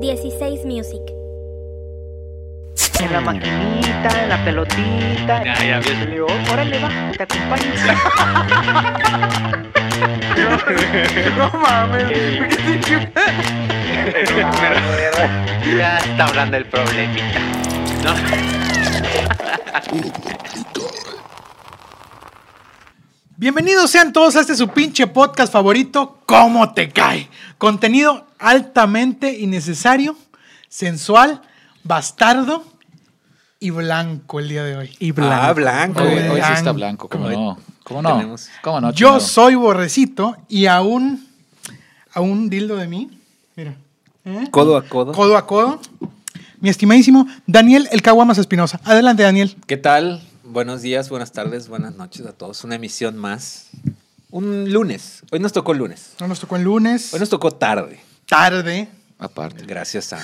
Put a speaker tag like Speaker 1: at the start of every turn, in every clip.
Speaker 1: 16 Music.
Speaker 2: En la maquinita, en la pelotita.
Speaker 3: Ya, ya,
Speaker 2: Y le digo, órale, va, te acompaño. no, no mames.
Speaker 3: ya está hablando el problemita.
Speaker 4: Bienvenidos sean todos a este su pinche podcast favorito, ¿Cómo te cae? Contenido altamente innecesario, sensual, bastardo y blanco el día de hoy.
Speaker 5: Y blanco.
Speaker 6: Ah, blanco.
Speaker 5: Hoy,
Speaker 4: Blanco.
Speaker 5: hoy sí está blanco, ¿cómo
Speaker 6: Hoy
Speaker 5: no? ¿Cómo no?
Speaker 6: tenemos-
Speaker 5: ¿Cómo no?
Speaker 4: Yo
Speaker 5: chingado?
Speaker 4: soy borrecito y a un, a un dildo de mí, mira, ¿eh?
Speaker 6: Codo a codo.
Speaker 4: codo a codo, mi estimadísimo Daniel El Caguamas Espinosa. Adelante, Daniel.
Speaker 6: ¿Qué tal? Buenos días, buenas tardes, buenas noches a todos. Una emisión más. Un lunes. Hoy nos tocó lunes.
Speaker 4: No nos tocó el lunes,
Speaker 6: Hoy nos tocó tarde.
Speaker 4: tarde.
Speaker 5: Aparte.
Speaker 6: Gracias a.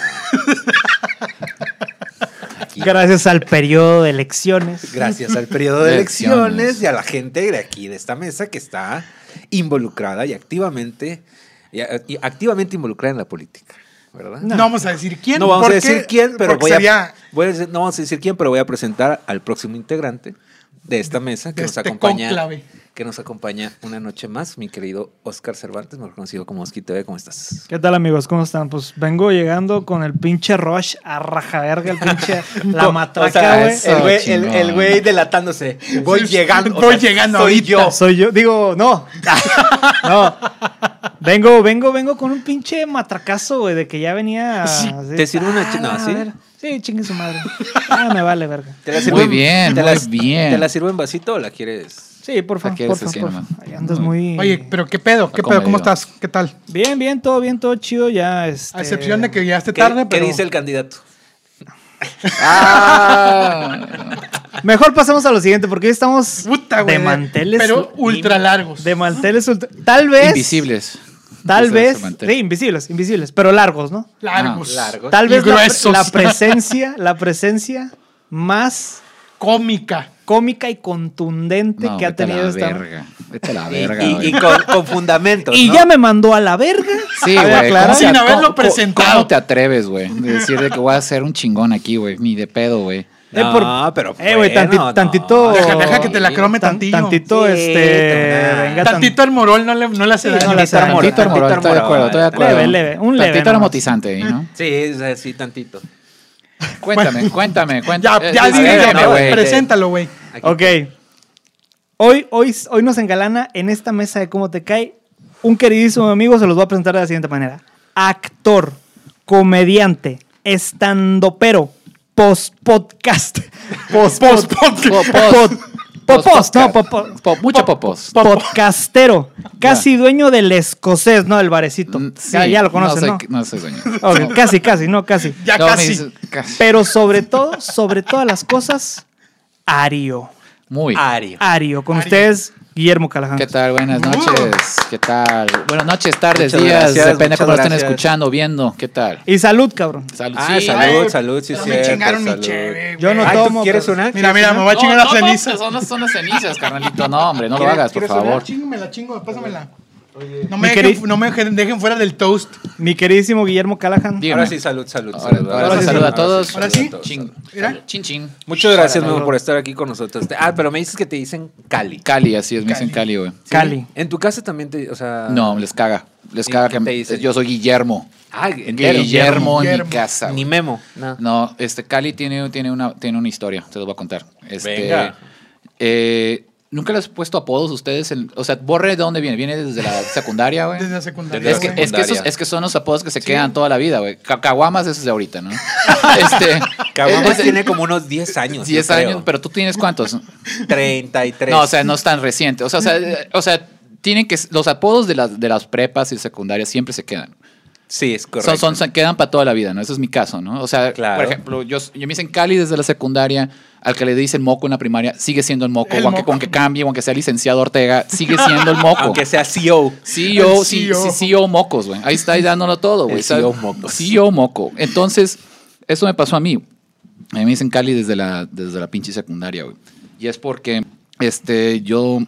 Speaker 6: Aquí.
Speaker 5: Gracias
Speaker 7: al periodo de elecciones.
Speaker 6: Gracias al periodo de
Speaker 5: Elecciones.
Speaker 6: elecciones y a la gente de aquí, de esta mesa, que está involucrada y activamente, y, y activamente involucrada en la política. ¿Verdad?
Speaker 4: No. vamos a decir quién.
Speaker 6: No vamos a
Speaker 4: porque-
Speaker 6: decir quién, pero
Speaker 4: porque
Speaker 6: voy a,
Speaker 4: sería
Speaker 6: voy a decir- no vamos a decir quién, pero voy a presentar al próximo integrante de esta mesa
Speaker 4: de
Speaker 6: que nos
Speaker 4: este
Speaker 6: acompaña.
Speaker 4: cónclave.
Speaker 6: Que nos acompaña una noche más, mi querido Oscar Cervantes, mejor conocido como Oski TV. ¿Cómo estás?
Speaker 7: ¿Qué tal amigos? ¿Cómo están? Pues vengo llegando con el pinche Rush a rajaverga, el pinche
Speaker 6: O
Speaker 7: la
Speaker 6: sea,
Speaker 7: matraca, güey.
Speaker 5: eso,
Speaker 6: el güey- el-
Speaker 5: chingón.
Speaker 6: el güey delatándose. Voy
Speaker 4: Sí,
Speaker 6: llegando. o
Speaker 4: voy
Speaker 6: sea,
Speaker 4: llegando
Speaker 6: soy
Speaker 4: ahorita.
Speaker 6: yo.
Speaker 7: Soy yo, digo, no. no. Vengo, vengo, vengo con un pinche matracazo, güey, de que ya venía. así,
Speaker 6: te sirve una
Speaker 7: ah,
Speaker 6: chi- no,
Speaker 7: la
Speaker 6: ¿sí?
Speaker 7: ver- Sí, chingue su madre. Ah, me vale, verga.
Speaker 6: ¿Te la
Speaker 5: Muy
Speaker 6: sirvo en-
Speaker 5: bien,
Speaker 6: te la-
Speaker 5: muy bien.
Speaker 6: ¿Te la sirvo en vasito o la quieres?
Speaker 7: Sí, por favor,
Speaker 5: Aquí
Speaker 7: por
Speaker 5: eres así
Speaker 7: favor.
Speaker 5: nomás.
Speaker 7: Andas muy.
Speaker 5: Mm.
Speaker 4: Oye, pero qué pedo, qué
Speaker 5: Está
Speaker 4: pedo, ¿cómo
Speaker 5: comedido.
Speaker 4: estás? ¿Qué tal?
Speaker 7: Bien, bien, todo bien, todo chido, ya. Este...
Speaker 4: A excepción de que llegaste
Speaker 6: ¿Qué,
Speaker 4: tarde,
Speaker 6: qué
Speaker 4: pero.
Speaker 6: dice el candidato?
Speaker 5: Ah,
Speaker 7: Mejor pasemos a lo siguiente, porque hoy estamos
Speaker 4: Puta, güey.
Speaker 7: de manteles.
Speaker 4: Pero ultra largos.
Speaker 7: De manteles ultra- Tal vez.
Speaker 5: invisibles.
Speaker 7: Tal
Speaker 5: Ese es
Speaker 7: vez.
Speaker 5: el mantel.
Speaker 7: Sí, invisibles, invisibles, pero largos, ¿no?
Speaker 4: largos.
Speaker 6: Largo.
Speaker 7: Tal
Speaker 4: Y
Speaker 7: vez la,
Speaker 4: gruesos.
Speaker 7: la presencia, la presencia más
Speaker 4: Cómica.
Speaker 7: cómica y contundente
Speaker 5: No,
Speaker 7: que ha
Speaker 5: vete a la
Speaker 7: tenido esta.
Speaker 5: verga. Vete a la
Speaker 6: Y,
Speaker 5: verga.
Speaker 6: y-
Speaker 5: güey.
Speaker 6: y con, con fundamentos.
Speaker 7: Y
Speaker 6: ¿no?
Speaker 7: ya me mandó a la verga.
Speaker 5: Sí,
Speaker 7: A ver,
Speaker 5: güey.
Speaker 7: aclarar.
Speaker 5: ¿cómo te-
Speaker 4: Sin haberlo
Speaker 5: cómo-
Speaker 4: presentado.
Speaker 5: ¿Cómo te atreves, güey? De decir de que voy a ser un chingón aquí, güey. Ni de pedo, güey.
Speaker 7: Eh,
Speaker 6: No,
Speaker 7: por-
Speaker 6: pero.
Speaker 7: Eh, güey, tanti-
Speaker 6: bueno, no.
Speaker 7: tantito-
Speaker 4: Deja, deja que te la crome
Speaker 7: Tan-
Speaker 4: tantillo.
Speaker 7: tantito,
Speaker 6: Sí,
Speaker 7: este.
Speaker 6: tan-
Speaker 7: Venga, tan-
Speaker 4: Tantito el morol no le, no le hace
Speaker 7: Sí,
Speaker 4: daño.
Speaker 7: no le hace daño.
Speaker 5: Tantito
Speaker 6: Tantito
Speaker 5: amor, estoy de
Speaker 6: amor,
Speaker 5: acuerdo, estoy de
Speaker 6: leve,
Speaker 5: acuerdo.
Speaker 7: leve, un leve
Speaker 5: Tantito
Speaker 7: nomás.
Speaker 5: aromatizante, ¿eh, ¿no?
Speaker 6: Sí, o sea, sí, tantito.
Speaker 5: Cuéntame, cuéntame, cuéntame.
Speaker 4: Ya,
Speaker 5: Eh,
Speaker 4: ya,
Speaker 5: a
Speaker 4: di,
Speaker 5: ver,
Speaker 4: ya,
Speaker 6: no,
Speaker 4: ya,
Speaker 5: güey.
Speaker 4: preséntalo, güey.
Speaker 6: Aquí.
Speaker 7: Ok. Hoy, hoy, hoy nos engalana en esta mesa de cómo te cae un queridísimo amigo, se los voy a presentar de la siguiente manera. Actor, comediante, estandopero, post-podcast.
Speaker 5: Popos.
Speaker 7: Pod- Popos, no,
Speaker 5: Podcast.
Speaker 7: popos.
Speaker 5: Po- mucho popos.
Speaker 7: Podcastero, casi dueño del escocés, no, el barecito.
Speaker 5: Mm,
Speaker 7: ya,
Speaker 5: sí,
Speaker 7: ya lo conocen,
Speaker 5: soy-
Speaker 7: ¿no?
Speaker 5: No soy dueño.
Speaker 7: Ok, Casi, casi, no, casi.
Speaker 4: Ya
Speaker 5: No,
Speaker 4: casi.
Speaker 5: me- casi.
Speaker 7: Pero sobre todo, sobre todas las cosas, Ario.
Speaker 5: Muy.
Speaker 6: Ario.
Speaker 7: Ario. Con ustedes, Guillermo Calaján.
Speaker 5: ¿Qué tal? Buenas
Speaker 4: Uh.
Speaker 5: noches. ¿qué tal? Buenas noches, tardes,
Speaker 6: Muchas
Speaker 5: días.
Speaker 6: gracias,
Speaker 5: Depende
Speaker 6: muchas
Speaker 5: cómo lo estén
Speaker 6: gracias.
Speaker 5: escuchando, viendo. ¿Qué tal?
Speaker 7: Y salud, cabrón.
Speaker 5: Salud.
Speaker 6: Ah,
Speaker 5: sí,
Speaker 6: salud,
Speaker 5: güey.
Speaker 6: salud, sí,
Speaker 4: No
Speaker 6: sí.
Speaker 4: me chingaron mi chévere,
Speaker 7: Yo no
Speaker 4: güey.
Speaker 6: Ay,
Speaker 7: tomo.
Speaker 6: ¿tú quieres
Speaker 7: pero-
Speaker 6: una?
Speaker 4: Mira, mira, me
Speaker 6: mamá.
Speaker 4: voy a chingar
Speaker 5: No,
Speaker 4: las
Speaker 5: no,
Speaker 4: cenizas.
Speaker 5: pues, Son, las- son las cenizas, carnalito. No, hombre, no lo hagas, por
Speaker 6: ¿Quieres- quieres
Speaker 5: favor.
Speaker 4: Ching, me la chingo, pásamela. No
Speaker 7: Mi
Speaker 4: me,
Speaker 7: queri-
Speaker 4: dejen, no me dejen- dejen fuera del toast.
Speaker 7: Mi queridísimo Guillermo Callahan.
Speaker 5: Dígame.
Speaker 6: Ahora sí, salud, salud.
Speaker 5: Ahora-
Speaker 6: salud,
Speaker 5: ahora sí, salud a todos.
Speaker 4: Ahora sí.
Speaker 6: salud a todos,
Speaker 5: Ching.
Speaker 6: salud.
Speaker 4: Mira.
Speaker 5: Chin, chin.
Speaker 6: Muchas gracias, Memo,
Speaker 7: Salud.
Speaker 6: por estar aquí con nosotros. Te- Ah, pero me dices que te dicen Cali.
Speaker 5: Cali, así es, me dicen Cali, güey.
Speaker 6: ¿sí?
Speaker 7: Cali.
Speaker 6: En tu casa también te, o sea...
Speaker 5: No, les caga. Les
Speaker 6: ¿Y
Speaker 5: caga
Speaker 6: qué
Speaker 5: que
Speaker 6: te
Speaker 5: me-
Speaker 6: dicen?
Speaker 5: yo soy Guillermo.
Speaker 6: Ah, entero.
Speaker 5: Guillermo, en
Speaker 4: Guillermo.
Speaker 5: mi casa.
Speaker 6: Ni
Speaker 5: güey.
Speaker 6: Memo. No.
Speaker 5: No, este Cali tiene, tiene, una, tiene una historia, te los voy a contar. Este,
Speaker 6: Venga.
Speaker 5: eh, ¿Nunca les he puesto apodos ustedes? en- o sea, Borre, ¿de dónde viene? ¿Viene desde la secundaria, güey?
Speaker 4: Desde la secundaria.
Speaker 5: Es que,
Speaker 4: güey.
Speaker 5: es, que esos-
Speaker 6: secundaria.
Speaker 5: es que son los apodos que se quedan toda la vida, güey. Ca- Caguamas es de ahorita, ¿no? este,
Speaker 6: Caguamas
Speaker 5: es de
Speaker 6: tiene como unos 10 años.
Speaker 5: 10 años, pero tú tienes cuántos?
Speaker 6: 33.
Speaker 5: No, o sea, no es tan reciente. O sea, o sea, eh, o sea, tienen que los apodos de las de las prepas y secundarias siempre se quedan.
Speaker 6: sí, es correcto.
Speaker 5: Son, son, son- quedan para toda la vida, ¿no? Ese es mi caso, ¿no? O sea,
Speaker 6: Claro.
Speaker 5: por ejemplo, yo, yo me dicen Cali desde la secundaria, al que le dicen moco en la primaria, sigue siendo el moco,
Speaker 4: El
Speaker 5: o aunque,
Speaker 4: moco.
Speaker 5: aunque cambie, o aunque sea licenciado Ortega, sigue siendo el moco.
Speaker 6: Aunque sea E CEO.
Speaker 5: CEO,
Speaker 4: El E
Speaker 5: sí,
Speaker 4: CEO.
Speaker 5: sí, CEO mocos, güey. Ahí está ahí dándolo todo, güey.
Speaker 6: El CEO
Speaker 5: ¿sabes?
Speaker 6: mocos.
Speaker 5: CEO E moco. Entonces, eso me pasó a mí. A mí me dicen Cali desde la, desde la pinche secundaria, güey. Y es porque este, yo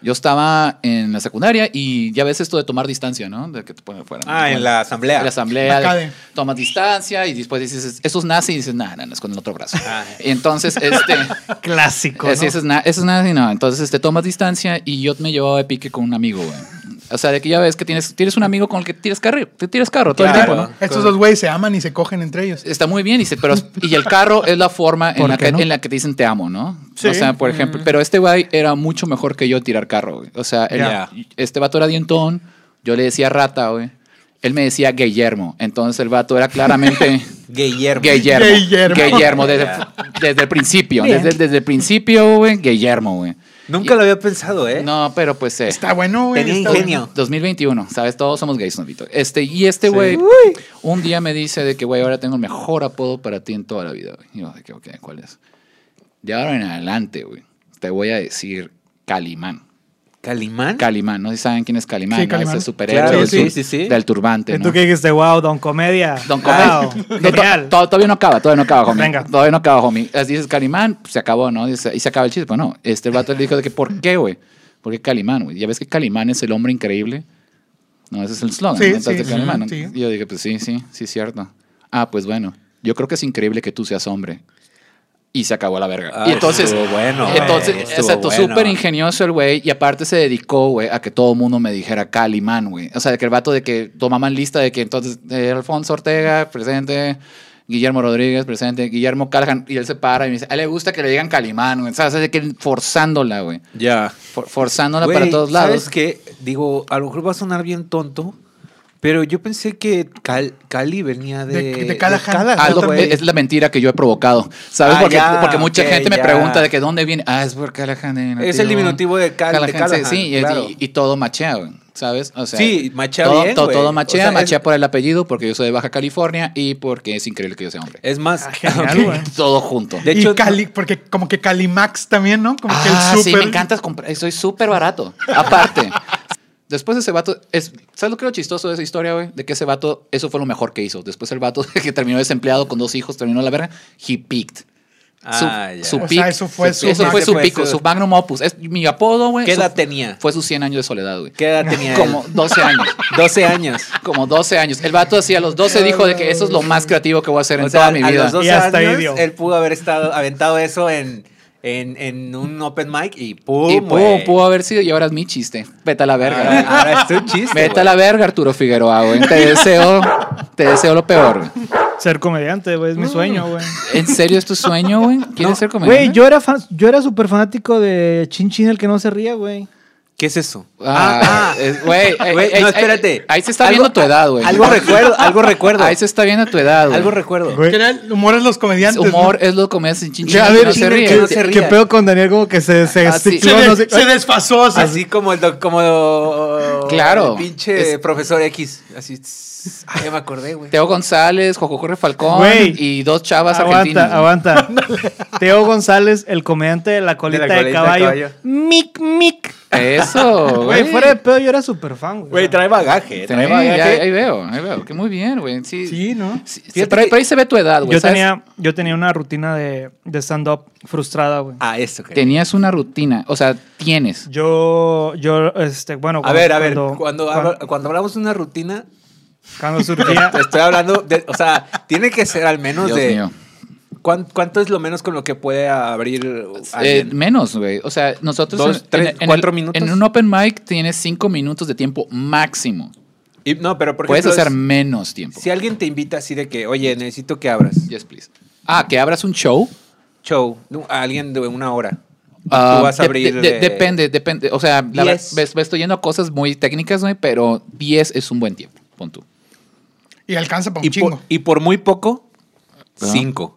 Speaker 5: Yo estaba en la secundaria y ya ves esto de tomar distancia, ¿no? De que te ponen fuera.
Speaker 6: Ah, en la asamblea.
Speaker 5: En la asamblea.
Speaker 4: Acá
Speaker 5: de-
Speaker 4: de-
Speaker 5: tomas distancia y después dices, eso es nazi y dices, nada, no, no, es con el otro brazo.
Speaker 6: Ah.
Speaker 5: Entonces, este...
Speaker 7: Clásico.
Speaker 5: Sí,
Speaker 7: ¿no?
Speaker 5: eso es, na- eso es nazi, no. Entonces, este, tomas distancia y yo me llevaba de pique con un amigo, güey. O sea, de que ya ves que tienes, tienes un amigo con el que tiras carro, te tiras carro todo el
Speaker 6: Claro.
Speaker 5: tiempo, ¿no?
Speaker 4: Estos dos güeyes se aman y se cogen entre ellos.
Speaker 5: Está muy bien, dice, pero y el carro es la forma en
Speaker 7: ¿Por
Speaker 5: la,
Speaker 7: qué
Speaker 5: que,
Speaker 7: no?
Speaker 5: en la que te dicen te amo, ¿no?
Speaker 4: Sí.
Speaker 5: O sea, por ejemplo, pero este güey era mucho mejor que yo tirar carro, güey. O sea, él-
Speaker 6: Ya.
Speaker 5: este vato era dientón, yo le decía rata, güey. Él me decía Guillermo. Entonces el vato era claramente
Speaker 6: Guillermo.
Speaker 5: Guillermo.
Speaker 4: Guillermo.
Speaker 5: Guillermo. desde, desde el principio.
Speaker 7: Bien.
Speaker 5: Desde, desde el principio, güey, Guillermo, güey.
Speaker 6: Nunca lo había pensado, ¿eh?
Speaker 5: No, pero pues... eh,
Speaker 4: Está bueno, güey.
Speaker 6: Tenía
Speaker 4: está
Speaker 6: ingenio.
Speaker 5: 2021, ¿sabes? Todos somos gays, Novito. Este, y este güey, un día me dice de que, güey, ahora tengo el mejor apodo para ti en toda la vida. güey. Y yo, de que, ok, ¿cuál es? De ahora en adelante, güey, te voy a decir Calimán.
Speaker 6: ¿Calimán?
Speaker 5: Calimán, no sé si saben quién es Calimán,
Speaker 4: Sí,
Speaker 5: ¿no?
Speaker 4: Calimán.
Speaker 5: Ese superhéroe
Speaker 4: Claro,
Speaker 5: del,
Speaker 4: sí,
Speaker 5: tur-
Speaker 6: sí, sí.
Speaker 5: del turbante,
Speaker 7: ¿Y
Speaker 5: este, ¿no?
Speaker 7: tú qué dijiste? Wow, Don Comedia. Wow,
Speaker 5: Don Comay. No, to-
Speaker 7: Ah, genial.
Speaker 5: to- todavía no acaba, todavía no acaba, homie.
Speaker 7: Venga.
Speaker 5: Todavía no acaba, homie. Así Dices Calimán, pues, se acabó, ¿no? Y se, y se acaba el chiste. Pues no, este el vato le dijo de que, ¿por qué, güey? ¿Por qué Calimán, güey? Ya ves que Calimán es el hombre increíble. No, ese es el slogan.
Speaker 4: Sí,
Speaker 5: ¿no? Entonces,
Speaker 4: sí,
Speaker 5: Calimán,
Speaker 4: sí,
Speaker 5: ¿no?
Speaker 4: sí.
Speaker 5: Y yo dije, pues sí, sí, sí, es cierto. Ah, pues bueno, yo creo que es increíble que tú seas hombre. Y se acabó la verga.
Speaker 6: Ah,
Speaker 5: y entonces,
Speaker 6: estuvo bueno, güey,
Speaker 5: entonces,
Speaker 6: estuvo
Speaker 5: exacto,
Speaker 6: bueno.
Speaker 5: súper ingenioso el güey. Y aparte se dedicó, güey, a que todo el mundo me dijera Calimán, güey. O sea, de que el vato de que tomaban lista de que entonces eh, Alfonso Ortega, presente. Guillermo Rodríguez, presente. Guillermo Callahan. Y él se para y me dice, a él le gusta que le digan Calimán, güey. O sea, o sea, de que forzándola, güey.
Speaker 6: Ya.
Speaker 5: For- forzándola
Speaker 6: Güey,
Speaker 5: para todos
Speaker 6: ¿Sabes
Speaker 5: lados.
Speaker 6: qué? Digo, a lo mejor va a sonar bien tonto, pero yo pensé que Cal- Cali venía de...
Speaker 4: De- de Callahan.
Speaker 5: Ah, es lo-
Speaker 6: güey.
Speaker 5: es la mentira que yo he provocado.
Speaker 6: pues.
Speaker 5: ¿Sabes?
Speaker 6: Ah,
Speaker 5: porque,
Speaker 6: ya,
Speaker 5: porque mucha
Speaker 6: ok,
Speaker 5: gente me
Speaker 6: ya.
Speaker 5: pregunta de que dónde viene. Ah, es por Callahan.
Speaker 6: Es el diminutivo de Cal- de
Speaker 5: sí,
Speaker 6: Callahan,
Speaker 5: sí, y-
Speaker 6: claro.
Speaker 5: y, y todo machea, güey, ¿sabes? O sea,
Speaker 6: Sí, machea
Speaker 5: todo,
Speaker 6: bien,
Speaker 5: to-
Speaker 6: güey.
Speaker 5: todo machea,
Speaker 6: O sea, es-
Speaker 5: machea por el apellido, porque yo soy de Baja California y porque es increíble que yo sea hombre.
Speaker 6: Es más...
Speaker 7: Ah, genial,
Speaker 6: Ok.
Speaker 7: güey.
Speaker 5: Todo junto.
Speaker 6: De hecho,
Speaker 4: y Cali, porque como que Calimax también, ¿no? Como que el
Speaker 5: ah, sí,
Speaker 4: súper-
Speaker 5: me encantas comprar. Soy súper barato. Aparte, después ese vato. Es, ¿Sabes lo que es lo chistoso de esa historia, güey? De que ese vato, eso fue lo mejor que hizo. Después el vato que terminó desempleado con dos hijos, terminó la verga, he peaked. Su,
Speaker 6: Ah, ya.
Speaker 5: su
Speaker 4: O sea,
Speaker 5: peak-
Speaker 4: eso fue su-
Speaker 5: eso fue
Speaker 6: ese
Speaker 5: su
Speaker 6: fue
Speaker 5: pico,
Speaker 6: su-
Speaker 5: su magnum opus. Es mi apodo, güey.
Speaker 6: ¿Qué
Speaker 5: eso
Speaker 6: edad
Speaker 5: fu-
Speaker 6: tenía?
Speaker 5: Fue sus 100 años de soledad, güey.
Speaker 6: ¿Qué edad tenía él?
Speaker 5: Como 12 años.
Speaker 6: 12 años.
Speaker 5: Como 12 años. El vato así a los 12 dijo de que eso es lo más creativo que voy a hacer en
Speaker 6: O sea,
Speaker 5: toda mi
Speaker 6: a
Speaker 5: vida.
Speaker 6: los 12
Speaker 7: Y hasta ahí
Speaker 6: años,
Speaker 7: dio.
Speaker 6: él pudo haber estado aventado eso en, en, en un open mic y pum,
Speaker 5: y pudo,
Speaker 6: güey.
Speaker 5: pudo haber sido y ahora es mi chiste. Vete a la verga.
Speaker 6: Ahora,
Speaker 5: güey.
Speaker 6: ahora es tu chiste,
Speaker 5: Vete
Speaker 6: güey.
Speaker 5: a la verga, Arturo Figueroa, güey. Te deseo, te deseo lo peor. güey.
Speaker 7: Ser comediante, güey, es mi sueño, güey.
Speaker 5: ¿En serio es tu sueño, güey? ¿Quieres ser comediante?
Speaker 7: Güey, yo era fan- yo era súper fanático de Chin Chin, el que no se ría, güey.
Speaker 6: ¿Qué es eso?
Speaker 5: Ah, es- güey. eh,
Speaker 6: Güey,
Speaker 5: eh,
Speaker 6: no,
Speaker 5: eh,
Speaker 6: espérate.
Speaker 5: ahí se está
Speaker 6: Algo-
Speaker 5: viendo tu edad, güey.
Speaker 6: Algo recuerdo, algo recuerdo.
Speaker 5: Ahí se está viendo tu edad,
Speaker 6: Algo
Speaker 5: güey.
Speaker 6: recuerdo.
Speaker 4: Que era el humor de los comediantes. ¿no?
Speaker 5: Humor es lo que me hacen chinchín.
Speaker 7: Ya, a
Speaker 5: y
Speaker 7: ver,
Speaker 5: no se
Speaker 6: chinga,
Speaker 5: ríe.
Speaker 6: que no se ríe.
Speaker 7: ¿Qué pedo con Daniel? Como que se, se
Speaker 5: Ah, sí.
Speaker 4: Se,
Speaker 7: gesticuló,
Speaker 4: de-
Speaker 7: no sé-
Speaker 4: se desfasó. o sea,
Speaker 6: Así como el doc- como
Speaker 5: Claro.
Speaker 6: el pinche
Speaker 5: Es-
Speaker 6: profesor X, así tss, ah, ya me acordé, güey.
Speaker 5: Teo González, Jojo Jorge Falcón
Speaker 7: Güey.
Speaker 5: y dos chavas argentinas.
Speaker 7: Aguanta,
Speaker 5: güey.
Speaker 7: aguanta. Teo González, el comediante de la colita de,
Speaker 6: colita de
Speaker 7: caballo.
Speaker 6: caballo.
Speaker 7: Mic, mic.
Speaker 5: Eso,
Speaker 7: Güey,
Speaker 5: güey.
Speaker 7: fuera de pedo, yo era súper fan, güey.
Speaker 6: Güey, trae bagaje,
Speaker 5: Sí,
Speaker 6: trae
Speaker 5: ahí,
Speaker 6: bagaje.
Speaker 5: ahí veo, ahí veo. Que muy bien, güey. Sí.
Speaker 4: sí, ¿no?
Speaker 5: Sí,
Speaker 6: Fíjate
Speaker 5: pero, ahí-
Speaker 6: que-
Speaker 5: pero ahí se ve tu edad,
Speaker 6: Pues,
Speaker 5: güey.
Speaker 7: yo,
Speaker 5: ¿sabes?
Speaker 7: tenía, yo tenía una rutina de, de stand-up frustrada, güey.
Speaker 6: Ah, eso, güey.
Speaker 5: Tenías una rutina. O sea, tienes.
Speaker 7: Yo, yo, este, bueno.
Speaker 6: A
Speaker 7: cuando-
Speaker 6: ver, a ver, cuando,
Speaker 7: cuando,
Speaker 6: habla- cuando hablamos de una rutina,
Speaker 7: cuando surgía.
Speaker 6: estoy hablando de, o sea, tiene que ser al menos
Speaker 5: Dios
Speaker 6: de
Speaker 5: mío.
Speaker 6: ¿cuán- ¿Cuánto es lo menos con lo que puede abrir
Speaker 5: Eh,
Speaker 6: alguien?
Speaker 5: menos, güey. O sea, nosotros.
Speaker 6: Dos, tres,
Speaker 5: el-
Speaker 6: cuatro
Speaker 5: el-
Speaker 6: minutos.
Speaker 5: En un open mic tienes cinco minutos de tiempo máximo.
Speaker 6: Y- no, pero por
Speaker 5: Puedes
Speaker 6: ejemplo,
Speaker 5: hacer menos tiempo.
Speaker 6: si alguien te invita así de que, "Oye, necesito que abras
Speaker 5: Yes, please. Ah, que abras un show.
Speaker 6: show no, a alguien de una hora."
Speaker 5: Ah,
Speaker 6: Tú vas a
Speaker 5: de-
Speaker 6: abrir
Speaker 5: de- de-
Speaker 6: de-
Speaker 5: Depende, depende. O sea, la
Speaker 6: Diez.
Speaker 5: verdad, ves- ves, estoy yendo a cosas muy técnicas, güey, pero 10 es un buen tiempo. Pon tú.
Speaker 4: Y alcanza para un
Speaker 6: y,
Speaker 4: chingo.
Speaker 6: por, y por muy poco,
Speaker 5: Ajá.
Speaker 6: cinco.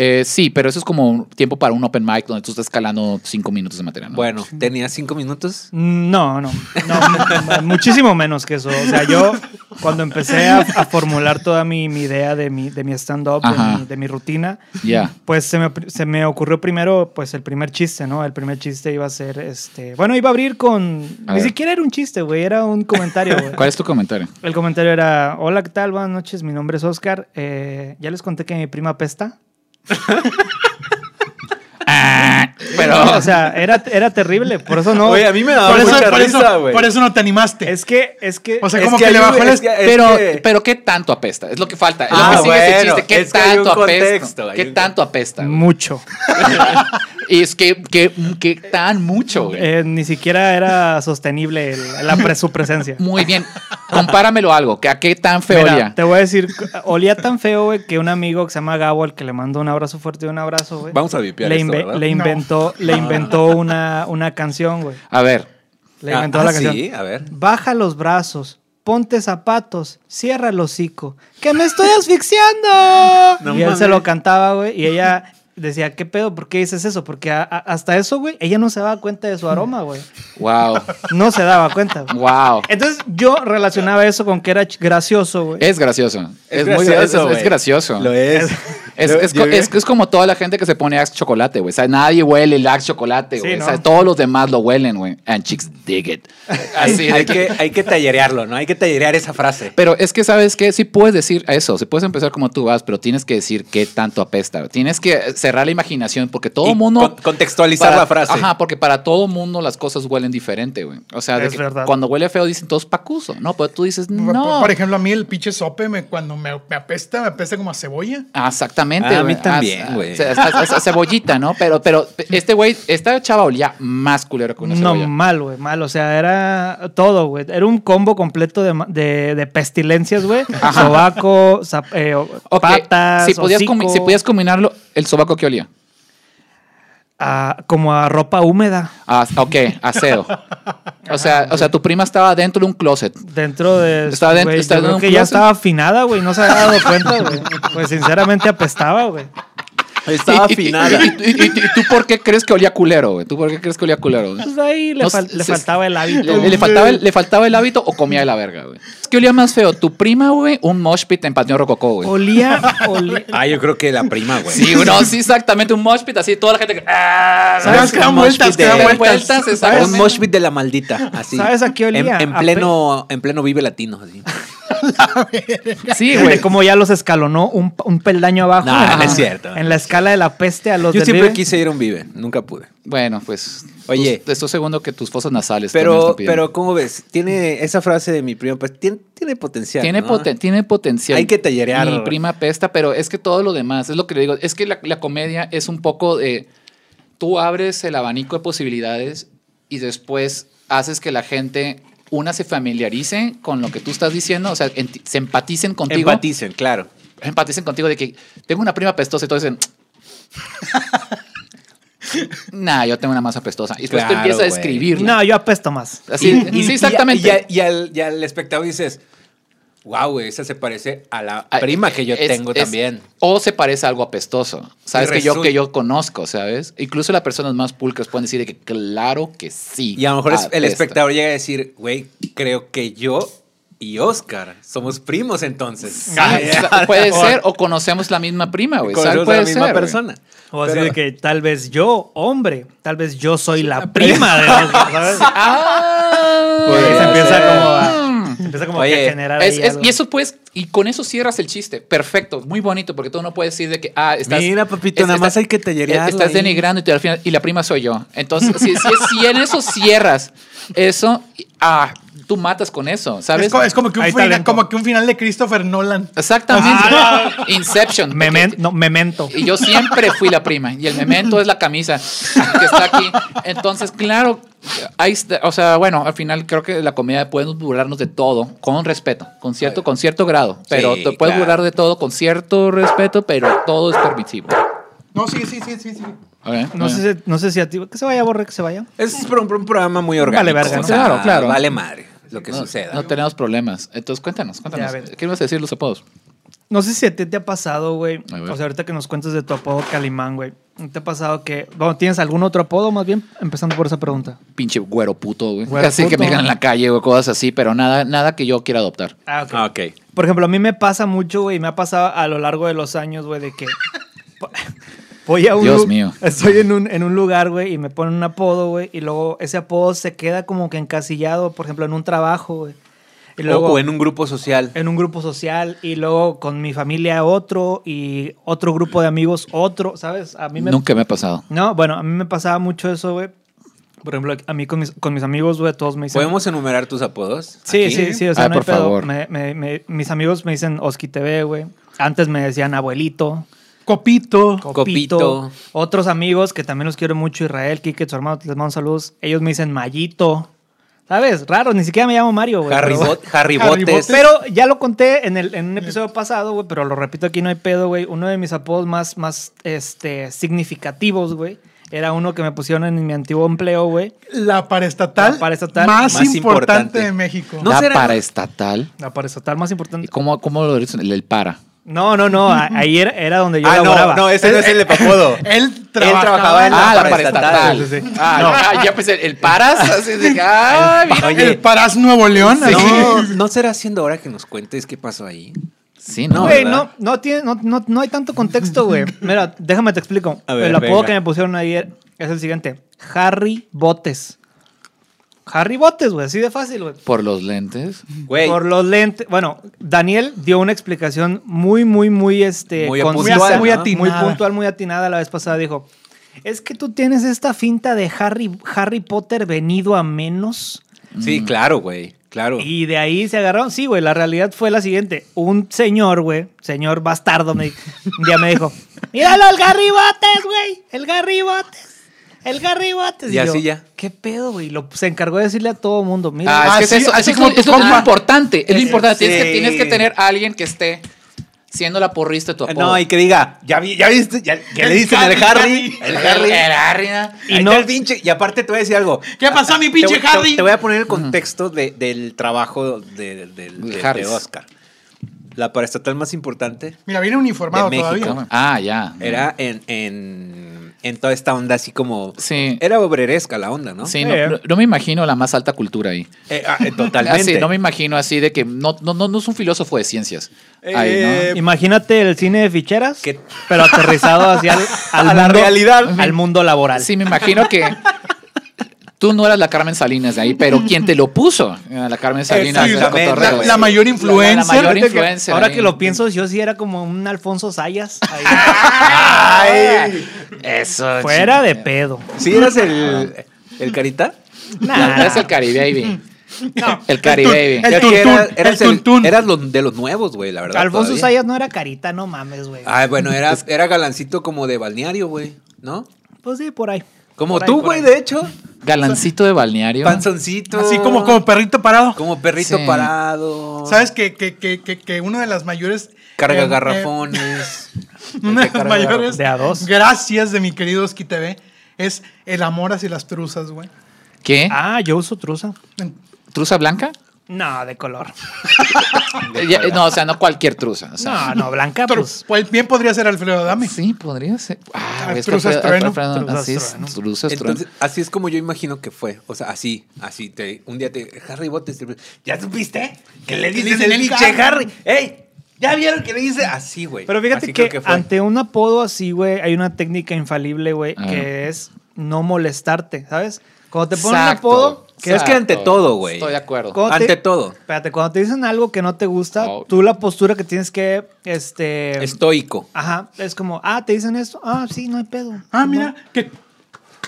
Speaker 5: Eh, sí, pero eso es como un tiempo para un open mic donde tú estás escalando cinco minutos de material. ¿no?
Speaker 6: Bueno, tenía cinco minutos.
Speaker 7: No, no, no, mu- muchísimo menos que eso. O sea, yo cuando empecé a, a formular toda mi, mi idea de mi, de mi stand-up,
Speaker 5: Ajá.
Speaker 7: de mi, de mi rutina,
Speaker 5: Ya.
Speaker 7: pues se me, se me ocurrió primero, pues el primer chiste, ¿no? El primer chiste iba a ser, este, bueno, iba a abrir con,
Speaker 5: A
Speaker 7: ni
Speaker 5: ver.
Speaker 7: siquiera era un chiste, güey, era un comentario, güey.
Speaker 5: ¿Cuál es tu comentario?
Speaker 7: El comentario era, hola, ¿qué tal? Buenas noches, mi nombre es Oscar. Eh, ya les conté que mi prima pesta.
Speaker 5: pero.
Speaker 7: o sea, era, era terrible. Por eso no.
Speaker 6: Ah. Oye, a mí me daba
Speaker 4: por, eso,
Speaker 6: mucha
Speaker 4: por,
Speaker 6: risa,
Speaker 4: eso,
Speaker 6: güey.
Speaker 4: por eso no te animaste.
Speaker 7: Es que, es que.
Speaker 4: o sea,
Speaker 6: es
Speaker 4: como que,
Speaker 6: que
Speaker 4: le
Speaker 6: hay un-
Speaker 4: bajó el
Speaker 6: es que-
Speaker 5: pero,
Speaker 6: que-
Speaker 5: pero ¿qué tanto apesta? Es lo que falta. Es
Speaker 6: Ah,
Speaker 5: lo que sigue ese
Speaker 6: bueno,
Speaker 5: chiste. ¿Qué
Speaker 6: es que hay un
Speaker 5: tanto
Speaker 6: contexto,
Speaker 5: apesta?
Speaker 6: hay
Speaker 5: ¿Qué
Speaker 6: un-
Speaker 5: tanto apesta? güey?
Speaker 7: mucho.
Speaker 5: Y es que, que, que tan mucho, güey.
Speaker 7: Eh, ni siquiera era sostenible el- la pre- su presencia.
Speaker 5: Muy bien. Compáramelo a algo. Que ¿A qué tan feo
Speaker 7: Mira,
Speaker 5: olía?
Speaker 7: Te voy a decir, olía tan feo, güey, que un amigo que se llama Gabo, al que le mando un abrazo fuerte y un abrazo, güey.
Speaker 6: Vamos a vipear
Speaker 7: le,
Speaker 6: esto,
Speaker 7: inve-
Speaker 6: ¿verdad?
Speaker 7: le
Speaker 4: No.
Speaker 7: inventó, le inventó una, una canción, güey.
Speaker 5: A ver.
Speaker 7: Le
Speaker 6: Ah,
Speaker 7: inventó
Speaker 6: ah,
Speaker 7: la canción.
Speaker 6: sí, a ver.
Speaker 7: Baja los brazos, ponte zapatos, cierra el hocico, que me estoy asfixiando.
Speaker 6: No
Speaker 7: y él
Speaker 6: mames.
Speaker 7: se lo cantaba, güey, y ella decía, ¿qué pedo? ¿Por qué dices eso? Porque a- a- hasta eso, güey, ella no se daba cuenta de su aroma, güey.
Speaker 5: Wow.
Speaker 7: No se daba cuenta. güey.
Speaker 5: Wow.
Speaker 7: Entonces yo relacionaba eso con que era ch- gracioso, güey.
Speaker 6: Eh,
Speaker 5: Es gracioso. Es, muy gra- es-
Speaker 6: gracioso,
Speaker 5: es,
Speaker 6: güey.
Speaker 5: gracioso.
Speaker 6: Lo es.
Speaker 5: Es,
Speaker 6: Lo-
Speaker 5: es
Speaker 6: yo-
Speaker 5: co- es- es como toda la gente que se pone Axe chocolate, güey. O sea, nadie huele el Axe chocolate,
Speaker 7: Sí,
Speaker 5: güey.
Speaker 7: ¿no?
Speaker 5: O sea, todos los demás lo huelen, güey. And chicks dig it. Así de
Speaker 6: hay,
Speaker 5: que-
Speaker 6: que, hay que tallerearlo, ¿no? Hay que tallerear esa frase.
Speaker 5: Pero es que, ¿sabes qué? Sí puedes decir eso. Sí puedes empezar como tú vas, pero tienes que decir qué tanto apesta. güey. Tienes que eh, cerrar la imaginación porque todo
Speaker 6: Y
Speaker 5: mundo...
Speaker 6: con- contextualizar
Speaker 5: para-
Speaker 6: la frase.
Speaker 5: Ajá, porque para todo mundo las cosas huelen diferente, güey. O sea, de
Speaker 7: Es
Speaker 5: que
Speaker 7: verdad.
Speaker 5: cuando huele feo dicen todos pacuso. No, pero tú dices,
Speaker 4: Por-
Speaker 5: no.
Speaker 4: Por ejemplo, a mí el pinche sope me, cuando me, me apesta, me apesta como a cebolla.
Speaker 5: Ah, Exactamente,
Speaker 6: Ah, a
Speaker 5: güey.
Speaker 6: mí también,
Speaker 5: Ah,
Speaker 6: güey.
Speaker 5: o sea, esa- esa cebollita, ¿no? Pero, pero este güey, esta chava olía más culero que una
Speaker 7: No,
Speaker 5: cebolla.
Speaker 7: mal, güey, mal. O sea, era todo, güey. Era un combo completo de, ma- de- de pestilencias, güey. Sobaco, zap- eh, o-
Speaker 5: Ok,
Speaker 7: patas,
Speaker 5: si podías, comi-
Speaker 7: hocico,
Speaker 5: si podías combinarlo, el sobaco que olía.
Speaker 7: a- como a ropa húmeda
Speaker 5: Ah, ok, aseo. O sea, o sea, tu prima estaba dentro de un closet.
Speaker 7: dentro de...
Speaker 5: Estaba dentro-
Speaker 7: güey,
Speaker 5: estaba
Speaker 7: yo
Speaker 5: en
Speaker 7: creo
Speaker 5: un
Speaker 7: que ya
Speaker 5: closet.
Speaker 7: estaba afinada, güey. No se había dado cuenta, güey. Pues sinceramente apestaba, güey.
Speaker 6: Estaba
Speaker 5: Y- y-
Speaker 6: afinada.
Speaker 5: Y, y- y- y- y tú por qué crees que olía culero, güey? ¿Tú por qué crees que olía culero? güey?
Speaker 7: Pues ahí le,
Speaker 5: No,
Speaker 7: fal- le
Speaker 5: se-
Speaker 7: faltaba el hábito.
Speaker 5: Le, le faltaba el, le faltaba el hábito o comía de la verga, güey. Es que olía más feo. Tu prima, güey, un mosh pit en Panteón Rococó, güey.
Speaker 7: Olía, olía...
Speaker 6: Ah, yo creo que la prima, güey.
Speaker 5: Sí, güey, no, sí, exactamente. Un mosh pit así, toda la gente. que- ¡Ah!
Speaker 4: ¿Sabes?
Speaker 6: Un
Speaker 4: Que dan
Speaker 6: mosh
Speaker 4: vueltas,
Speaker 6: pit
Speaker 4: que dan
Speaker 6: de-
Speaker 5: vueltas.
Speaker 6: Un
Speaker 5: exactamente.
Speaker 6: mosh pit de la maldita. Así.
Speaker 7: ¿Sabes a qué olía?
Speaker 6: En, en
Speaker 7: A
Speaker 6: pleno, en pleno vive latino. Así.
Speaker 5: Sí,
Speaker 7: De
Speaker 5: güey.
Speaker 7: cómo ya los escalonó un, un peldaño abajo.
Speaker 6: No,
Speaker 7: Ajá.
Speaker 6: no es cierto.
Speaker 7: En la escala de la peste a los
Speaker 6: Yo
Speaker 7: del
Speaker 6: siempre
Speaker 7: Vive.
Speaker 6: quise ir a un vive, nunca pude.
Speaker 5: Bueno, pues.
Speaker 6: Oye.
Speaker 5: Te estoy seguro que tus fosas nasales. también
Speaker 6: Pero,
Speaker 5: están pidiendo.
Speaker 6: pero ¿cómo ves? Tiene esa frase de mi prima, pues tiene, tiene potencial.
Speaker 5: Tiene,
Speaker 6: ¿no?
Speaker 5: poten- tiene potencial.
Speaker 6: Hay que tallerearlo.
Speaker 5: Mi prima pesta, pero es que todo lo demás, es lo que le digo, es que la, la comedia es un poco de, tú abres el abanico de posibilidades y después haces que la gente, una, se familiarice con lo que tú estás diciendo, o sea, enti- se empaticen contigo.
Speaker 6: Empaticen, claro.
Speaker 5: empaticen contigo de que tengo una prima pestosa y todos dicen... Nah, yo tengo una más apestosa. Y después
Speaker 6: Claro,
Speaker 5: tú empiezas a
Speaker 6: güey.
Speaker 5: escribirla.
Speaker 7: No, yo apesto más.
Speaker 5: Así, sí, exactamente.
Speaker 6: Y, a- y al, y al espectador dices, wow, güey, esa se parece a la
Speaker 5: Ah,
Speaker 6: prima que yo
Speaker 5: es-
Speaker 6: tengo
Speaker 5: es-
Speaker 6: también.
Speaker 5: O se parece a algo apestoso. Sabes
Speaker 6: Y
Speaker 5: que yo
Speaker 6: resulta-
Speaker 5: que yo conozco, ¿sabes? Incluso las personas más pulcas pueden decir de que claro que sí.
Speaker 6: Y a lo mejor es- el
Speaker 5: apesta.
Speaker 6: espectador llega a decir, güey, creo que yo y Oscar somos primos entonces.
Speaker 5: Ah,
Speaker 6: Ah,
Speaker 5: sa- puede ser, o conocemos la misma prima, güey. ¿sabes?
Speaker 6: Conocemos a
Speaker 5: Puede
Speaker 6: la misma
Speaker 5: ser, güey.
Speaker 6: persona.
Speaker 7: O así
Speaker 6: Pero-
Speaker 7: de que tal vez yo, hombre, tal vez yo soy la prima de los, ¿sabes?
Speaker 5: Ah. Mm.
Speaker 7: Y se
Speaker 6: Podría
Speaker 7: empieza
Speaker 6: ser.
Speaker 7: como a, se empieza como que
Speaker 6: Oye,
Speaker 7: a generar
Speaker 5: Es-
Speaker 7: ahí
Speaker 5: es-
Speaker 7: algo.
Speaker 5: y eso pues, y con eso cierras el chiste. Perfecto, muy bonito, porque tú no puedes decir de que, ah, estás.
Speaker 6: Mira, papito, nada más hay que tallerearlo
Speaker 5: Estás
Speaker 6: ahí.
Speaker 5: denigrando y, te- al final, y la prima soy yo. Entonces, si, si- si en eso cierras, eso, ah, tú matas con eso, ¿sabes?
Speaker 4: Es, co- es como, que un
Speaker 7: Hay
Speaker 4: final,
Speaker 7: talento.
Speaker 4: como que un final de Christopher Nolan.
Speaker 5: Exactamente.
Speaker 4: Ah,
Speaker 5: Inception.
Speaker 7: Memen-
Speaker 5: Porque-
Speaker 7: no, memento.
Speaker 5: Y yo siempre fui la prima. Y el memento es la camisa que está aquí. Entonces, claro, ahí está- o sea, bueno, al final creo que la comedia podemos burlarnos de todo con respeto, con cierto, con cierto grado. Pero
Speaker 6: Sí,
Speaker 5: te puedes
Speaker 6: claro.
Speaker 5: burlar de todo con cierto respeto, pero todo es permisible.
Speaker 4: No, sí, sí, sí, sí. sí.
Speaker 5: Ok, muy
Speaker 7: No
Speaker 5: bien.
Speaker 7: sé, si- no sé si a ti. Que se vaya, borre, que se vaya.
Speaker 6: Es pro- pro- un programa muy orgánico.
Speaker 7: verga, ¿no?
Speaker 5: Claro, claro.
Speaker 6: Vale madre lo que
Speaker 5: No-
Speaker 6: suceda.
Speaker 5: No tenemos problemas. Entonces, cuéntanos, cuéntanos.
Speaker 7: Ya ves.
Speaker 5: ¿Qué ibas a decir los apodos?
Speaker 7: No sé si a ti te ha pasado, güey.
Speaker 5: A ver.
Speaker 7: O sea, ahorita que nos cuentas de tu apodo Calimán, güey. ¿Te ha pasado que. Bueno, ¿tienes algún otro apodo más bien? Empezando por esa pregunta.
Speaker 5: Pinche güero puto, güey.
Speaker 7: Güero
Speaker 5: Así que
Speaker 7: puto.
Speaker 5: me digan en la calle o cosas así, pero nada, nada que yo quiera adoptar.
Speaker 7: Ah, ok.
Speaker 6: Ah, ok.
Speaker 7: Por ejemplo, a mí me pasa mucho, güey, y me ha pasado a lo largo de los años, güey, de que po- voy a un
Speaker 5: Dios
Speaker 7: lu-
Speaker 5: mío.
Speaker 7: estoy en un, en un lugar, güey, y me ponen un apodo, güey, y luego ese apodo se queda como que encasillado, por ejemplo, en un trabajo, güey. Y luego-
Speaker 6: o, o en un grupo social.
Speaker 7: en un grupo social y luego con mi familia otro y otro grupo de amigos otro, ¿sabes? A mí me...
Speaker 5: Nunca me ha pasado.
Speaker 7: No, bueno, a mí me pasaba mucho eso, güey. Por ejemplo, a mí con mis, con mis amigos, güey, todos me dicen...
Speaker 6: ¿Podemos enumerar tus apodos?
Speaker 7: Sí,
Speaker 6: aquí?
Speaker 7: sí, sí, o sea,
Speaker 5: Ah,
Speaker 7: no hay
Speaker 5: por
Speaker 7: pedo.
Speaker 5: favor.
Speaker 7: Me- me- me- mis amigos me dicen Oski TV, güey. Antes me decían abuelito,
Speaker 4: Copito.
Speaker 7: copito.
Speaker 6: Copito.
Speaker 7: Otros amigos que también los quiero mucho, Israel, Kike, su hermano, les mando saludos. Ellos me dicen Mayito. ¿Sabes? Raro, ni siquiera me llamo Mario, güey.
Speaker 6: Harry,
Speaker 7: pero-
Speaker 6: Bot- Harry
Speaker 4: Harry
Speaker 6: Botes.
Speaker 4: Botes.
Speaker 7: pero ya lo conté en, el, en un episodio pasado, güey, pero lo repito aquí, no hay pedo, güey. Uno de mis apodos más, más este, significativos, güey, era uno que me pusieron en mi antiguo empleo, güey.
Speaker 4: La paraestatal,
Speaker 7: La paraestatal
Speaker 4: más,
Speaker 6: más
Speaker 4: importante
Speaker 6: importante.
Speaker 4: de México.
Speaker 6: No
Speaker 5: la
Speaker 6: será-
Speaker 5: paraestatal.
Speaker 7: La paraestatal más
Speaker 5: ¿Y
Speaker 7: importante.
Speaker 5: cómo, cómo lo dicen? El, el para.
Speaker 7: No, no, no, a- ahí era, era donde yo
Speaker 6: Ah,
Speaker 7: laboraba.
Speaker 6: no, no, ese no es el de Papodo.
Speaker 4: Él trabajaba,
Speaker 6: trabajaba en
Speaker 4: en
Speaker 6: la-
Speaker 5: Ah, la
Speaker 6: paraestatal.
Speaker 5: paraestatal.
Speaker 6: Sí, sí, sí.
Speaker 5: Ah, no, ya pensé, el paras. Así de, ah, mira.
Speaker 6: Oye,
Speaker 4: el Parás Nuevo León. así.
Speaker 6: No, ¿no será siendo hora que nos cuentes qué pasó ahí?
Speaker 5: Sí, no.
Speaker 7: Güey,
Speaker 6: ¿verdad?
Speaker 7: no, no, tiene, no, no, no hay tanto contexto, güey. Mira, déjame te explico.
Speaker 6: A ver,
Speaker 7: el apodo
Speaker 6: venga.
Speaker 7: que me pusieron ayer es el siguiente. Harry Botes. Harry Botes, güey, así de fácil, güey.
Speaker 5: Por los lentes.
Speaker 6: Güey,
Speaker 7: Por los lentes. Bueno, Daniel dio una explicación muy, muy, muy, este,
Speaker 6: Muy
Speaker 7: concisa,
Speaker 6: puntual, ¿no?
Speaker 7: muy
Speaker 4: atinada.
Speaker 7: muy puntual, muy atinada la vez pasada. Dijo, es que tú tienes esta finta de Harry, Harry Potter venido a menos.
Speaker 6: sí, claro, güey, claro.
Speaker 7: Y de ahí se agarraron. Sí, güey, la realidad fue la siguiente. Un señor, güey, señor bastardo, me, un día me dijo, míralo, el Harry Botes, güey, el Harry Botes. El Harry Botes.
Speaker 6: Y así ya.
Speaker 7: ¿Qué pedo, güey? Lo- pues, Se encargó de decirle a todo mundo. Mira,
Speaker 5: Ah,
Speaker 4: Ah,
Speaker 5: es que
Speaker 4: sí,
Speaker 5: es eso,
Speaker 4: así
Speaker 5: es
Speaker 4: como
Speaker 5: lo- es
Speaker 4: tu
Speaker 5: lo
Speaker 4: compa.
Speaker 5: importante. Es lo
Speaker 7: Sí,
Speaker 5: importante. Tienes,
Speaker 6: sí.
Speaker 5: que, tienes que tener a alguien que esté siendo la porrista de tu apodo.
Speaker 6: Ah, No, y que diga, ya, vi- ya viste, ya, que le dicen el Harry. El Harry.
Speaker 5: El Harry, ¿no?
Speaker 6: Y no el pinche. Y aparte te voy a decir algo.
Speaker 4: ¿Qué pasó, mi
Speaker 6: Te
Speaker 4: pinche
Speaker 6: voy- te,
Speaker 4: Harry?
Speaker 6: te voy a poner el contexto de- del trabajo de, del- de-
Speaker 5: Harris.
Speaker 6: de Oscar. La paraestatal más importante
Speaker 4: Mira, viene uniformado
Speaker 6: De México.
Speaker 4: todavía.
Speaker 5: Ah, ya.
Speaker 6: era en, en, en toda esta onda así como...
Speaker 5: Sí.
Speaker 6: Era obreresca la onda, ¿no?
Speaker 5: Sí, no, no- no me imagino la más alta cultura ahí.
Speaker 6: Eh, ah, eh, totalmente.
Speaker 5: Así, no me imagino así de que no, no, no, no es un filósofo de ciencias. Ahí, ¿no?
Speaker 6: Eh,
Speaker 7: Imagínate el cine de ficheras,
Speaker 6: Que-
Speaker 7: pero aterrizado hacia el- al
Speaker 6: A la
Speaker 7: mundo-
Speaker 6: realidad.
Speaker 7: al mundo laboral.
Speaker 5: Sí, me imagino que tú no eras la Carmen Salinas de ahí, pero quien te lo puso era la Carmen Salinas. del
Speaker 6: Exactamente.
Speaker 5: cotorreo,
Speaker 4: La-
Speaker 5: güey.
Speaker 4: la mayor influencer.
Speaker 5: La, mayor
Speaker 7: Ahorita que-
Speaker 5: influencer.
Speaker 7: Ahora
Speaker 5: ahí.
Speaker 7: que lo pienso, yo sí era como un Alfonso Sayas. ahí.
Speaker 5: Ah, Ay, eso.
Speaker 7: Fuera de
Speaker 5: chingada.
Speaker 7: pedo.
Speaker 6: ¿Sí eras el, el carita?
Speaker 7: Nah.
Speaker 5: Es el Cari Baby.
Speaker 4: No,
Speaker 5: El Cari
Speaker 4: tur- El
Speaker 5: Baby.
Speaker 6: Creo que
Speaker 4: tuntún,
Speaker 6: era- eras
Speaker 4: el tuntún.
Speaker 6: Eras lo- de los nuevos, güey, la verdad.
Speaker 7: Alfonso
Speaker 6: todavía.
Speaker 7: Sayas no era carita, no mames, güey.
Speaker 6: Ay, bueno, era, era galancito como de balneario, güey, ¿no?
Speaker 7: Pues sí, por ahí.
Speaker 6: Como
Speaker 7: Por ahí,
Speaker 6: tú,
Speaker 7: por
Speaker 6: güey,
Speaker 7: ahí.
Speaker 6: de hecho.
Speaker 5: Galancito de balneario.
Speaker 6: Panzoncito.
Speaker 4: Así como, como perrito parado.
Speaker 6: Como perrito
Speaker 5: Sí.
Speaker 6: parado.
Speaker 4: ¿Sabes que, que, que, que, que una de las mayores.
Speaker 6: Carga
Speaker 4: eh,
Speaker 6: garrafones.
Speaker 4: eh, una de las
Speaker 6: Carga
Speaker 4: mayores.
Speaker 7: De a dos.
Speaker 4: Gracias de mi querido Oski TV. Es el amor hacia las truzas, güey.
Speaker 5: ¿Qué?
Speaker 7: Ah, yo uso trusa.
Speaker 5: ¿Truza blanca?
Speaker 7: No, de color.
Speaker 5: Ya, no, o sea, no cualquier truza. o sea.
Speaker 7: No, no, blanca,
Speaker 4: Tru-
Speaker 7: pues.
Speaker 4: pues, bien podría ser Alfredo Dame.
Speaker 5: Sí, podría ser. Ah,
Speaker 4: Ah,
Speaker 5: es que
Speaker 4: truzas
Speaker 5: Alfredo-
Speaker 4: trueno.
Speaker 5: Alfredo-
Speaker 7: Truzas
Speaker 5: así es,
Speaker 7: trueno.
Speaker 5: truzas trueno.
Speaker 6: Entonces, así es como yo imagino que fue. O sea, así, así. Te, un día te. Harry Botes. te- ¿Ya supiste? Que le dicen
Speaker 4: dicen
Speaker 6: el
Speaker 4: el
Speaker 6: pinche
Speaker 4: Harry?
Speaker 6: Harry. ¡Ey! ¿Ya vieron que le dice? Así, güey.
Speaker 7: Pero fíjate
Speaker 6: Así
Speaker 7: que,
Speaker 6: creo fue.
Speaker 7: ante un apodo así, güey, hay una técnica infalible, güey,
Speaker 5: Ah.
Speaker 7: que es no molestarte, ¿sabes? Cuando te ponen un
Speaker 5: Exacto,
Speaker 7: apodo,
Speaker 6: que es que ante
Speaker 5: exacto.
Speaker 6: todo, güey.
Speaker 5: Estoy de acuerdo.
Speaker 7: ¿Cómo?
Speaker 6: Ante
Speaker 7: te-
Speaker 6: todo.
Speaker 7: espérate, cuando te dicen algo que no te gusta,
Speaker 5: Oh.
Speaker 7: tú la postura que tienes que, este...
Speaker 6: Estoico.
Speaker 7: Ajá, es como, ah, te dicen esto, ah, sí, no hay pedo.
Speaker 4: Ah, mira, que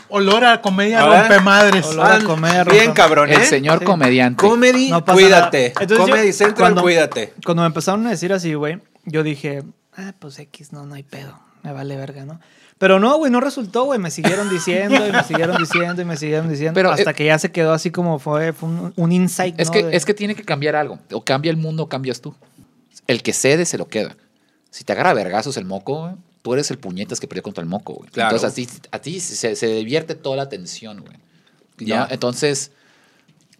Speaker 4: olor a comedia
Speaker 6: Ahora,
Speaker 4: rompe madres.
Speaker 7: olor a-
Speaker 6: Ah,
Speaker 7: comer,
Speaker 6: Bien,
Speaker 7: Rosa.
Speaker 6: cabrón.
Speaker 5: El
Speaker 6: ¿eh?
Speaker 5: señor
Speaker 7: Sí.
Speaker 5: comediante.
Speaker 6: Comedy,
Speaker 7: No pasa
Speaker 6: cuídate.
Speaker 7: nada. Entonces,
Speaker 6: Comedy
Speaker 7: yo-
Speaker 6: Central,
Speaker 7: cuando-
Speaker 6: cuídate.
Speaker 7: Cuando me empezaron a decir así, güey, yo dije, ah, pues X, no, no hay pedo. Me vale verga, ¿no? Pero no, güey, no resultó, güey. Me siguieron diciendo y me siguieron diciendo y me siguieron diciendo.
Speaker 5: Pero,
Speaker 7: hasta
Speaker 5: eh,
Speaker 7: que ya se quedó así como fue, fue un, un insight.
Speaker 5: Es,
Speaker 7: ¿no?
Speaker 5: que,
Speaker 7: De-
Speaker 5: es que tiene que cambiar algo. O cambia el mundo o cambias tú. El que cede se lo queda. Si te agarra a vergazos el moco, güey, tú eres el puñetas que perdió contra el moco, güey.
Speaker 6: Claro.
Speaker 5: Entonces a ti, a ti se, se divierte toda la atención, güey. ¿No?
Speaker 6: Ya.
Speaker 5: Entonces,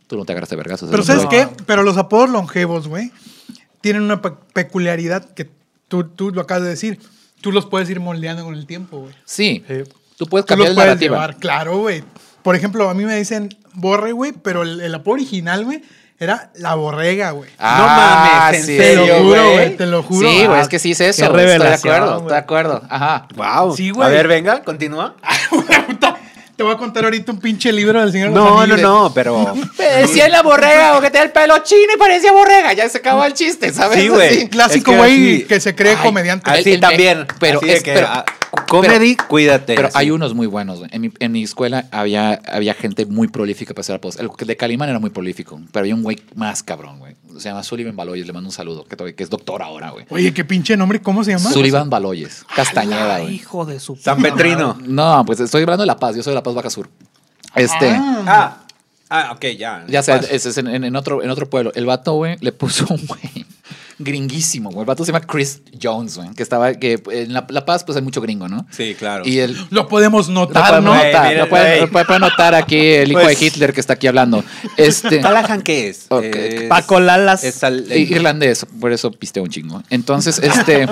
Speaker 5: tú no te agarraste a vergazos.
Speaker 4: Pero
Speaker 5: es
Speaker 4: ¿sabes
Speaker 5: lo que
Speaker 4: qué? Pero los apodos longevos, güey, tienen una pe- peculiaridad que tú, tú lo acabas de decir. Tú los puedes ir moldeando con el tiempo, güey.
Speaker 5: voy. Sí.
Speaker 7: Sí.
Speaker 5: Tú puedes
Speaker 4: Tú
Speaker 5: cambiar
Speaker 4: los
Speaker 5: la
Speaker 4: puedes
Speaker 5: narrativa.
Speaker 4: llevar, claro, güey. Por ejemplo, a mí me dicen borre, güey, pero el, el apodo original, güey, era la borrega, güey.
Speaker 5: Ah,
Speaker 6: mames, ¿en
Speaker 5: sí.
Speaker 4: te lo
Speaker 6: serio,
Speaker 4: juro,
Speaker 6: güey?
Speaker 4: güey, te lo juro.
Speaker 5: Sí, güey,
Speaker 4: Ah,
Speaker 5: es que sí es eso.
Speaker 7: qué
Speaker 5: güey. Estoy de
Speaker 7: revelación,
Speaker 5: acuerdo,
Speaker 7: güey. Ah,
Speaker 5: estoy de acuerdo. Ajá.
Speaker 6: Wow.
Speaker 4: Sí, güey.
Speaker 6: A ver, venga, continúa.
Speaker 4: puta, Te voy a contar ahorita un pinche libro del señor.
Speaker 6: No, no,
Speaker 4: Anillos.
Speaker 6: no, pero.
Speaker 5: Decía en la borrega o que tenía el pelo chino y parecía borrega. Ya se acabó el chiste, ¿sabes?
Speaker 6: Sí, güey.
Speaker 5: Así.
Speaker 4: Clásico
Speaker 6: Es que
Speaker 4: güey
Speaker 6: así-
Speaker 4: que se cree comediante.
Speaker 5: ay,
Speaker 6: Así
Speaker 5: el- el-
Speaker 6: también.
Speaker 5: Eh, pero
Speaker 6: así de
Speaker 5: es-
Speaker 6: que,
Speaker 5: pero-
Speaker 6: ah, comedy, cuídate.
Speaker 5: Pero
Speaker 6: así.
Speaker 5: hay unos muy buenos. güey. En mi, en mi escuela había, había gente muy prolífica para hacer apodos. El de Calimán era muy prolífico, pero había un güey más cabrón, güey. Se llama Sullivan Baloyes. Le mando un saludo, que, todavía- que es doctor ahora, güey.
Speaker 4: Oye, qué pinche nombre, ¿cómo se llama?
Speaker 5: Sullivan Baloyes. Castañeda,
Speaker 7: Ay,
Speaker 5: güey.
Speaker 7: hijo de su
Speaker 6: San Petrino.
Speaker 5: No, pues estoy hablando de La Paz. Yo soy de La Paz, Baja Sur. Este.
Speaker 6: Ah, ah, ok, ya.
Speaker 5: Ya sé, ese es en, en- en otro, en otro pueblo. El vato, güey, le puso un güey gringuísimo, güey. El vato se llama Chris Jones, güey. Que estaba, que en La, La Paz, pues hay mucho gringo, ¿no?
Speaker 6: Sí, claro.
Speaker 5: Y el,
Speaker 4: Lo podemos
Speaker 5: Lo
Speaker 4: notar,
Speaker 5: pueden
Speaker 4: ¿no?
Speaker 6: podemos-
Speaker 5: notar,
Speaker 6: Ey,
Speaker 5: lo
Speaker 6: miren,
Speaker 5: pueden-
Speaker 6: ey.
Speaker 5: lo pueden notar aquí el hijo
Speaker 6: Pues-
Speaker 5: de Hitler que está aquí hablando. Este,
Speaker 6: ¿Talajan qué es?
Speaker 5: Ok.
Speaker 6: Es-
Speaker 7: Paco Lalas.
Speaker 6: es al-
Speaker 5: i- irlandés, por eso pisteo un chingo. Entonces, este,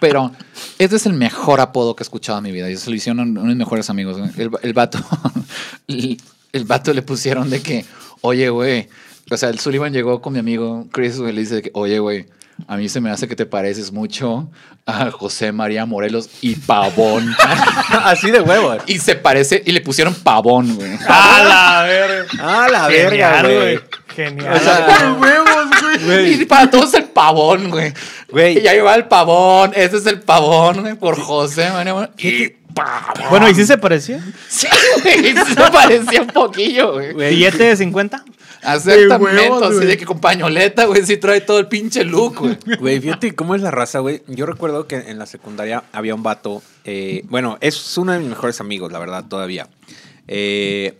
Speaker 5: pero este es el mejor apodo que he escuchado en mi vida. Y se lo hicieron uno de mis mejores amigos. güey. El, el vato, el, el vato le pusieron de que, oye, güey. O sea, el Sullivan llegó con mi amigo Chris, güey, le dice de que, oye, güey. A mí se me hace que te pareces mucho a José María Morelos y Pavón.
Speaker 6: así de huevo.
Speaker 5: Y se parece, y le pusieron pavón, güey.
Speaker 7: ¡A la verga!
Speaker 6: Ah, la verga,
Speaker 7: Genial,
Speaker 6: güey.
Speaker 7: güey. Genial.
Speaker 6: O sea,
Speaker 4: ¡Qué huevos, güey!
Speaker 5: Y para todos el pavón, güey.
Speaker 6: Güey.
Speaker 5: Y ahí va el pavón. Ese es el pavón, güey, por José. María Mora- Y pavón.
Speaker 7: bueno, ¿y si se parecía?
Speaker 5: Sí, güey. Se parecía un poquillo, güey.
Speaker 7: ¿Billete E de 50?
Speaker 5: Exactamente.
Speaker 4: huevos,
Speaker 5: así
Speaker 4: güey.
Speaker 5: de que con pañoleta, güey, sí trae todo el pinche look, güey.
Speaker 6: Güey, fíjate cómo es la raza, güey. Yo recuerdo que en la secundaria había un vato. eh, bueno, es uno de mis mejores amigos, la verdad, todavía. Eh,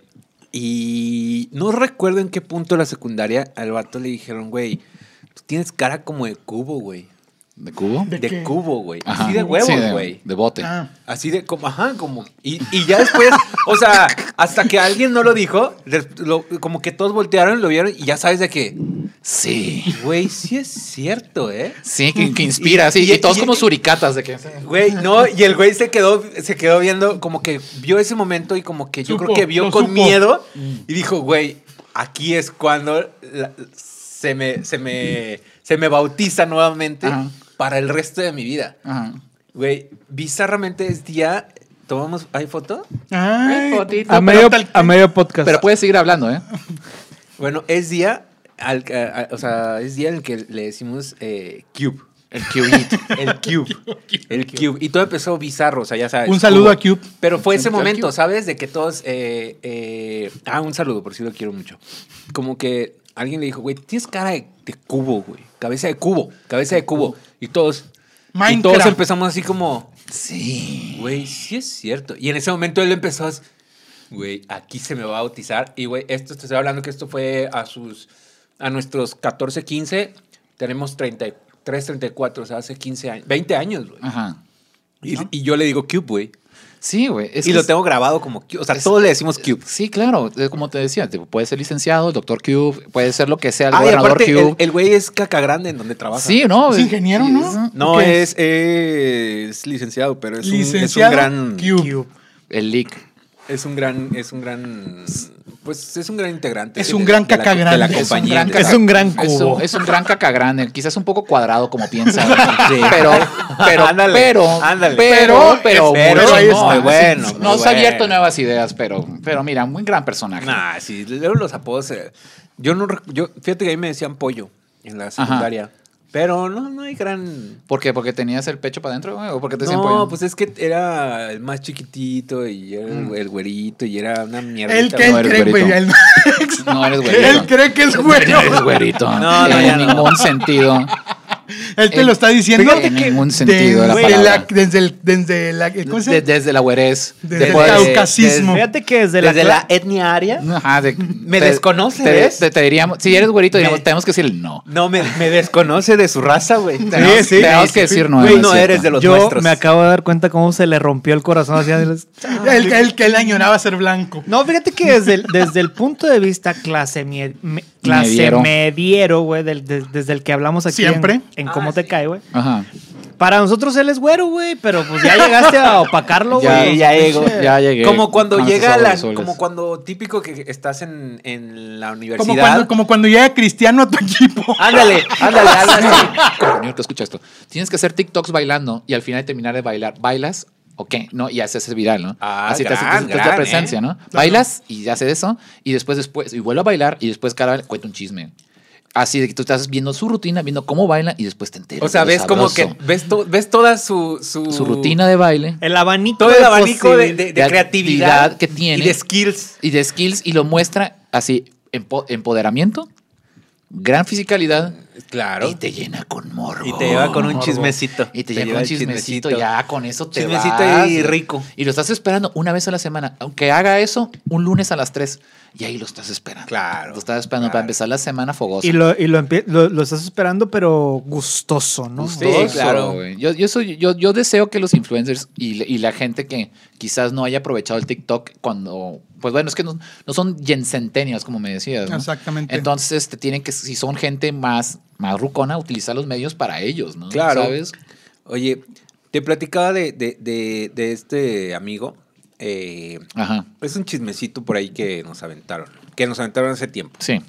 Speaker 6: y no recuerdo en qué punto de la secundaria al vato le dijeron, güey, tú tienes cara como de cubo, güey.
Speaker 5: ¿De cubo?
Speaker 6: De,
Speaker 4: qué?
Speaker 6: cubo, güey.
Speaker 5: Ajá.
Speaker 6: Así de
Speaker 5: Sí,
Speaker 6: huevos, güey.
Speaker 5: de bote.
Speaker 4: Ah,
Speaker 6: Así de como, ajá, como. Y, y ya después, o sea, hasta que alguien no lo dijo, des- lo- como que todos voltearon, lo vieron y ya sabes de qué.
Speaker 5: Sí.
Speaker 6: Güey, sí es cierto, ¿eh?
Speaker 5: Sí, que, que inspira, sí.
Speaker 6: Y-
Speaker 5: Mm. Y, todos
Speaker 6: y-
Speaker 5: como suricatas de que.
Speaker 6: Güey, no, y el güey se quedó, se quedó viendo, como que vio ese momento y como que yo
Speaker 4: Supo,
Speaker 6: creo que vio
Speaker 4: lo
Speaker 6: con
Speaker 4: supo. Mm.
Speaker 6: miedo y dijo, güey, aquí es cuando la- se, me, se, me, se me bautiza nuevamente
Speaker 5: Ajá.
Speaker 6: para el resto de mi vida.
Speaker 5: Ajá.
Speaker 6: Güey, bizarramente es día, tomamos, ¿hay foto?
Speaker 4: ay,
Speaker 7: A medio,
Speaker 4: pero tal-
Speaker 7: a medio podcast.
Speaker 5: Pero puedes seguir hablando, ¿eh?
Speaker 6: Bueno, es día, al- a- a- o sea, es día en el que le decimos eh, Cube.
Speaker 5: El cubito.
Speaker 6: El Cube. El Cube. Y todo empezó bizarro, o sea, ya sabes.
Speaker 4: Un saludo
Speaker 6: hubo-
Speaker 4: a Cube.
Speaker 6: Pero fue ese
Speaker 5: Un saludo a
Speaker 6: momento,
Speaker 5: Cube.
Speaker 6: ¿sabes? De que todos. eh, eh, ah, un saludo, por si lo quiero mucho. Como que alguien le dijo, güey, tienes cara de, de cubo, güey. Cabeza de cubo, cabeza de cubo. Y todos. Y todos
Speaker 4: Minecraft.
Speaker 6: empezamos así como,
Speaker 5: Sí.
Speaker 6: güey, sí es cierto. Y en ese momento él empezó a. Güey, aquí se me va a bautizar. Y, güey, esto te estoy hablando que esto fue a sus. A nuestros 14, 15. Tenemos 33, 34, o sea, hace 15 años. 20 años, güey.
Speaker 5: Ajá.
Speaker 6: Y, y yo le digo Cube, güey.
Speaker 5: Sí, güey. es
Speaker 6: Y
Speaker 5: que
Speaker 6: lo
Speaker 5: es-
Speaker 6: tengo grabado como Cube. O sea,
Speaker 5: es-
Speaker 6: todos le decimos Cube.
Speaker 5: Sí, claro, eh, como te decía, tipo, puede ser licenciado, el doctor Cube, puede ser lo que sea, el
Speaker 6: Ah, y
Speaker 5: gobernador
Speaker 6: aparte, el-
Speaker 5: Cube.
Speaker 6: el güey es caca grande en donde trabaja.
Speaker 5: sí, ¿no?
Speaker 4: Es ingeniero, ¿no?
Speaker 5: es-
Speaker 6: No,
Speaker 4: Ok.
Speaker 6: es, es licenciado, pero es, un- es
Speaker 4: Licenciado
Speaker 6: un, gran.
Speaker 4: Cube.
Speaker 5: El leak.
Speaker 6: Es un gran. Es un gran. Pues es un gran integrante.
Speaker 4: Es
Speaker 6: de-
Speaker 4: un
Speaker 6: de-
Speaker 4: gran
Speaker 6: de la-
Speaker 4: caca
Speaker 6: De la
Speaker 4: grande. Es un
Speaker 6: compañía.
Speaker 5: gran
Speaker 6: de-
Speaker 5: caca-
Speaker 7: es un gran
Speaker 5: Es
Speaker 7: cubo.
Speaker 5: un, es un gran caca grande, quizás un poco cuadrado como piensa.
Speaker 6: Sí.
Speaker 5: Pero, pero,
Speaker 6: Ándale,
Speaker 5: pero,
Speaker 6: ándale.
Speaker 5: pero, pero,
Speaker 6: Pero
Speaker 5: muy
Speaker 6: es
Speaker 5: chingón.
Speaker 6: muy bueno, muy
Speaker 5: Nos
Speaker 6: bueno.
Speaker 5: ha abierto nuevas ideas, pero, pero mira, muy gran personaje.
Speaker 6: Nah, sí, luego los apodos. eh, yo no. rec- Yo, fíjate que ahí me decían pollo en la secundaria. Pero no, no hay gran.
Speaker 5: ¿Por qué? ¿Porque tenías el pecho para adentro? güey? ¿O porque te
Speaker 6: No,
Speaker 5: decían pollo?
Speaker 6: pues es que era el más chiquitito y era
Speaker 5: Mm.
Speaker 6: el, el güerito y era una mierda.
Speaker 4: Él que él
Speaker 5: No eres
Speaker 4: cree, güey.
Speaker 5: güerito.
Speaker 4: Él,
Speaker 5: no eres güerito.
Speaker 4: él cree que es
Speaker 5: Eres
Speaker 4: güero.
Speaker 5: güerito.
Speaker 6: No, no, ya no.
Speaker 5: en ningún sentido.
Speaker 4: Él te
Speaker 5: En-
Speaker 4: lo está diciendo.
Speaker 5: fíjate En que- ningún sentido la
Speaker 4: Desde
Speaker 5: palabra.
Speaker 4: desde el, desde la, ¿cómo se
Speaker 5: De-
Speaker 4: llama?
Speaker 5: desde la güerez.
Speaker 4: Desde el
Speaker 5: Después-
Speaker 4: caucasismo.
Speaker 7: Fíjate que desde,
Speaker 6: Desde
Speaker 7: la,
Speaker 6: la etnia aria.
Speaker 5: Ajá, de-
Speaker 6: Me
Speaker 5: te-
Speaker 6: desconoce,
Speaker 5: te-
Speaker 6: ¿ves?
Speaker 5: te- te diríamos, si eres güerito,
Speaker 6: Me-
Speaker 5: diríamos, tenemos que decir no.
Speaker 6: No, me, me desconoce de su raza, güey.
Speaker 5: Tenemos- tenemos que decir no,
Speaker 6: Güey,
Speaker 5: no
Speaker 6: no
Speaker 5: es cierto.
Speaker 6: eres de los
Speaker 7: Yo
Speaker 6: nuestros.
Speaker 7: me acabo de dar cuenta cómo se le rompió el corazón hacia
Speaker 4: Él, él que él añoraba ser blanco.
Speaker 7: No, fíjate que desde el, desde el punto de vista clase, mie- me- clase
Speaker 5: Mediero.
Speaker 7: mediero, güey, del- de- desde el que hablamos aquí. en-
Speaker 4: Siempre.
Speaker 7: En, cómo te cae, güey.
Speaker 5: Ajá.
Speaker 7: Para nosotros él es güero, güey, pero pues ya llegaste a opacarlo,
Speaker 5: Ya,
Speaker 7: güey.
Speaker 5: ya llego, ya llegué.
Speaker 6: Como cuando
Speaker 5: Con
Speaker 6: llega
Speaker 5: esos
Speaker 6: la,
Speaker 5: azules.
Speaker 6: como cuando típico que estás en, en la universidad. Ah.
Speaker 4: Como cuando, como cuando llega Cristiano a tu equipo.
Speaker 6: Ándale, ándale, ándale.
Speaker 5: Coño, que escucha esto. Tienes que hacer TikToks bailando y al final terminar de bailar. ¿Bailas? ¿O qué? ¿No? Y haces ese viral, ¿no?
Speaker 6: Ah,
Speaker 5: Así te haces
Speaker 6: gran,
Speaker 5: te haces
Speaker 6: gran,
Speaker 5: la presencia,
Speaker 6: ¿eh?
Speaker 5: ¿no? Bailas y haces eso. Y después, después, y vuelve a bailar. Y después cada vez cuenta un chisme. Así de que tú estás viendo su rutina, viendo cómo baila y después te enteras.
Speaker 6: O sea,
Speaker 5: de lo
Speaker 6: ves como que
Speaker 5: sabroso.
Speaker 6: ves, to- ves toda su, su,
Speaker 5: Su rutina de baile.
Speaker 7: El abanico.
Speaker 6: todo
Speaker 7: de
Speaker 6: el abanico de,
Speaker 7: posibil-
Speaker 6: de- de
Speaker 5: de
Speaker 6: creatividad
Speaker 5: actividad que tiene.
Speaker 6: y de skills.
Speaker 5: y de skills y lo muestra así, empo- empoderamiento, gran fisicalidad
Speaker 6: Claro.
Speaker 5: y te llena con morbo.
Speaker 6: Y te lleva con un chismecito.
Speaker 5: Y
Speaker 6: Te
Speaker 5: te, lleva
Speaker 6: lleva
Speaker 5: con
Speaker 6: el
Speaker 5: chismecito,
Speaker 6: chismecito.
Speaker 5: ya con eso te
Speaker 6: Chismecito
Speaker 5: vas,
Speaker 6: y
Speaker 5: güey.
Speaker 6: rico.
Speaker 5: Y lo estás esperando una vez a la semana, aunque haga eso un lunes a las 3 y ahí lo estás esperando.
Speaker 6: Claro,
Speaker 5: Lo estás esperando
Speaker 6: claro.
Speaker 5: para empezar la semana fogosa.
Speaker 7: Y, lo, y lo, empie- lo- lo estás esperando, pero gustoso, ¿no?
Speaker 5: Sí,
Speaker 6: Gustoso.
Speaker 5: claro. güey. Yo, yo, soy- yo, yo deseo que los influencers y, la- y la gente que quizás no haya aprovechado el TikTok cuando. Pues bueno, es que no, no son centenios como me decías. ¿no?
Speaker 4: Exactamente.
Speaker 5: Entonces, este, tienen que, si son gente más, más rucona, utilizar los medios para ellos, ¿no?
Speaker 6: Claro.
Speaker 5: ¿Sabes?
Speaker 6: Oye, te platicaba de, de- de- de este amigo. eh,
Speaker 5: Ajá.
Speaker 6: es un chismecito por ahí que nos aventaron. Que nos aventaron hace tiempo.
Speaker 5: Sí.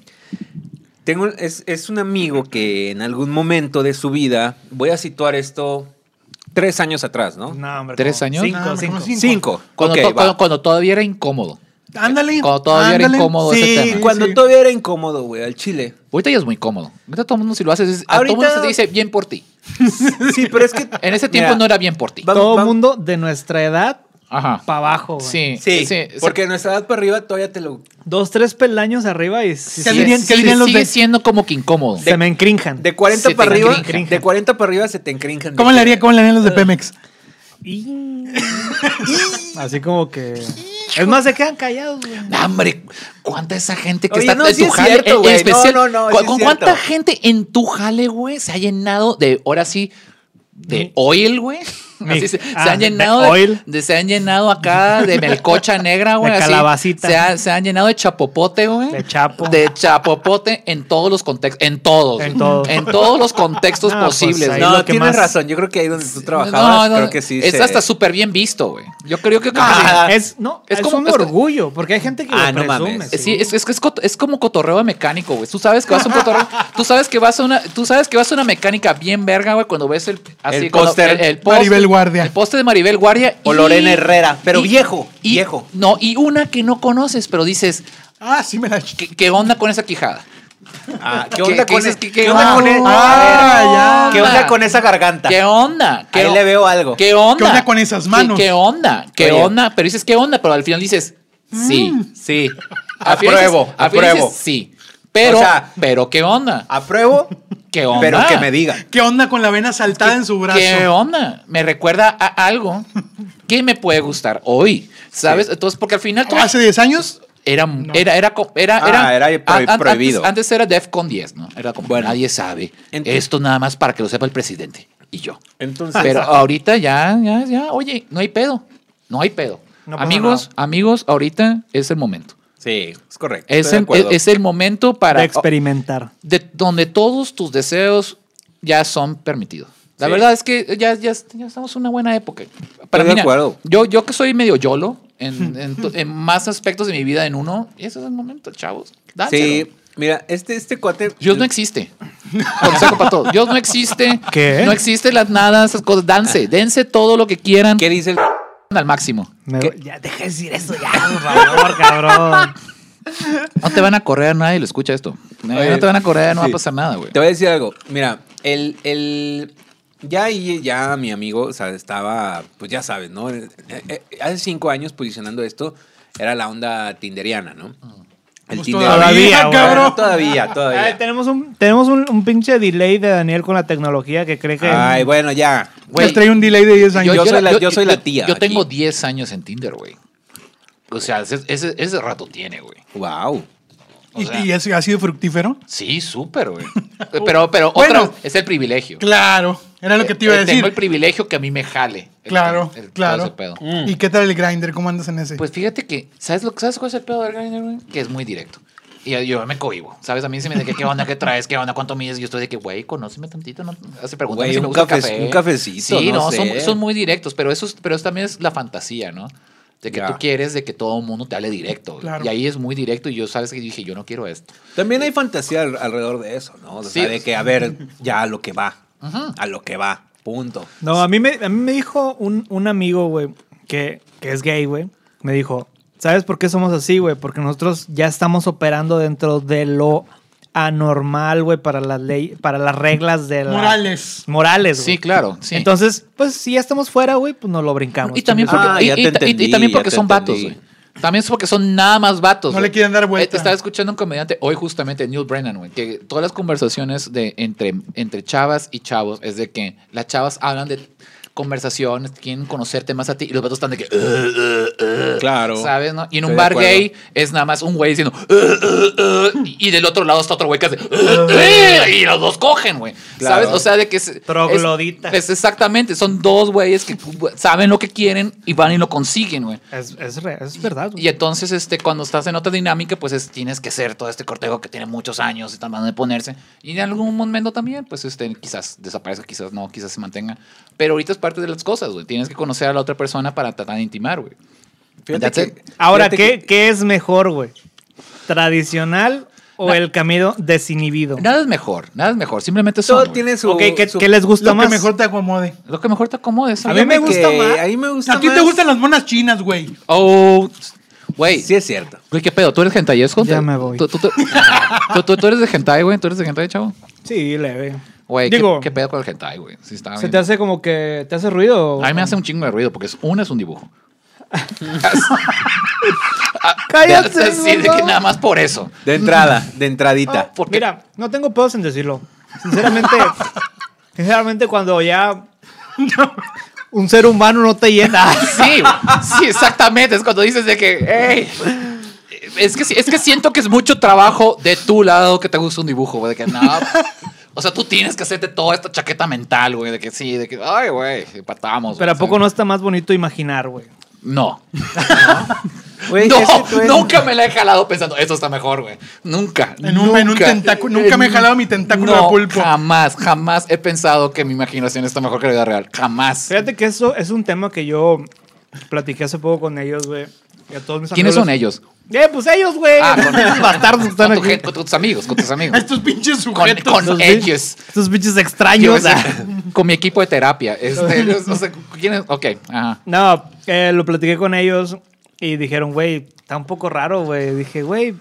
Speaker 6: Tengo, es, es un amigo que en algún momento de su vida, voy a situar esto tres años atrás, ¿no?
Speaker 7: No, hombre,
Speaker 5: ¿Tres
Speaker 7: ¿cómo?
Speaker 5: años?
Speaker 7: Cinco,
Speaker 4: No, hombre,
Speaker 7: cinco.
Speaker 4: ¿cómo cinco?
Speaker 6: Cinco.
Speaker 5: Cuando,
Speaker 6: Ok,
Speaker 5: to-
Speaker 6: va.
Speaker 5: cuando, cuando todavía era incómodo.
Speaker 4: Ándale.
Speaker 5: Cuando todavía era
Speaker 4: ándale.
Speaker 5: incómodo
Speaker 6: Sí,
Speaker 5: ese tema.
Speaker 6: cuando
Speaker 4: Sí.
Speaker 6: todavía era incómodo, güey, al chile.
Speaker 5: Ahorita ya es muy cómodo. Ahorita todo el mundo si lo haces, es- a todo el
Speaker 6: Ahorita-
Speaker 5: mundo se dice bien por ti.
Speaker 6: Sí, pero es que.
Speaker 5: En ese tiempo
Speaker 6: Mira,
Speaker 5: no era bien por ti.
Speaker 6: va-
Speaker 7: Todo mundo de nuestra edad
Speaker 5: Ajá.
Speaker 7: para abajo. güey.
Speaker 5: Sí,
Speaker 6: Sí,
Speaker 5: sí,
Speaker 6: porque en nuestra edad para arriba todavía te lo.
Speaker 7: Dos, tres peldaños arriba y sí,
Speaker 4: ¿Qué
Speaker 7: sí,
Speaker 5: Sí,
Speaker 4: dirían-
Speaker 5: sí,
Speaker 4: qué dirían los
Speaker 5: sigue
Speaker 4: de-
Speaker 5: siendo como que incómodo.
Speaker 7: se me encrinjan.
Speaker 6: De 40
Speaker 5: Se te
Speaker 6: para arriba,
Speaker 5: encrinja.
Speaker 6: de 40 para arriba se te encrinjan.
Speaker 4: ¿Cómo le haría, cómo le harían los de Pemex?
Speaker 7: Y- Así como que. Es más, se quedan callados, güey.
Speaker 5: No, hombre, cuánta esa gente que
Speaker 6: Oye,
Speaker 5: está
Speaker 6: no,
Speaker 5: en
Speaker 6: sí
Speaker 5: tu
Speaker 6: es
Speaker 5: jale,
Speaker 6: cierto,
Speaker 5: en- en
Speaker 6: güey. No,
Speaker 5: especial,
Speaker 6: no, no,
Speaker 5: cu-
Speaker 6: sí es
Speaker 5: con cuánta
Speaker 6: cierto.
Speaker 5: gente en tu jale, güey, se ha llenado de, ahora sí, de oil, güey.
Speaker 7: Mi-
Speaker 5: Así se, se
Speaker 7: ah,
Speaker 5: han
Speaker 7: de
Speaker 5: llenado
Speaker 7: oil.
Speaker 5: de, de- se han llenado acá de melcocha negra, güey.
Speaker 7: De
Speaker 5: así.
Speaker 7: calabacita.
Speaker 5: Se, ha- se han llenado de chapopote, güey.
Speaker 7: De chapo.
Speaker 5: De chapopote en todos los contextos. En todos.
Speaker 7: En
Speaker 5: güey.
Speaker 7: todos.
Speaker 5: En todos los contextos
Speaker 7: Ah, pues,
Speaker 5: posibles.
Speaker 7: ahí
Speaker 5: güey.
Speaker 7: lo
Speaker 6: No,
Speaker 7: que
Speaker 6: tienes
Speaker 7: más-
Speaker 6: razón. Yo creo que ahí donde tú
Speaker 5: No,
Speaker 6: trabajabas,
Speaker 5: no,
Speaker 6: creo que sí.
Speaker 5: Es
Speaker 6: se-
Speaker 5: hasta súper bien visto, güey. Yo creo que...
Speaker 7: Ah, es, no,
Speaker 5: Es
Speaker 7: es,
Speaker 5: como-
Speaker 7: un
Speaker 5: es-
Speaker 7: orgullo, porque hay gente que
Speaker 6: Ah,
Speaker 7: lo
Speaker 6: no
Speaker 7: presume.
Speaker 6: mames.
Speaker 7: sí.
Speaker 5: Eh, Sí, es, es, que es, cot- es como cotorreo de mecánico, güey. Tú sabes que vas a un cotorreo. tú sabes que vas a una, tú sabes que vas a una mecánica bien verga, güey, cuando ves el
Speaker 6: El
Speaker 5: cuando-
Speaker 6: póster.
Speaker 5: el, el póster-
Speaker 4: Maribel Guardia.
Speaker 5: El poste de Maribel Guardia.
Speaker 6: O Lorena Herrera, pero viejo,
Speaker 5: y-
Speaker 6: viejo.
Speaker 5: No, y una que no conoces, pero dices,
Speaker 4: Ah, sí me la ch-
Speaker 5: ¿qué, qué onda con esa quijada?
Speaker 6: Ah, ¿Qué onda
Speaker 5: ¿Qué
Speaker 6: con
Speaker 5: dices?
Speaker 6: ese-
Speaker 5: ¿Qué-
Speaker 6: qué
Speaker 5: qué
Speaker 6: onda con
Speaker 5: onda?
Speaker 6: e-
Speaker 4: Ah,
Speaker 6: a ver,
Speaker 5: ya.
Speaker 6: ¿Qué onda con esa garganta?
Speaker 5: ¿Qué onda? ¿Qué
Speaker 6: Ahí
Speaker 5: on-
Speaker 6: le veo algo.
Speaker 5: ¿Qué onda?
Speaker 4: ¿Qué onda con esas
Speaker 5: ¿Qué-
Speaker 4: manos?
Speaker 5: ¿Qué, onda? ¿Qué
Speaker 6: Oye. Mm.
Speaker 5: onda? Pero dices, ¿qué onda? Pero al final dices, sí.
Speaker 6: Sí.
Speaker 5: Al final dices-
Speaker 6: Apruebo,
Speaker 5: al final dices,
Speaker 6: apruebo.
Speaker 5: Sí. Pero,
Speaker 6: O sea-
Speaker 5: pero, ¿qué onda?
Speaker 6: Apruebo,
Speaker 5: ¿Qué onda?
Speaker 6: pero que me digan.
Speaker 4: ¿Qué onda con la vena saltada en su brazo?
Speaker 5: ¿Qué onda? Me recuerda a algo que me puede gustar hoy. ¿Sabes? Entonces, porque al final tú-
Speaker 4: ¿Hace 10 años?
Speaker 5: era, era, era, co- era,
Speaker 6: Ah, era
Speaker 5: an-
Speaker 6: prohi-
Speaker 5: antes-
Speaker 6: prohibido.
Speaker 5: Antes, era DEFCON 10, ¿no? Era como
Speaker 6: Bueno.
Speaker 5: nadie sabe.
Speaker 6: Ent-
Speaker 5: Esto nada más para que lo sepa el presidente y yo.
Speaker 6: Entonces,
Speaker 5: Pero ahorita ya, ya, ya, oye, no hay pedo. No hay pedo.
Speaker 7: No pasa
Speaker 5: amigos, amigos, ahorita es el momento.
Speaker 6: sí, es correcto.
Speaker 5: Es
Speaker 6: estoy de
Speaker 5: el,
Speaker 6: acuerdo.
Speaker 5: es el momento para
Speaker 7: de experimentar.
Speaker 5: de donde todos tus deseos ya son permitidos. La
Speaker 6: Sí.
Speaker 5: verdad es que ya, ya, ya estamos en una buena época. Para
Speaker 6: de
Speaker 5: mí, mira,
Speaker 6: acuerdo.
Speaker 5: yo, yo que soy medio yolo en, en to- en más aspectos de mi vida en uno, ese es el momento, chavos. Dánselo.
Speaker 6: Sí, mira, este, este cuate.
Speaker 5: Dios no existe. Consejo para todos. Dios no existe.
Speaker 7: ¿Qué?
Speaker 5: No existe las nada, esas cosas. Danse, dense todo lo que quieran
Speaker 6: ¿Qué dice el.?
Speaker 5: al máximo.
Speaker 7: Me- ya deja de decir eso ya, por favor, cabrón.
Speaker 5: No te van a correr, nadie lo escucha esto. No,
Speaker 6: Oye,
Speaker 5: no te van a correr, no va
Speaker 6: sí.
Speaker 5: a pasar nada, güey.
Speaker 6: Te voy a decir algo. Mira, el, el ya ahí, ya mi amigo, o sea, estaba, pues ya sabes, ¿no? Eh, eh, hace cinco años posicionando esto, era la onda tinderiana, ¿no? El
Speaker 4: Pues
Speaker 6: Tinder-
Speaker 7: todavía,
Speaker 6: Bueno,
Speaker 4: cabrón.
Speaker 6: Todavía,
Speaker 7: Ay,
Speaker 6: todavía.
Speaker 7: tenemos un, tenemos un, un pinche delay de Daniel con la tecnología que cree que.
Speaker 6: Ay, bueno, ya.
Speaker 5: Güey,
Speaker 4: Él trae un delay de 10
Speaker 6: Yo
Speaker 4: años.
Speaker 6: soy la- yo soy la tía
Speaker 5: Yo
Speaker 6: aquí.
Speaker 5: tengo 10 años en Tinder, güey. O sea, ese, ese- ese rato tiene, güey.
Speaker 6: Wow.
Speaker 5: o
Speaker 4: ¿Y,
Speaker 5: sea-
Speaker 4: y eso ha sido fructífero?
Speaker 5: Sí, súper, güey. Pero, pero
Speaker 4: Bueno.
Speaker 5: otra es el privilegio.
Speaker 4: Claro, era lo que te iba a
Speaker 5: Eh,
Speaker 4: decir.
Speaker 5: Tengo el privilegio que a mí me jale. el-
Speaker 4: Claro,
Speaker 5: el- todo ese
Speaker 4: claro.
Speaker 5: pedo.
Speaker 4: ¿Y qué tal el grinder? ¿Cómo andas en ese?
Speaker 5: Mm. Pues fíjate que, ¿sabes, lo, ¿sabes cuál es el pedo del Grindr, güey? Que es muy directo. Y yo- yo me cohibo, ¿sabes? A mí se me dice, ¿qué onda? ¿Qué traes? ¿Qué onda? ¿Cuánto mides? Yo estoy de que, güey, conóceme tantito. No, hace preguntas.
Speaker 6: Güey,
Speaker 5: si
Speaker 6: un
Speaker 5: me gusta el
Speaker 6: cafe-
Speaker 5: café.
Speaker 6: un cafecito,
Speaker 5: Sí,
Speaker 6: no
Speaker 5: no, son,
Speaker 6: sé.
Speaker 5: son muy directos, pero eso, es- pero eso también es la fantasía, ¿no? De que
Speaker 6: Ya.
Speaker 5: tú quieres de que todo el mundo te hable directo. güey.
Speaker 4: Claro.
Speaker 5: Y ahí es muy directo y yo, ¿sabes? Que dije, yo no quiero esto.
Speaker 6: También hay fantasía al- alrededor de eso, ¿no? O sea,
Speaker 5: Sí.
Speaker 6: de que, a ver, ya a lo que va. A lo que va. Punto.
Speaker 7: No, a mí me, a mí me dijo un, un amigo, güey, que, que es gay, güey. Me dijo, ¿sabes por qué somos así, güey? Porque nosotros ya estamos operando dentro de lo anormal, güey, para las leyes, para las reglas de la...
Speaker 4: Morales.
Speaker 7: Morales, güey.
Speaker 5: Sí, claro. Sí.
Speaker 7: Entonces, pues si ya estamos fuera, güey, pues nos lo brincamos.
Speaker 5: y también
Speaker 6: Ah,
Speaker 5: porque, y,
Speaker 6: ya te
Speaker 5: y- y- y
Speaker 6: entendí,
Speaker 5: también
Speaker 6: ya
Speaker 5: porque
Speaker 6: te
Speaker 5: son vatos,
Speaker 6: entendí.
Speaker 5: güey. También es porque son nada más vatos.
Speaker 4: No
Speaker 5: güey.
Speaker 4: le quieren dar vuelta.
Speaker 5: Eh, Estaba escuchando un comediante hoy justamente, Neil Brennan, güey, que todas las conversaciones de entre, entre chavas y chavos es de que las chavas hablan de conversaciones, quieren conocerte más a ti y los vatos están de que... "Uh, uh, uh",
Speaker 6: Claro.
Speaker 5: ¿Sabes? No? Y en un
Speaker 6: Estoy de
Speaker 5: bar
Speaker 6: acuerdo.
Speaker 5: gay es nada más un güey diciendo... "Uh, uh, uh", y del otro lado está otro güey que hace... "Uh, uh", y los dos cogen, güey.
Speaker 6: Claro.
Speaker 5: ¿Sabes? O sea, de que... es-
Speaker 7: Trogloditas.
Speaker 5: es- es exactamente, son dos güeyes que saben lo que quieren y van y lo consiguen, güey.
Speaker 7: Es, es re- es verdad, güey.
Speaker 5: Y entonces, este, cuando estás en otra dinámica, pues es- tienes que ser todo este cortejo que tiene muchos años y tal manera de ponerse. Y en algún momento también, pues este, quizás desaparezca, quizás no, quizás se mantenga. Pero ahorita es parte de las cosas, güey. Tienes que conocer a la otra persona para tratar de intimar, güey.
Speaker 6: Fíjate
Speaker 5: That's
Speaker 6: que-
Speaker 7: Ahora,
Speaker 6: fíjate
Speaker 7: ¿qué,
Speaker 6: que-
Speaker 7: ¿qué es mejor, güey? ¿Tradicional o
Speaker 5: Na-
Speaker 7: el camino desinhibido?
Speaker 5: Nada es mejor, nada es mejor. Simplemente son,
Speaker 6: Todo
Speaker 5: güey.
Speaker 6: tiene su.
Speaker 7: ok, ¿qué,
Speaker 6: su-
Speaker 7: qué les gusta
Speaker 4: Lo
Speaker 7: más?
Speaker 4: que mejor te acomode.
Speaker 5: Lo que mejor te acomodes.
Speaker 7: A
Speaker 5: güey.
Speaker 7: mí me gusta
Speaker 6: que-
Speaker 7: más.
Speaker 6: A mí me gusta
Speaker 4: A ti te
Speaker 6: más-
Speaker 4: gustan las monas chinas, güey.
Speaker 5: Oh, güey.
Speaker 6: Sí, es cierto.
Speaker 5: Güey, ¿qué pedo? ¿Tú eres gentayesco?
Speaker 7: Ya me voy.
Speaker 5: ¿Tú, tú, tú- tú- tú- tú eres de hentai, güey? ¿Tú eres de hentai, chavo?
Speaker 7: Sí, leve.
Speaker 5: Güey, ¿qué,
Speaker 7: Digo,
Speaker 5: ¿qué pedo con el hentai, güey? Sí, está
Speaker 7: ¿se
Speaker 5: bien.
Speaker 7: te hace como que te hace ruido?
Speaker 5: A mí me hace un chingo de ruido porque es, una es un dibujo.
Speaker 7: ¡Cállate,
Speaker 5: Así de
Speaker 7: mamá!
Speaker 5: que nada más por eso.
Speaker 6: De
Speaker 4: Mm.
Speaker 6: entrada, de entradita.
Speaker 5: Ah, ¿Por qué?
Speaker 7: Mira, no tengo pedos en decirlo. Sinceramente, sinceramente cuando ya un ser humano no te llena.
Speaker 5: Sí, Ah, sí, exactamente. Es cuando dices de que, "Ey". Es que, sí- es que siento que es mucho trabajo de tu lado que te gusta un dibujo, güey. De que no. O sea, tú tienes que hacerte toda esta chaqueta mental, güey. De que sí, de que, ay, güey, patamos.
Speaker 7: Pero ¿a
Speaker 5: güey,
Speaker 7: poco
Speaker 5: ¿sabes?
Speaker 7: no está más bonito imaginar, güey?
Speaker 5: No.
Speaker 6: Güey, ese tú
Speaker 5: No,
Speaker 6: eres-
Speaker 5: nunca me la he jalado pensando, esto está mejor, güey. Nunca.
Speaker 4: En un- en un tentáculo- nunca me he jalado mi tentáculo
Speaker 5: No,
Speaker 4: de pulpo.
Speaker 5: Jamás, jamás he pensado que mi imaginación está mejor que la vida real. Jamás.
Speaker 7: Fíjate que eso es un tema que yo platiqué hace poco con ellos, güey. y a todos mis
Speaker 5: ¿Quiénes
Speaker 7: amigos.
Speaker 5: son ellos?
Speaker 7: Eh, pues ellos, güey.
Speaker 5: Ah, con-
Speaker 7: Los bastardos que
Speaker 5: Con,
Speaker 7: están
Speaker 5: tu
Speaker 7: aquí.
Speaker 5: gen- con tus amigos, con tus
Speaker 4: A
Speaker 5: amigos.
Speaker 4: estos pinches
Speaker 5: Con,
Speaker 4: sujetos.
Speaker 5: con
Speaker 7: Los
Speaker 5: ellos.
Speaker 7: Estos bichos
Speaker 5: Yo,
Speaker 7: extraños. ah.
Speaker 5: con mi equipo de terapia. Este, no sé, ¿quién es? Ok, ajá.
Speaker 7: No, eh, lo platiqué con ellos y dijeron, güey, está un poco raro, güey. Dije, güey,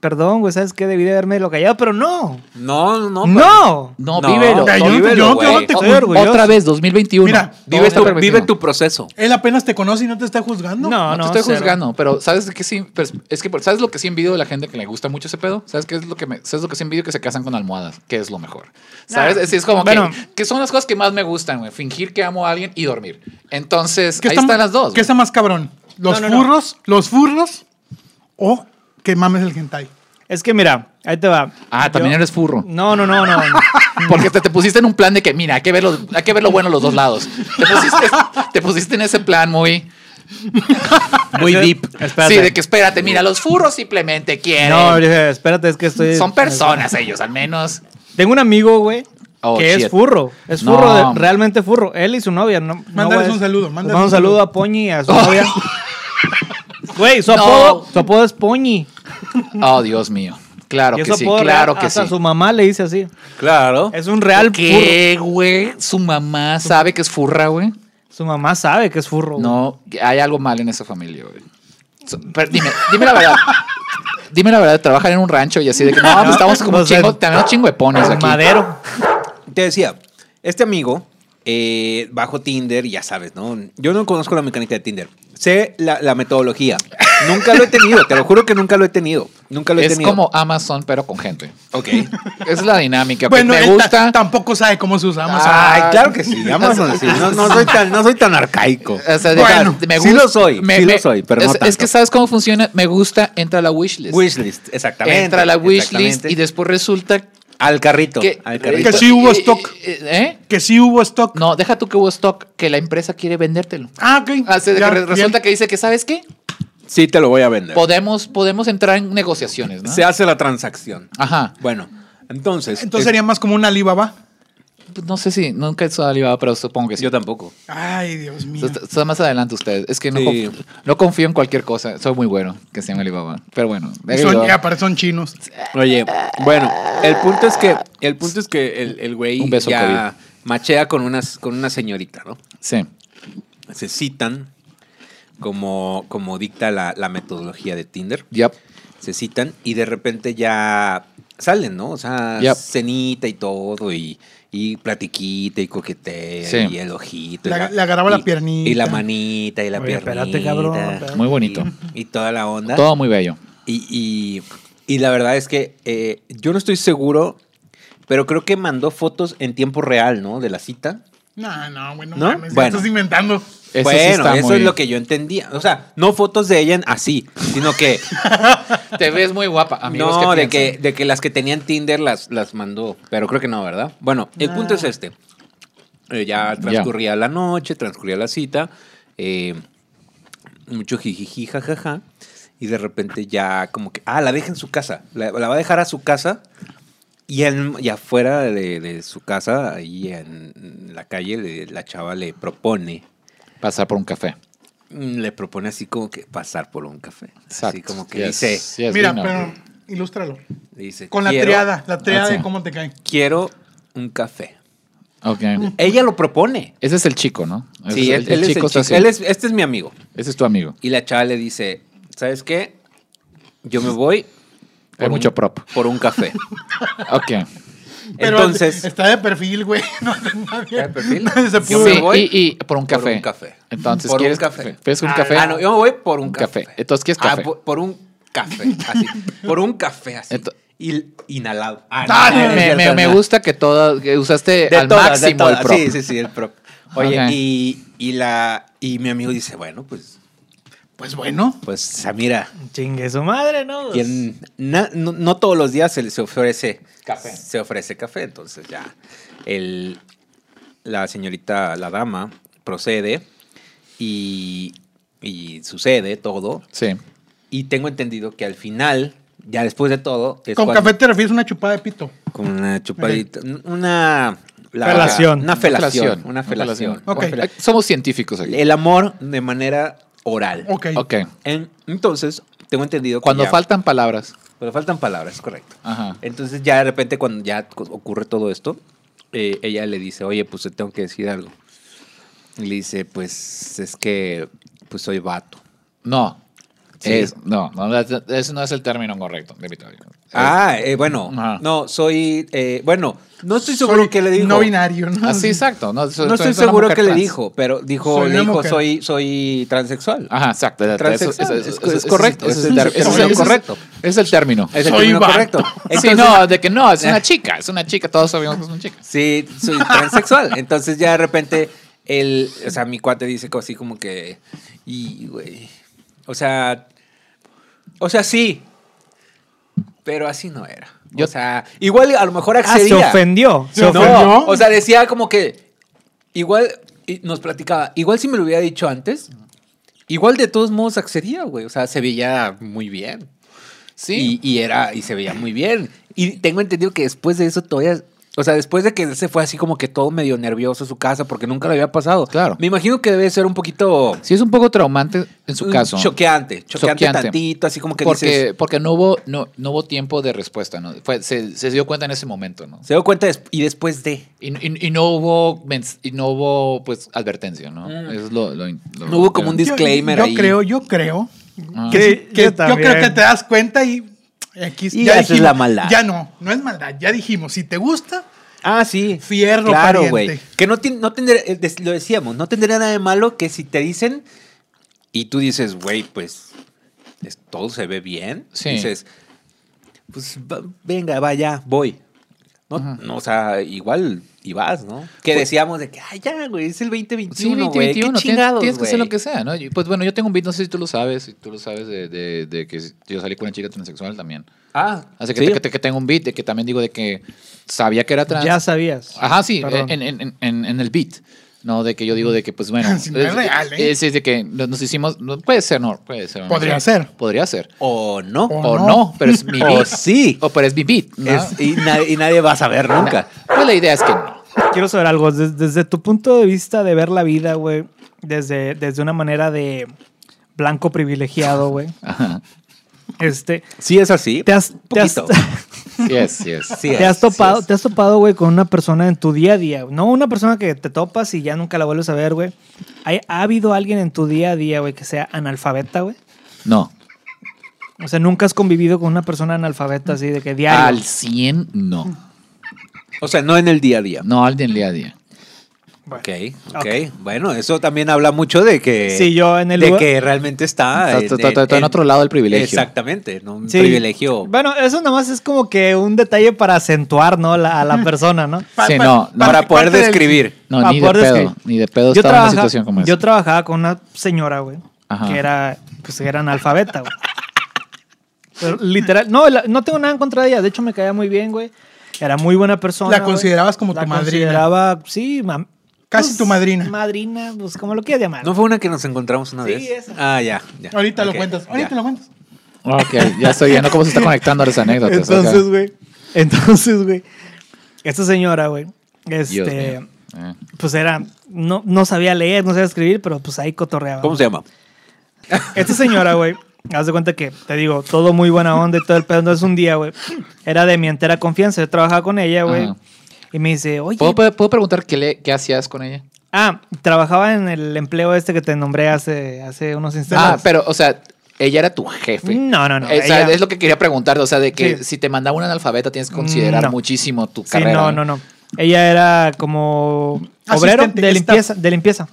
Speaker 7: perdón, güey, ¿sabes qué? Debí de haberme lo callado, pero no.
Speaker 6: No, no.
Speaker 7: No.
Speaker 5: No,
Speaker 6: No,
Speaker 5: vívelo.
Speaker 4: Ya, yo no te-
Speaker 6: Vívelo,
Speaker 4: yo no te-
Speaker 6: güey.
Speaker 4: no te-
Speaker 7: estoy orgulloso.
Speaker 5: Otra vez, 2021.
Speaker 4: Mira,
Speaker 5: Todo
Speaker 6: Vive
Speaker 5: está
Speaker 6: tu,
Speaker 5: permitido.
Speaker 6: vive tu proceso.
Speaker 4: Él apenas te conoce y no te está juzgando.
Speaker 7: No.
Speaker 5: No, te estoy
Speaker 7: cero.
Speaker 5: juzgando, pero sabes que sí, pero es que por- sabes lo que sí envidio de la gente que le gusta mucho ese pedo, sabes qué es lo que me, sabes lo que sí envidio que se casan con almohadas, que es lo mejor, sabes, es, es como
Speaker 7: Bueno.
Speaker 5: que, que son las cosas que más me gustan, güey, fingir que amo a alguien y dormir, entonces
Speaker 4: ¿Qué
Speaker 5: ahí
Speaker 4: está-
Speaker 5: están las dos,
Speaker 4: ¿Qué está más cabrón? ¿Los
Speaker 7: No, no, no.
Speaker 4: furros? ¿Los furros? ¿O que mames el hentai?
Speaker 7: Es que mira, ahí te va.
Speaker 5: ah, también
Speaker 7: Yo-
Speaker 5: eres furro,
Speaker 7: No, no, no, no.
Speaker 5: porque te, te pusiste en un plan de que mira, hay que ver lo, hay que ver lo bueno los dos lados, te pusiste, te pusiste en ese plan muy,
Speaker 6: Muy deep.
Speaker 7: Espérate.
Speaker 5: sí, de que espérate, mira, los furros simplemente quieren,
Speaker 7: No, dije, espérate, es que estoy.
Speaker 5: son personas ellos al menos,
Speaker 7: Tengo un amigo, güey,
Speaker 5: Oh,
Speaker 7: que
Speaker 5: shit.
Speaker 7: es furro. Es
Speaker 5: No.
Speaker 7: furro, de- realmente furro. Él y su novia. No, no
Speaker 4: Mándales
Speaker 7: voy a-
Speaker 4: un saludo,
Speaker 7: Les
Speaker 4: mándales
Speaker 7: mando
Speaker 4: un
Speaker 7: un saludo
Speaker 4: saludo.
Speaker 7: a Poñi, a su novia. Güey, su,
Speaker 5: No.
Speaker 7: apodo, su apodo es Poñi.
Speaker 5: oh Dios mío. Claro
Speaker 7: Y
Speaker 5: que
Speaker 7: eso
Speaker 5: sí,
Speaker 7: puedo
Speaker 5: claro
Speaker 7: real-
Speaker 5: que sí.
Speaker 7: hasta su mamá le dice así.
Speaker 6: Claro.
Speaker 7: Es un real furro.
Speaker 5: ¿Qué, güey? ¿Su mamá sabe que es furra, güey?
Speaker 7: Su mamá sabe que es furro. güey.
Speaker 5: No, hay algo mal en esa familia, güey. So- pero dime, dime la verdad. Dime la verdad, trabajan en un rancho y así de que no, pues estamos como un
Speaker 7: Pues,
Speaker 5: chingo,
Speaker 7: en-
Speaker 5: también un chingo de ponis
Speaker 7: Es
Speaker 5: pues aquí.
Speaker 7: madero.
Speaker 6: Te decía, este amigo eh, bajo Tinder, ya sabes, ¿no? Yo no conozco la mecánica de Tinder. Sé la, la metodología. Nunca lo he tenido, te lo juro que nunca lo he tenido. Nunca lo he
Speaker 5: Es
Speaker 6: tenido.
Speaker 5: como Amazon, pero con gente.
Speaker 6: Ok.
Speaker 5: Es la dinámica. pues,
Speaker 4: Bueno,
Speaker 5: me
Speaker 4: él
Speaker 5: gusta.
Speaker 4: ta- tampoco sabe cómo se usa Amazon.
Speaker 5: Ah,
Speaker 6: Ay, claro que sí, Amazon sí. No, no soy tan, no soy tan arcaico.
Speaker 5: O sea, de-
Speaker 6: Bueno,
Speaker 5: me
Speaker 6: sí
Speaker 5: gust-
Speaker 6: lo soy,
Speaker 5: me-
Speaker 6: sí
Speaker 5: me-
Speaker 6: lo soy, pero no
Speaker 5: es,
Speaker 6: tanto.
Speaker 5: es que sabes cómo funciona. Me gusta, entra a la wishlist.
Speaker 6: Wishlist, exactamente.
Speaker 5: entra a la wishlist
Speaker 6: exactamente.
Speaker 5: y después resulta
Speaker 6: Al carrito,
Speaker 5: que.
Speaker 6: al carrito.
Speaker 4: Que sí hubo stock.
Speaker 5: ¿Eh?
Speaker 4: Que sí hubo stock.
Speaker 5: No, deja tú que hubo stock, que la empresa quiere vendértelo.
Speaker 4: Ah, ok.
Speaker 5: Hace de
Speaker 4: Ya,
Speaker 5: que re- resulta
Speaker 4: bien.
Speaker 5: que dice que, ¿sabes qué?
Speaker 6: Sí te lo voy a vender.
Speaker 5: Podemos, podemos entrar en negociaciones, ¿no?
Speaker 6: Se hace la transacción.
Speaker 5: Ajá.
Speaker 6: Bueno, entonces.
Speaker 4: Entonces
Speaker 6: es-
Speaker 4: sería más como un Alibaba.
Speaker 5: Pues No sé si nunca he usado Alibaba, pero supongo que sí.
Speaker 6: Yo tampoco.
Speaker 4: Ay, Dios mío.
Speaker 5: Está- está más adelante ustedes. Es que no,
Speaker 6: Sí.
Speaker 5: conf- no confío en cualquier cosa. Soy muy bueno que sea en Alibaba. Pero bueno.
Speaker 4: Y Son,
Speaker 5: Alibaba.
Speaker 4: ya, pero son chinos.
Speaker 6: Oye, bueno, el punto es que el punto es que el, el güey
Speaker 5: Un beso,
Speaker 6: ya, machea con, unas, con una señorita, ¿no?
Speaker 5: Sí.
Speaker 6: Se citan, como, como dicta la, la metodología de Tinder.
Speaker 5: Yep.
Speaker 6: Se citan y de repente ya salen, ¿no? O sea,
Speaker 5: Yep.
Speaker 6: cenita y todo, y, y platiquita y coqueteo,
Speaker 5: Sí.
Speaker 6: y el ojito. y
Speaker 4: Le aga- le agarraba la
Speaker 6: y-
Speaker 4: piernita.
Speaker 6: Y la manita, y la
Speaker 7: Oye,
Speaker 6: piernita.
Speaker 7: espérate, cabrón, espérate.
Speaker 5: Muy bonito.
Speaker 6: Y, y toda la onda.
Speaker 5: Todo muy bello.
Speaker 6: Y, y- y la verdad es que eh, yo no estoy seguro, pero creo que mandó fotos en tiempo real, ¿no? De la cita.
Speaker 4: No, no, bueno,
Speaker 6: ¿No?
Speaker 4: mames, ya
Speaker 6: Bueno.
Speaker 4: estás inventando.
Speaker 5: Eso sí
Speaker 6: bueno,
Speaker 5: está
Speaker 6: eso
Speaker 5: muy-
Speaker 6: es lo que yo entendía. O sea, no fotos de ella en- así, sino que.
Speaker 5: Te ves muy guapa, amigos.
Speaker 6: no,
Speaker 5: ¿qué
Speaker 6: de, que,
Speaker 5: piensan?
Speaker 6: de que las que tenían Tinder las, las mandó. Pero creo que no, ¿verdad? Bueno, el punto
Speaker 4: Ah.
Speaker 6: es este. Eh, ya transcurría la noche, transcurría la cita. eh, mucho jijiji, jajaja. Y de repente ya como que, ah, la deja en su casa. La, la va a dejar a su casa. Y, en- y afuera de, de su casa, ahí en la calle, le- la chava le propone
Speaker 5: Pasar por un café.
Speaker 6: Mm, le propone así como que pasar por un café. Así
Speaker 5: Exacto.
Speaker 6: como que
Speaker 5: Yes,
Speaker 6: dice,
Speaker 5: yes,
Speaker 4: Mira,
Speaker 5: we know.
Speaker 4: pero ilústralo.
Speaker 6: dice,
Speaker 4: Con la
Speaker 6: "Quiero-
Speaker 4: triada, la triada
Speaker 5: Ah, sí.
Speaker 4: de cómo te cae.
Speaker 6: Quiero un café.
Speaker 5: Ok.
Speaker 6: Ella lo propone.
Speaker 5: Ese es el chico, ¿no? Ese
Speaker 6: Sí,
Speaker 5: es
Speaker 6: él, él es el
Speaker 5: pues, está
Speaker 6: chico.
Speaker 5: así.
Speaker 6: Él es- este es mi amigo.
Speaker 5: Ese es tu amigo.
Speaker 6: Y la chava le dice, ¿sabes qué? Yo me voy
Speaker 5: Hay
Speaker 6: un-
Speaker 5: mucho prop.
Speaker 6: por un café.
Speaker 5: Ok.
Speaker 4: Pero
Speaker 6: Entonces,
Speaker 4: Está de perfil, güey. No hace nadie.
Speaker 6: ¿Está de perfil?
Speaker 4: Nadie se
Speaker 6: Yo
Speaker 4: pudo.
Speaker 6: me
Speaker 5: Sí,
Speaker 6: voy
Speaker 5: y, y por un
Speaker 6: por
Speaker 5: café.
Speaker 6: un café.
Speaker 5: Entonces,
Speaker 6: Por un
Speaker 5: ¿quieres
Speaker 6: café.
Speaker 5: ¿Quieres un café?
Speaker 6: ah, no, yo me voy por un
Speaker 5: Un
Speaker 6: café.
Speaker 5: café. Entonces, ¿quieres
Speaker 6: Ah,
Speaker 5: café?
Speaker 6: por, por un café, así. por un café, así.
Speaker 5: Ento-
Speaker 6: Y inhalado. Ah,
Speaker 5: Ah,
Speaker 6: no, no, no,
Speaker 5: me,
Speaker 6: no,
Speaker 5: me-
Speaker 6: no,
Speaker 5: me
Speaker 6: no.
Speaker 5: gusta que todo que usaste
Speaker 6: De
Speaker 5: al
Speaker 6: todas, de
Speaker 5: máximo el
Speaker 6: todas.
Speaker 5: prop.
Speaker 6: Sí, sí, sí, el prop. Oye,
Speaker 5: Ok.
Speaker 6: y, y la y mi amigo dice, bueno, pues,
Speaker 4: Pues bueno.
Speaker 6: pues Samira,
Speaker 7: Chingue su madre, ¿no?
Speaker 6: quien na- no, no todos los días se, le- se ofrece café. Se ofrece café, entonces ya el, la señorita, la dama, procede y, y sucede todo.
Speaker 5: Sí.
Speaker 6: Y tengo entendido que al final, ya después de todo, es
Speaker 4: Con
Speaker 6: cuando-
Speaker 4: café te refieres a una chupada de pito.
Speaker 6: Con una chupadita. Una. la-
Speaker 7: Felación.
Speaker 6: Una felación. Una
Speaker 5: Una
Speaker 6: felación.
Speaker 5: felación.
Speaker 6: una
Speaker 4: Ok.
Speaker 6: fela-
Speaker 5: Somos científicos aquí.
Speaker 6: El amor de manera oral.
Speaker 4: Ok.
Speaker 5: Ok.
Speaker 6: En- entonces, tengo entendido que.
Speaker 5: Cuando
Speaker 6: ya-
Speaker 5: faltan palabras.
Speaker 6: Cuando faltan palabras, correcto.
Speaker 5: Ajá.
Speaker 6: Entonces, ya de repente, cuando ya co- ocurre todo esto, eh, ella le dice: Oye, pues te tengo que decir algo. Y le dice: Pues es que. Pues soy vato.
Speaker 5: No.
Speaker 6: Sí.
Speaker 5: Es, no, no, ese no es el término correcto. de mi teoría.
Speaker 6: Ah, eh, bueno.
Speaker 5: Ajá.
Speaker 6: No, soy. eh, bueno, no estoy seguro
Speaker 4: Soy
Speaker 6: que le dijo.
Speaker 4: No binario, ¿no?
Speaker 5: Ah, sí, exacto. No, soy-
Speaker 6: No
Speaker 5: soy
Speaker 6: estoy
Speaker 5: una
Speaker 6: seguro
Speaker 5: mujer
Speaker 6: que le
Speaker 5: trans.
Speaker 6: dijo, pero dijo,
Speaker 4: Soy
Speaker 6: le
Speaker 4: una
Speaker 6: dijo,
Speaker 4: mujer.
Speaker 6: soy, soy transexual.
Speaker 5: Ajá, exacto. Eso-
Speaker 6: Transexual.
Speaker 5: eso-
Speaker 6: Es-
Speaker 5: eso-
Speaker 6: es
Speaker 5: eso-
Speaker 6: correcto,
Speaker 5: ese
Speaker 6: ese
Speaker 5: el ter-
Speaker 6: es el
Speaker 5: ese es el-
Speaker 6: término correcto.
Speaker 5: correcto. Es el término.
Speaker 6: Es el
Speaker 4: Soy
Speaker 6: término
Speaker 4: vato.
Speaker 6: correcto.
Speaker 5: sí,
Speaker 6: Entonces, eh.
Speaker 5: no, de que no, es una chica, es una chica, todos sabemos que es una chica.
Speaker 6: sí, soy transexual. Entonces ya de repente, el, o sea, mi cuate dice co- así como que, y, güey, o sea, o sea, sí, pero así no era.
Speaker 5: Yo-
Speaker 6: o sea, igual a lo mejor
Speaker 7: Ah, se
Speaker 6: accedía.
Speaker 7: ofendió. Se
Speaker 4: No.
Speaker 7: ofendió.
Speaker 6: No, o sea, decía como que igual y nos platicaba, igual si me lo hubiera dicho antes, igual de todos modos accedía, güey, o sea, se veía muy bien.
Speaker 5: Sí.
Speaker 6: Y, y era y se veía muy bien. Y tengo entendido que después de eso todavía o sea, después de que él se fue así como que todo medio nervioso a su casa porque nunca lo había pasado.
Speaker 5: Claro.
Speaker 6: Me imagino que debe ser un poquito
Speaker 5: Sí, es un poco traumante en su
Speaker 6: mm,
Speaker 5: caso.
Speaker 6: choqueante, choqueante,
Speaker 5: Choqueante.
Speaker 6: tantito, así como que
Speaker 5: porque
Speaker 6: dices,
Speaker 5: porque no, hubo, no, no hubo tiempo de respuesta, ¿no? Fue- se, se dio cuenta en ese momento, ¿no?
Speaker 6: se dio cuenta des- y después de
Speaker 5: Y, y- y no hubo mens- y no hubo pues advertencia, ¿no?
Speaker 6: Mm.
Speaker 5: Eso es lo, lo in- lo-
Speaker 6: No hubo como un
Speaker 5: lo-
Speaker 6: dis- disclaimer
Speaker 4: yo, yo
Speaker 6: ahí.
Speaker 4: creo, yo creo.
Speaker 5: Ah.
Speaker 4: Que,
Speaker 7: Sí,
Speaker 4: sí, que
Speaker 7: yo
Speaker 4: yo,
Speaker 7: también.
Speaker 4: creo que te das cuenta y. Aquí
Speaker 6: Y haces la maldad.
Speaker 4: Ya no, no es maldad. Ya dijimos, si te gusta,
Speaker 6: Ah, sí.
Speaker 4: Fierro,
Speaker 6: Claro,
Speaker 4: pariente.
Speaker 6: güey. Que no, tiene- no tendría, eh, des- lo decíamos, no tendría nada de malo que si te dicen y tú dices, güey, pues es- todo se ve bien.
Speaker 5: Sí.
Speaker 6: Dices, pues va- venga, vaya, voy. No, no, o sea, igual y vas, ¿no? Que decíamos de que, ay, ya, güey, es el 2021, güey. qué
Speaker 5: 2021, Pues tienes,
Speaker 6: chingados,
Speaker 5: tienes que hacer
Speaker 6: güey".
Speaker 5: lo que sea, ¿no? Y, pues bueno, yo tengo un beat, no sé si tú lo sabes, si tú lo sabes, de, de- de que yo salí con una chica transexual también.
Speaker 6: Ah,
Speaker 5: Así que,
Speaker 6: sí.
Speaker 5: te- que, te- que tengo un beat de que también digo de que sabía que era trans.
Speaker 7: Ya sabías.
Speaker 5: Ajá, sí,
Speaker 7: Perdón.
Speaker 5: en, en- en- en- en el beat. No, de que yo digo de que, pues bueno.
Speaker 4: Sí, no es real, ¿eh?
Speaker 5: es- es de que nos, nos hicimos. no, puede ser, no, puede ser. no
Speaker 4: Podría
Speaker 5: sé.
Speaker 4: ser.
Speaker 5: Podría ser.
Speaker 6: O no.
Speaker 4: O
Speaker 5: O,
Speaker 4: no.
Speaker 5: no. pero es mi
Speaker 6: O
Speaker 5: beat.
Speaker 6: sí.
Speaker 5: O pero es mi beat. ¿no?
Speaker 6: Es- y, nadie, y nadie va a saber nunca.
Speaker 5: Pues la idea es que no.
Speaker 7: Quiero saber algo. des- Desde, tu punto de vista de ver la vida, güey, desde, desde una manera de blanco privilegiado, güey,
Speaker 5: Ajá.
Speaker 7: este,
Speaker 6: Sí es así.
Speaker 7: te has... Te has
Speaker 6: Poquito.
Speaker 5: Yes, yes.
Speaker 6: Sí
Speaker 7: ¿Te
Speaker 6: es,
Speaker 7: has topado,
Speaker 6: sí
Speaker 7: te has topado, güey, con una persona en tu día a día? No una persona que te topas y ya nunca la vuelves a ver, güey. ¿Hay- ¿Ha habido alguien en tu día a día, güey, que sea analfabeta, güey?
Speaker 5: No.
Speaker 7: O sea, nunca has convivido con una persona analfabeta así de que diario.
Speaker 5: Al 100, no.
Speaker 6: es. O sea, no en el día a día.
Speaker 5: No al día a día.
Speaker 6: Ok, ok. Bueno, eso también habla mucho de que.
Speaker 7: Sí, yo en el
Speaker 6: De
Speaker 7: lugar-
Speaker 6: que realmente está.
Speaker 5: Está- está- está- está en otro lado del privilegio.
Speaker 6: Exactamente, ¿no? un
Speaker 7: Sí.
Speaker 6: privilegio.
Speaker 7: Bueno, eso nada más es como que un detalle para acentuar, ¿no? La- a la persona, ¿no?
Speaker 5: Sí, no, no.
Speaker 6: Para poder
Speaker 4: parte del-
Speaker 6: describir.
Speaker 5: No,
Speaker 7: Pa'
Speaker 5: ni de
Speaker 7: poder
Speaker 5: pedo.
Speaker 7: describir.
Speaker 5: Ni de pedo
Speaker 7: yo,
Speaker 5: estaba en una
Speaker 7: trabaja-
Speaker 5: situación como
Speaker 7: yo
Speaker 5: esa.
Speaker 7: trabajaba con una señora, güey,
Speaker 5: Ajá.
Speaker 7: que era, pues, que era analfabeta, güey. Pero, literal, no, la- no tengo nada en contra de ella, de hecho me caía muy bien, güey. Era muy buena persona.
Speaker 4: La
Speaker 7: güey.
Speaker 4: considerabas como
Speaker 7: La
Speaker 4: tu madrina.
Speaker 7: consideraba, sí, mam-
Speaker 4: Casi
Speaker 7: pues,
Speaker 4: tu madrina.
Speaker 7: Madrina, pues como lo quieras llamar.
Speaker 6: ¿No fue una que nos encontramos una
Speaker 7: Sí,
Speaker 6: vez?
Speaker 7: esa.
Speaker 6: Ah, ya. ya.
Speaker 4: Ahorita
Speaker 6: Ok,
Speaker 4: lo cuentas.
Speaker 6: ya.
Speaker 4: Ahorita lo cuentas.
Speaker 5: Ok, ya estoy viendo cómo se está conectando las anécdotas. ok.
Speaker 7: Entonces, güey. Entonces, güey. Esta señora, güey.
Speaker 5: Dios
Speaker 7: Este.
Speaker 5: mío. Eh.
Speaker 7: Pues era. No, no sabía leer, no sabía escribir, pero pues ahí cotorreaba.
Speaker 6: ¿Cómo se llama?
Speaker 7: Esta Este señora, güey. Haz de cuenta que, te digo, todo muy buena onda y todo el pedo. Entonces un día, güey, era de mi entera confianza. Yo trabajaba con ella, güey.
Speaker 5: Ajá.
Speaker 7: Y me dice, oye.
Speaker 5: ¿Puedo, puedo- puedo preguntar qué, le, qué hacías con ella?
Speaker 7: Ah, trabajaba en el empleo este que te nombré hace, hace unos instantes.
Speaker 5: Ah, pero, o sea, ella era tu jefe. Eh,
Speaker 7: No, no, no,
Speaker 5: O sea,
Speaker 7: ella-
Speaker 5: Es lo que quería preguntarte. O sea, de que
Speaker 7: Sí.
Speaker 5: si te mandaba un analfabeta tienes que considerar
Speaker 7: No.
Speaker 5: muchísimo tu
Speaker 7: Sí,
Speaker 5: carrera.
Speaker 7: no, no, no. Ella era como obrero
Speaker 4: Asistente,
Speaker 7: de
Speaker 4: staff.
Speaker 7: limpieza, de limpieza.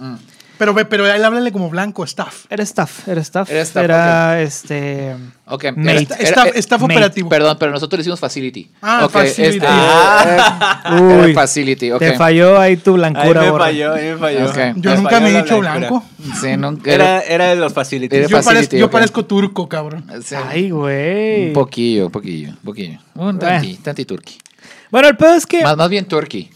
Speaker 4: Pero ve, pero él háblale como blanco, staff.
Speaker 7: Era staff, era staff.
Speaker 5: Era staff,
Speaker 7: Era, este.
Speaker 5: Ok.
Speaker 7: Mate.
Speaker 5: Era- era-
Speaker 4: Staff,
Speaker 5: eh,
Speaker 4: staff
Speaker 7: mate,
Speaker 4: operativo.
Speaker 5: Perdón, pero nosotros le hicimos facility.
Speaker 4: Ah,
Speaker 5: Ok,
Speaker 4: facility.
Speaker 5: este,
Speaker 6: Ah.
Speaker 5: eh, era facility, ok.
Speaker 7: Te falló ahí tu
Speaker 6: Ahí
Speaker 7: blancura,
Speaker 6: me
Speaker 7: borra.
Speaker 6: falló, ahí me falló.
Speaker 5: Ok.
Speaker 4: Yo
Speaker 6: Me
Speaker 4: nunca
Speaker 6: falló
Speaker 4: me he
Speaker 6: la
Speaker 4: dicho
Speaker 6: blancura.
Speaker 4: blanco.
Speaker 5: Sí, nunca
Speaker 6: Era, era de los facilities.
Speaker 5: Era
Speaker 4: Yo,
Speaker 5: facility,
Speaker 4: parezco, yo
Speaker 5: ok.
Speaker 4: parezco turco, cabrón.
Speaker 5: sí,
Speaker 7: Ay, güey.
Speaker 5: un poquillo, un poquillo, un poquillo. Un tanti, tanti turqui.
Speaker 7: Bueno, el pedo es que.
Speaker 5: Más, más bien turqui.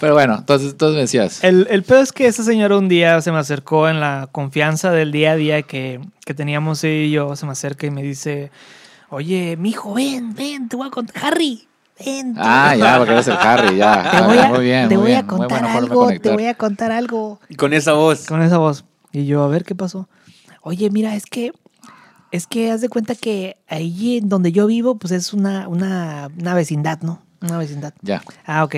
Speaker 5: Pero bueno, entonces, entonces me decías.
Speaker 7: El, el pedo es que esa señora un día se me acercó en la confianza del día a día que, que teníamos ella y yo. Se me acerca y me dice: Oye, mijo, ven, ven, te voy a contar. Harry, ven. te-
Speaker 5: Ah, ya, porque eres el Harry, ya.
Speaker 7: Te
Speaker 5: Ah,
Speaker 7: voy a,
Speaker 5: muy bien,
Speaker 7: te
Speaker 5: muy
Speaker 7: voy
Speaker 5: bien.
Speaker 7: a
Speaker 5: Muy
Speaker 7: contar
Speaker 5: buena forma de
Speaker 7: algo, te
Speaker 5: conectar.
Speaker 7: voy a contar algo.
Speaker 6: Con esa voz.
Speaker 7: Con esa voz. Y yo, a ver, ¿qué pasó? Oye, mira, es que, es que haz de cuenta que ahí en donde yo vivo, pues es una, una, una vecindad, ¿no? Una vecindad.
Speaker 5: Ya.
Speaker 7: Ah, ok.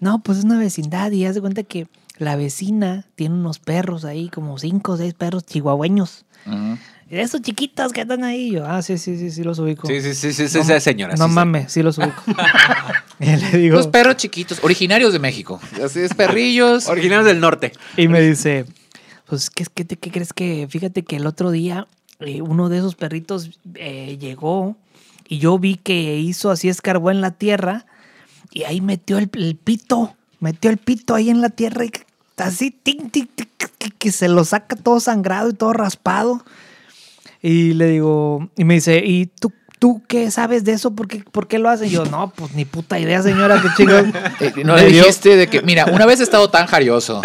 Speaker 7: No, pues es una vecindad y haz de cuenta que la vecina tiene unos perros ahí, como cinco o seis perros chihuahueños.
Speaker 5: Ujú.
Speaker 7: Y de esos chiquitos que están ahí. Y yo, ah, sí, sí, sí, sí los ubico.
Speaker 6: Sí, sí, sí, sí, sí,
Speaker 7: No-
Speaker 6: esa señora.
Speaker 7: No
Speaker 6: sí, sí.
Speaker 7: mames, sí los ubico. y le digo...
Speaker 5: Los perros chiquitos, originarios de México. Así es, perrillos.
Speaker 6: Originarios del norte.
Speaker 7: Y me dice, pues, ¿qué, qué, te- qué crees que? Fíjate que el otro día eh, uno de esos perritos eh, llegó y yo vi que hizo así escarbó en la tierra y ahí metió el, el pito, metió el pito ahí en la tierra y así, tin, tin, tin, que, que se lo saca todo sangrado y todo raspado. Y le digo, y me dice, ¿y tú? ¿Tú qué sabes de eso? ¿Por qué, por qué lo hacen? Y yo, no, pues ni puta idea, señora, qué chingón.
Speaker 5: Eh, No le
Speaker 7: Me dio-
Speaker 5: dijiste de que, mira, una vez he estado tan jarioso.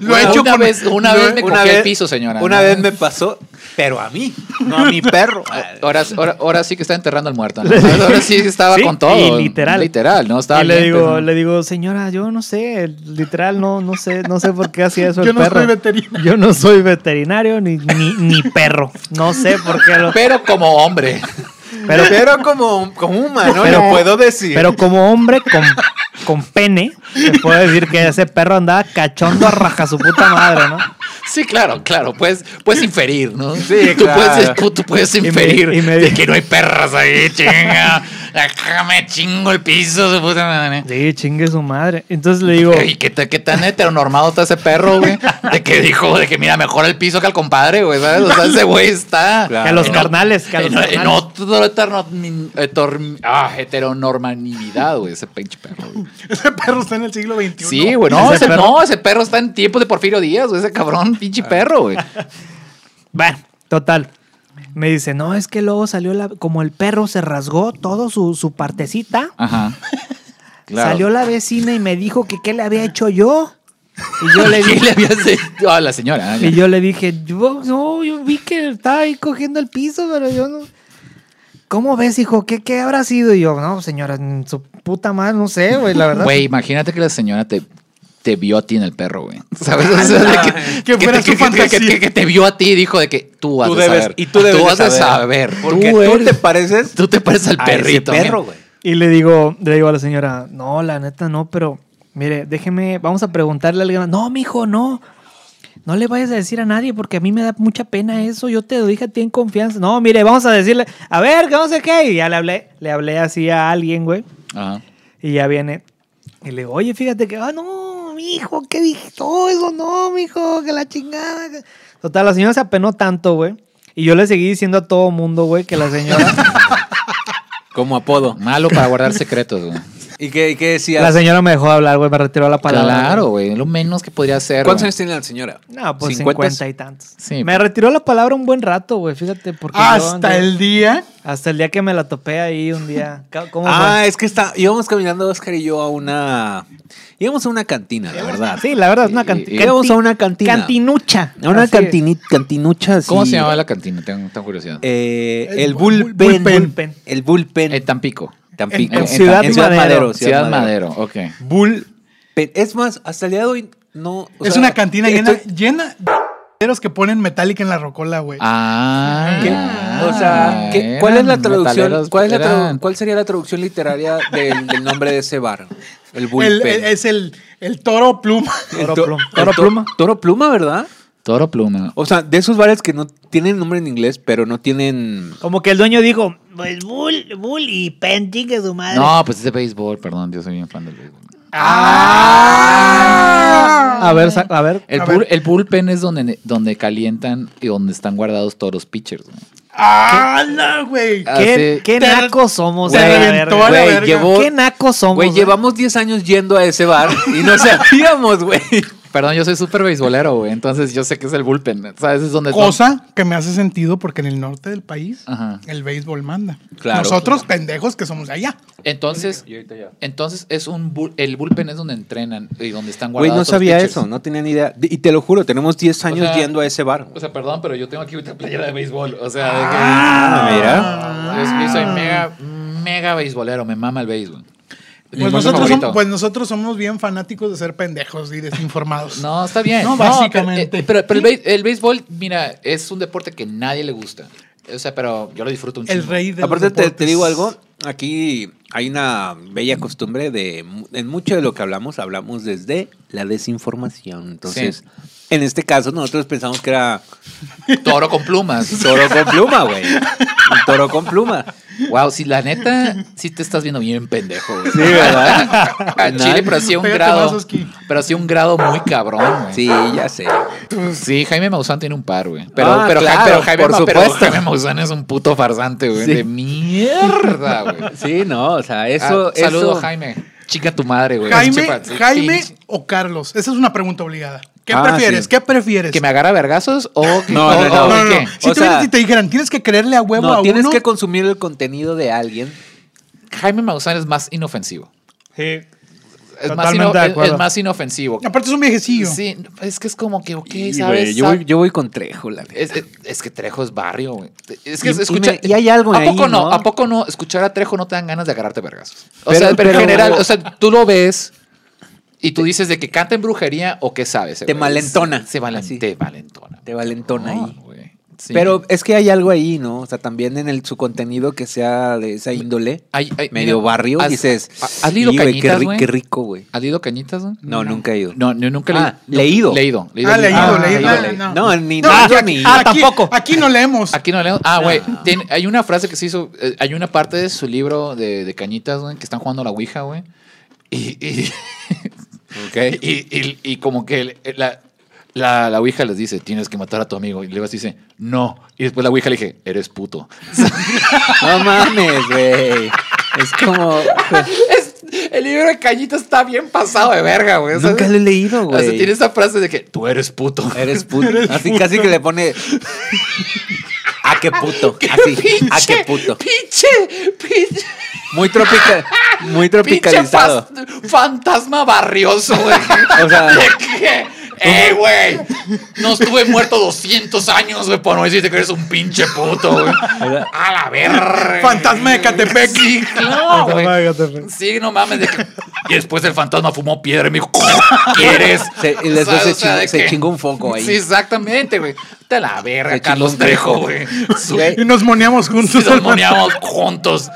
Speaker 4: Lo he
Speaker 5: Una
Speaker 4: hecho con-
Speaker 5: vez, una
Speaker 6: Yo-
Speaker 5: vez me cogí el piso, señora.
Speaker 6: Una
Speaker 5: ¿no?
Speaker 6: vez me pasó, pero a mí, no a mi perro.
Speaker 5: Ahora, ahora, ahora sí que está enterrando al muerto. ¿no? Ahora sí que estaba
Speaker 7: Sí,
Speaker 5: con todo.
Speaker 7: y literal.
Speaker 5: Literal, ¿no? Estaba
Speaker 7: y le
Speaker 5: bien
Speaker 7: digo,
Speaker 5: pensando.
Speaker 7: le digo, señora, yo no sé, literal, no, no sé, no sé por qué hacía eso
Speaker 4: Yo
Speaker 7: el
Speaker 4: no soy
Speaker 7: perro.
Speaker 4: veterinario.
Speaker 7: Yo no soy veterinario ni, ni, ni perro. No sé por qué lo.
Speaker 5: Pero como hombre.
Speaker 6: Pero, como, como humano,
Speaker 7: Pero-
Speaker 6: lo puedo decir.
Speaker 7: Pero como hombre con, con pene, te puedo decir que ese perro andaba cachondo a raja su puta madre, ¿no?
Speaker 5: Sí, claro, claro. Puedes, puedes inferir, ¿no?
Speaker 6: Sí,
Speaker 5: tú
Speaker 6: claro.
Speaker 5: Puedes, tú, tú puedes
Speaker 7: me-
Speaker 5: inferir
Speaker 7: y me-
Speaker 5: de que no hay perras ahí, chinga. Acá me chingo el piso, su puta madre.
Speaker 7: Sí, chingue su madre. Entonces le digo,
Speaker 5: Ey, ¿qué, ta- qué tan heteronormado está ese perro, güey? De que dijo, de que mira, mejor el piso que al compadre, güey, ¿sabes? O sea, ese güey está...
Speaker 6: Claro.
Speaker 7: que a los
Speaker 5: en o-
Speaker 7: carnales, que a los
Speaker 5: en, en
Speaker 7: carnales.
Speaker 5: otro heteronormi- hetor- ah, heteronormatividad, güey, ese pinche perro, güey.
Speaker 4: Ese perro está en el siglo XXI.
Speaker 5: Sí, güey, no,
Speaker 7: ¿Ese
Speaker 5: ese,
Speaker 7: perro? Ah.
Speaker 5: no, ese perro está en tiempos de Porfirio Díaz, güey, ese cabrón, pinche perro, güey.
Speaker 7: Bueno, total. Me dice, no, es que luego salió la. Como el perro se rasgó todo su, su partecita.
Speaker 5: Ajá.
Speaker 7: Salió la vecina y me dijo que qué le había hecho yo. Y yo le
Speaker 5: ¿Qué
Speaker 7: dije,
Speaker 5: le habías hecho a la señora?
Speaker 7: y yo le dije, yo, no, yo vi que estaba ahí cogiendo el piso, pero yo no. ¿Cómo ves, hijo? ¿Qué, qué habrá sido? Y yo, no, señora, en su puta madre, no sé, güey, la verdad.
Speaker 5: Güey, imagínate que la señora te, te vio a ti en el perro, güey. ¿Sabes? O sea, de que,
Speaker 4: Que fuera
Speaker 5: te-
Speaker 4: su
Speaker 5: que- que-
Speaker 4: fantasía.
Speaker 5: que- que te vio a ti y dijo de que tú vas
Speaker 6: Tú
Speaker 5: a
Speaker 6: debes-
Speaker 5: saber.
Speaker 6: y tú debes de
Speaker 5: vas a
Speaker 6: saber.
Speaker 5: saber.
Speaker 6: Porque tú
Speaker 5: eres-
Speaker 6: te pareces
Speaker 5: Tú te pareces al
Speaker 6: a ese
Speaker 5: perrito.
Speaker 6: perro,
Speaker 5: mira.
Speaker 6: güey.
Speaker 7: Y le digo, le digo a la señora, no, la neta no, pero mire, déjeme, vamos a preguntarle a alguien. más". No, mijo, no. No le vayas a decir a nadie porque a mí me da mucha pena eso. Yo te lo dije a ti en confianza. No, mire, vamos a decirle, a ver, que no sé qué. Y ya le hablé, le hablé así a alguien, güey.
Speaker 5: Ajá.
Speaker 7: Y ya viene. Y le digo, oye, fíjate que, ah, no, mijo, ¿qué dije? Todo eso no, mijo, que la chingada. que-". Total, la señora se apenó tanto, güey. Y yo le seguí diciendo a todo mundo, güey, que la señora.
Speaker 6: Como apodo.
Speaker 5: Malo para guardar secretos, güey.
Speaker 6: ¿Y qué, y qué decías?
Speaker 7: La señora me dejó de hablar, güey, me retiró la palabra.
Speaker 5: Claro, güey. Lo menos que podría ser.
Speaker 6: ¿Cuántos
Speaker 5: güey.
Speaker 6: años tiene la señora?
Speaker 7: No, pues 50,
Speaker 6: ¿Cincuentas?
Speaker 7: y tantos.
Speaker 5: Sí.
Speaker 7: Me retiró la palabra un buen rato, güey, fíjate. Porque yo
Speaker 4: Hasta
Speaker 7: andé-
Speaker 4: el día.
Speaker 7: Hasta el día que me la topé ahí un día. Ca- ¿Cómo
Speaker 6: Ah, es que está, íbamos caminando Oscar y yo a una... Íbamos a una cantina, la verdad.
Speaker 7: fue? Sí, la verdad, es una
Speaker 5: Y- y-
Speaker 7: cantina.
Speaker 6: Íbamos a una cantina.
Speaker 7: Cantinucha.
Speaker 6: A una
Speaker 7: Así-
Speaker 6: cantini- cantinucha así.
Speaker 5: ¿Cómo se llamaba la cantina? Tengo, tengo curiosidad.
Speaker 6: Eh,
Speaker 4: El
Speaker 6: el,
Speaker 4: bu-
Speaker 6: bullpen,
Speaker 4: bullpen.
Speaker 6: bullpen. El bullpen.
Speaker 5: En Tampico.
Speaker 6: Tampico.
Speaker 5: en- en
Speaker 7: Ciudad Madero.
Speaker 5: Ciudad Madero, ok.
Speaker 6: Bullpen. Es más, hasta el día de hoy no... o
Speaker 4: es
Speaker 6: sea,
Speaker 4: una cantina llena,
Speaker 6: estoy-
Speaker 4: llena de peros que ponen Metallica en la rocola, güey.
Speaker 5: Ah.
Speaker 6: ¿Qué? o sea, ¿qué- ¿cuál es la
Speaker 5: eran
Speaker 6: traducción?
Speaker 5: metaleros,
Speaker 6: ¿Cuál, es la tradu-
Speaker 5: eran-
Speaker 6: cuál sería la traducción literaria del, del nombre de ese bar? El bullpen.
Speaker 4: El- el- es el, el toro pluma.
Speaker 7: Toro
Speaker 6: to-
Speaker 7: Pluma.
Speaker 6: el
Speaker 7: Toro
Speaker 6: to-
Speaker 7: Pluma.
Speaker 6: Toro Pluma, ¿verdad?
Speaker 5: Toro Pluma.
Speaker 6: O sea, de esos bares que no tienen nombre en inglés, pero no tienen.
Speaker 7: Como que el dueño dijo, pues bull, bull y pen, chingue su madre.
Speaker 5: No, pues es de béisbol, perdón, yo soy bien fan del béisbol.
Speaker 7: A ver, sa- a ver.
Speaker 5: El,
Speaker 4: A
Speaker 5: bull-
Speaker 4: ver.
Speaker 5: el bullpen es donde, donde calientan y donde están guardados todos los pitchers. güey.
Speaker 4: ¡Hala, güey!
Speaker 5: Ah,
Speaker 7: ¿Qué,
Speaker 5: sí.
Speaker 7: qué
Speaker 4: Te-
Speaker 7: nacos somos?
Speaker 4: se
Speaker 7: a la
Speaker 4: reventó
Speaker 7: verga?
Speaker 4: a la
Speaker 6: Güey,
Speaker 4: verga.
Speaker 6: llevó-
Speaker 7: ¿Qué nacos somos? ¿eh?
Speaker 6: Güey, llevamos 10 años yendo a ese bar y no sabíamos, güey.
Speaker 5: Perdón, yo soy súper beisbolero, güey, entonces yo sé que es el bullpen. ¿Sabes? Es donde.
Speaker 4: Cosa que me hace sentido porque en el norte del país
Speaker 5: Ajá.
Speaker 4: el béisbol manda.
Speaker 6: Claro.
Speaker 4: Nosotros, pendejos que somos de allá.
Speaker 5: Entonces, entonces es un bull- el bullpen es donde entrenan y donde están guardados.
Speaker 6: Güey, no
Speaker 5: todos los
Speaker 6: sabía
Speaker 5: pitchers.
Speaker 6: eso, no tenía ni idea. Y te lo juro, tenemos 10 años
Speaker 5: sea,
Speaker 6: yendo a ese bar.
Speaker 5: O sea, perdón, pero yo tengo aquí una playera de béisbol. O sea, de que.
Speaker 6: Ah, mira.
Speaker 5: Yo- yo soy mega, mega beisbolero, me mama el béisbol. Mi
Speaker 4: Pues
Speaker 5: deporte
Speaker 4: nosotros,
Speaker 5: favorito.
Speaker 4: somos, pues nosotros somos bien fanáticos de ser pendejos y desinformados.
Speaker 5: No, está bien.
Speaker 4: No,
Speaker 5: pero-
Speaker 4: básicamente.
Speaker 5: eh, Pero, pero el, béis- el béisbol, mira, es un deporte que nadie le gusta. O sea, pero yo lo disfruto un
Speaker 4: El
Speaker 5: chingo.
Speaker 4: rey de
Speaker 6: Aparte,
Speaker 4: los
Speaker 6: te, te
Speaker 4: deportes.
Speaker 6: digo algo. Aquí hay una bella costumbre de. mu- En mucho de lo que hablamos, hablamos desde la desinformación. Entonces, en este caso, nosotros pensamos que era
Speaker 5: Toro con plumas.
Speaker 6: toro con pluma, güey. Un toro con pluma.
Speaker 5: Wow, si la neta, sí te estás viendo bien pendejo. güey.
Speaker 6: Sí, ¿verdad?
Speaker 5: Al Chile, pero sí a un
Speaker 4: Pégate más,
Speaker 5: grado.
Speaker 4: Oski.
Speaker 5: Pero sí a un grado muy cabrón, güey.
Speaker 6: Sí, ya sé.
Speaker 5: Sí, Jaime Maussan tiene un par, güey. Pero,
Speaker 6: Ah,
Speaker 5: pero,
Speaker 6: claro,
Speaker 5: pero Jaime,
Speaker 6: por
Speaker 5: Ma- pero
Speaker 6: supuesto.
Speaker 5: Jaime Maussan es un puto farsante, güey.
Speaker 6: Sí.
Speaker 5: De mierda, güey.
Speaker 6: Sí, no, o sea, eso.
Speaker 5: Ah, saludo,
Speaker 6: eso-
Speaker 5: Jaime. Chica tu madre, güey.
Speaker 4: Jaime,
Speaker 5: Chepa, sí,
Speaker 4: Jaime
Speaker 5: pinche.
Speaker 4: o Carlos. Esa es una pregunta obligada. ¿Qué
Speaker 6: Ah,
Speaker 4: prefieres?
Speaker 6: sí.
Speaker 4: ¿Qué prefieres?
Speaker 5: ¿Que me agarra vergazos o que-
Speaker 6: No,
Speaker 5: o-
Speaker 6: no,
Speaker 5: o-
Speaker 6: no,
Speaker 5: o
Speaker 4: No, no,
Speaker 5: qué?
Speaker 4: no. Si
Speaker 6: O
Speaker 4: te,
Speaker 6: sea-
Speaker 4: vieran y te dijeran, tienes que creerle a huevo
Speaker 6: No,
Speaker 4: a
Speaker 6: tienes
Speaker 4: uno.
Speaker 6: que consumir el contenido de alguien.
Speaker 5: Jaime Maussan es más inofensivo.
Speaker 7: Sí.
Speaker 5: Es, más,
Speaker 7: Totalmente
Speaker 5: ino-
Speaker 7: de
Speaker 5: es-
Speaker 7: acuerdo.
Speaker 5: es más inofensivo.
Speaker 4: Aparte es un viejecillo.
Speaker 5: Sí, es que es como que, ok,
Speaker 6: Y,
Speaker 5: ¿sabes?
Speaker 6: güey, yo,
Speaker 5: Sa-
Speaker 6: voy, yo voy con Trejo, la neta.
Speaker 5: Es, es- es que Trejo es barrio, güey. Es que
Speaker 6: Y-
Speaker 5: es- escucha.
Speaker 6: y me- y hay algo
Speaker 5: ¿A
Speaker 6: ahí,
Speaker 5: poco no?
Speaker 6: ¿no?
Speaker 5: ¿A poco no? Escuchar a Trejo no te dan ganas de agarrarte vergas. O
Speaker 6: Pero-
Speaker 5: sea, pero en
Speaker 6: pero-
Speaker 5: general, o sea, tú lo ves y tú dices de que canta en brujería o qué sabes.
Speaker 6: Te
Speaker 5: güey.
Speaker 6: malentona.
Speaker 5: Se valen-
Speaker 6: Así.
Speaker 5: te valentona.
Speaker 6: Te valentona
Speaker 5: No,
Speaker 6: ahí.
Speaker 5: güey. Sí.
Speaker 6: Pero es que hay algo ahí, ¿no? O sea, también en el, su contenido que sea de esa índole,
Speaker 5: Ay, ay,
Speaker 6: medio
Speaker 5: mira,
Speaker 6: barrio,
Speaker 5: has-
Speaker 6: dices,
Speaker 5: ha- ¿Has leído
Speaker 6: "Y, güey, qué,
Speaker 5: cañitas,
Speaker 6: ri-
Speaker 5: güey?
Speaker 6: qué rico, güey.
Speaker 5: ¿Has leído cañitas, güey?
Speaker 6: No, nunca he ido.
Speaker 5: No, yo nunca he leído.
Speaker 6: Ah, leído.
Speaker 5: Leído.
Speaker 4: Ah, leído,
Speaker 5: Ah,
Speaker 4: leído.
Speaker 5: leído,
Speaker 4: Ah,
Speaker 5: leído.
Speaker 4: no.
Speaker 6: No, ni
Speaker 4: No,
Speaker 6: no,
Speaker 4: aquí-
Speaker 6: yo ni.
Speaker 4: Ah,
Speaker 7: Ah,
Speaker 4: tampoco.
Speaker 7: tampoco.
Speaker 4: Aquí no leemos.
Speaker 5: Aquí no leemos. Ah, güey. tiene- Hay una frase que se hizo. eh, hay una parte de su libro de, de cañitas, güey, que están jugando a la Ouija, güey. Y, y,
Speaker 6: Ok.
Speaker 5: y, y- y como que el- la, la, la Ouija les dice: Tienes que matar a tu amigo. Y Levas dice: No. Y después la Ouija le dije: Eres puto.
Speaker 6: No mames, güey. Es como. pues,
Speaker 5: Es- el libro de cañitas está bien pasado de verga, güey. O sea,
Speaker 6: Nunca lo he leído,
Speaker 5: o sea,
Speaker 6: güey. Eh,
Speaker 5: tiene esa frase de que tú eres puto.
Speaker 6: Eres puto. Así casi que le pone. ¿A qué puto? Así. ¿A qué puto?
Speaker 5: Pinche, pinche.
Speaker 6: Muy tropical. Muy
Speaker 5: Pinche
Speaker 6: tropicalizado.
Speaker 5: fas- fantasma barrioso, güey.
Speaker 6: O sea-
Speaker 5: ¿De qué? ¡Ey, güey! No estuve muerto 200 años, güey, por no decirte que eres un pinche puto, güey. A la verga.
Speaker 4: Fantasma de Catepec.
Speaker 5: Sí, claro,
Speaker 7: Fantasma
Speaker 5: güey.
Speaker 7: de Catepec.
Speaker 5: Sí, no mames. De que Y después el fantasma fumó piedra y me dijo, ¿quieres?
Speaker 6: Se- y después se chingó-
Speaker 5: de
Speaker 6: se
Speaker 5: que-
Speaker 6: chingó un foco ahí.
Speaker 5: Sí, exactamente, güey. Te la verga,
Speaker 6: Se chingó
Speaker 5: Carlos
Speaker 6: un
Speaker 5: Trejo,
Speaker 6: foco.
Speaker 5: güey.
Speaker 6: Güey,
Speaker 4: Y nos moneamos
Speaker 5: Si
Speaker 4: juntos.
Speaker 5: nos moneamos juntos.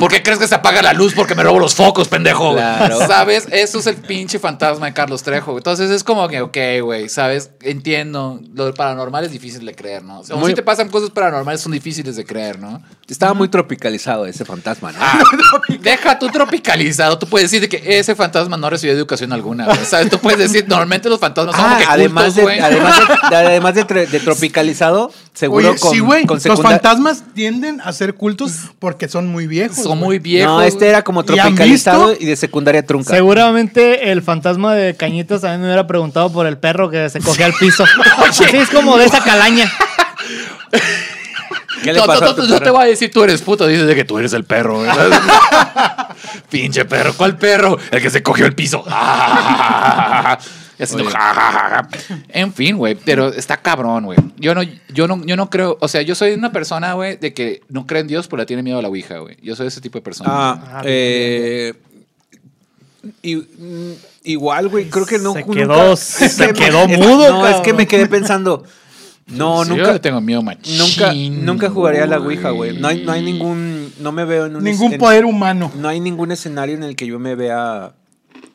Speaker 5: ¿Por qué crees que se apaga la luz? Porque me robo los focos, pendejo.
Speaker 6: Claro.
Speaker 5: ¿Sabes? Eso es el pinche fantasma de Carlos Trejo. güey. Entonces es como que, ok, güey, ¿sabes? Entiendo. Lo paranormal es difícil de creer, ¿no? O sea,
Speaker 6: Muy-
Speaker 5: si te pasan cosas paranormales son difíciles de creer, ¿no?
Speaker 6: Estaba muy tropicalizado ese fantasma, ¿no?
Speaker 5: Ah, deja tú tropicalizado. Tú puedes decir de que ese fantasma no recibió educación alguna. güey. ¿Sabes? Tú puedes decir, normalmente los fantasmas son
Speaker 6: Ah,
Speaker 5: como que
Speaker 6: además,
Speaker 5: cultos,
Speaker 6: de,
Speaker 5: güey.
Speaker 6: además, de, de- además de tre- de tropicalizado, seguro
Speaker 4: Oye,
Speaker 6: con,
Speaker 4: sí, güey.
Speaker 6: con
Speaker 4: Los
Speaker 6: secunda-
Speaker 4: fantasmas tienden a ser cultos porque son muy viejos.
Speaker 5: Son
Speaker 4: güey.
Speaker 5: muy viejos.
Speaker 6: No, este
Speaker 5: güey.
Speaker 6: era
Speaker 4: ¿Y
Speaker 6: como
Speaker 4: han
Speaker 6: tropicalizado
Speaker 4: visto?
Speaker 6: y de secundaria trunca.
Speaker 7: Seguramente el fantasma de Cañitas también me hubiera preguntado por el perro que se cogía al piso. Así es como de esa calaña.
Speaker 6: ¿Qué
Speaker 5: no,
Speaker 6: pasó
Speaker 5: no,
Speaker 6: a tu
Speaker 5: no, no te
Speaker 6: perro?
Speaker 5: voy a decir tú eres puto, dices de que tú eres el perro. güey. Pinche perro, ¿cuál perro? El que se cogió el piso. Y haciendo en fin, güey, pero está cabrón, güey. Yo no, yo no, yo no creo, o sea, yo soy una persona, güey, de que no cree en Dios, pero le tiene miedo a la Ouija, güey. Yo soy ese tipo de persona.
Speaker 6: Ah, eh, y- mm, igual, güey, creo que no.
Speaker 7: Se
Speaker 6: nunca-
Speaker 7: quedó-
Speaker 6: es
Speaker 7: se
Speaker 6: que
Speaker 7: quedó
Speaker 6: me-
Speaker 7: mudo,
Speaker 6: No, es
Speaker 7: cabrón.
Speaker 6: que me quedé pensando. No,
Speaker 5: Sí, Yo
Speaker 6: nunca.
Speaker 5: le tengo miedo, machín.
Speaker 6: Nunca, nunca jugaría a la Ouija, güey. No hay, no hay ningún. No me veo en un.
Speaker 4: Ningún
Speaker 6: escen-
Speaker 4: poder humano.
Speaker 6: No hay ningún escenario en el que yo me vea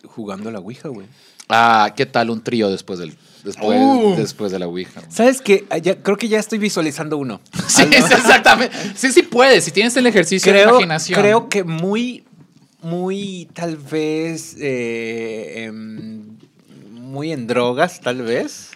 Speaker 6: jugando a la Ouija, güey.
Speaker 5: Ah, ¿qué tal un trío después del, después,
Speaker 4: Uh.
Speaker 5: después de la Ouija? güey?
Speaker 6: ¿Sabes qué? Ah, ya- creo que ya estoy visualizando uno.
Speaker 5: Sí,
Speaker 6: Algo-
Speaker 5: sí, exactamente. Sí, sí puedes. Si tienes el ejercicio de
Speaker 6: creo,
Speaker 5: imaginación.
Speaker 6: creo que muy, muy, tal vez, eh, em, muy en drogas, tal vez,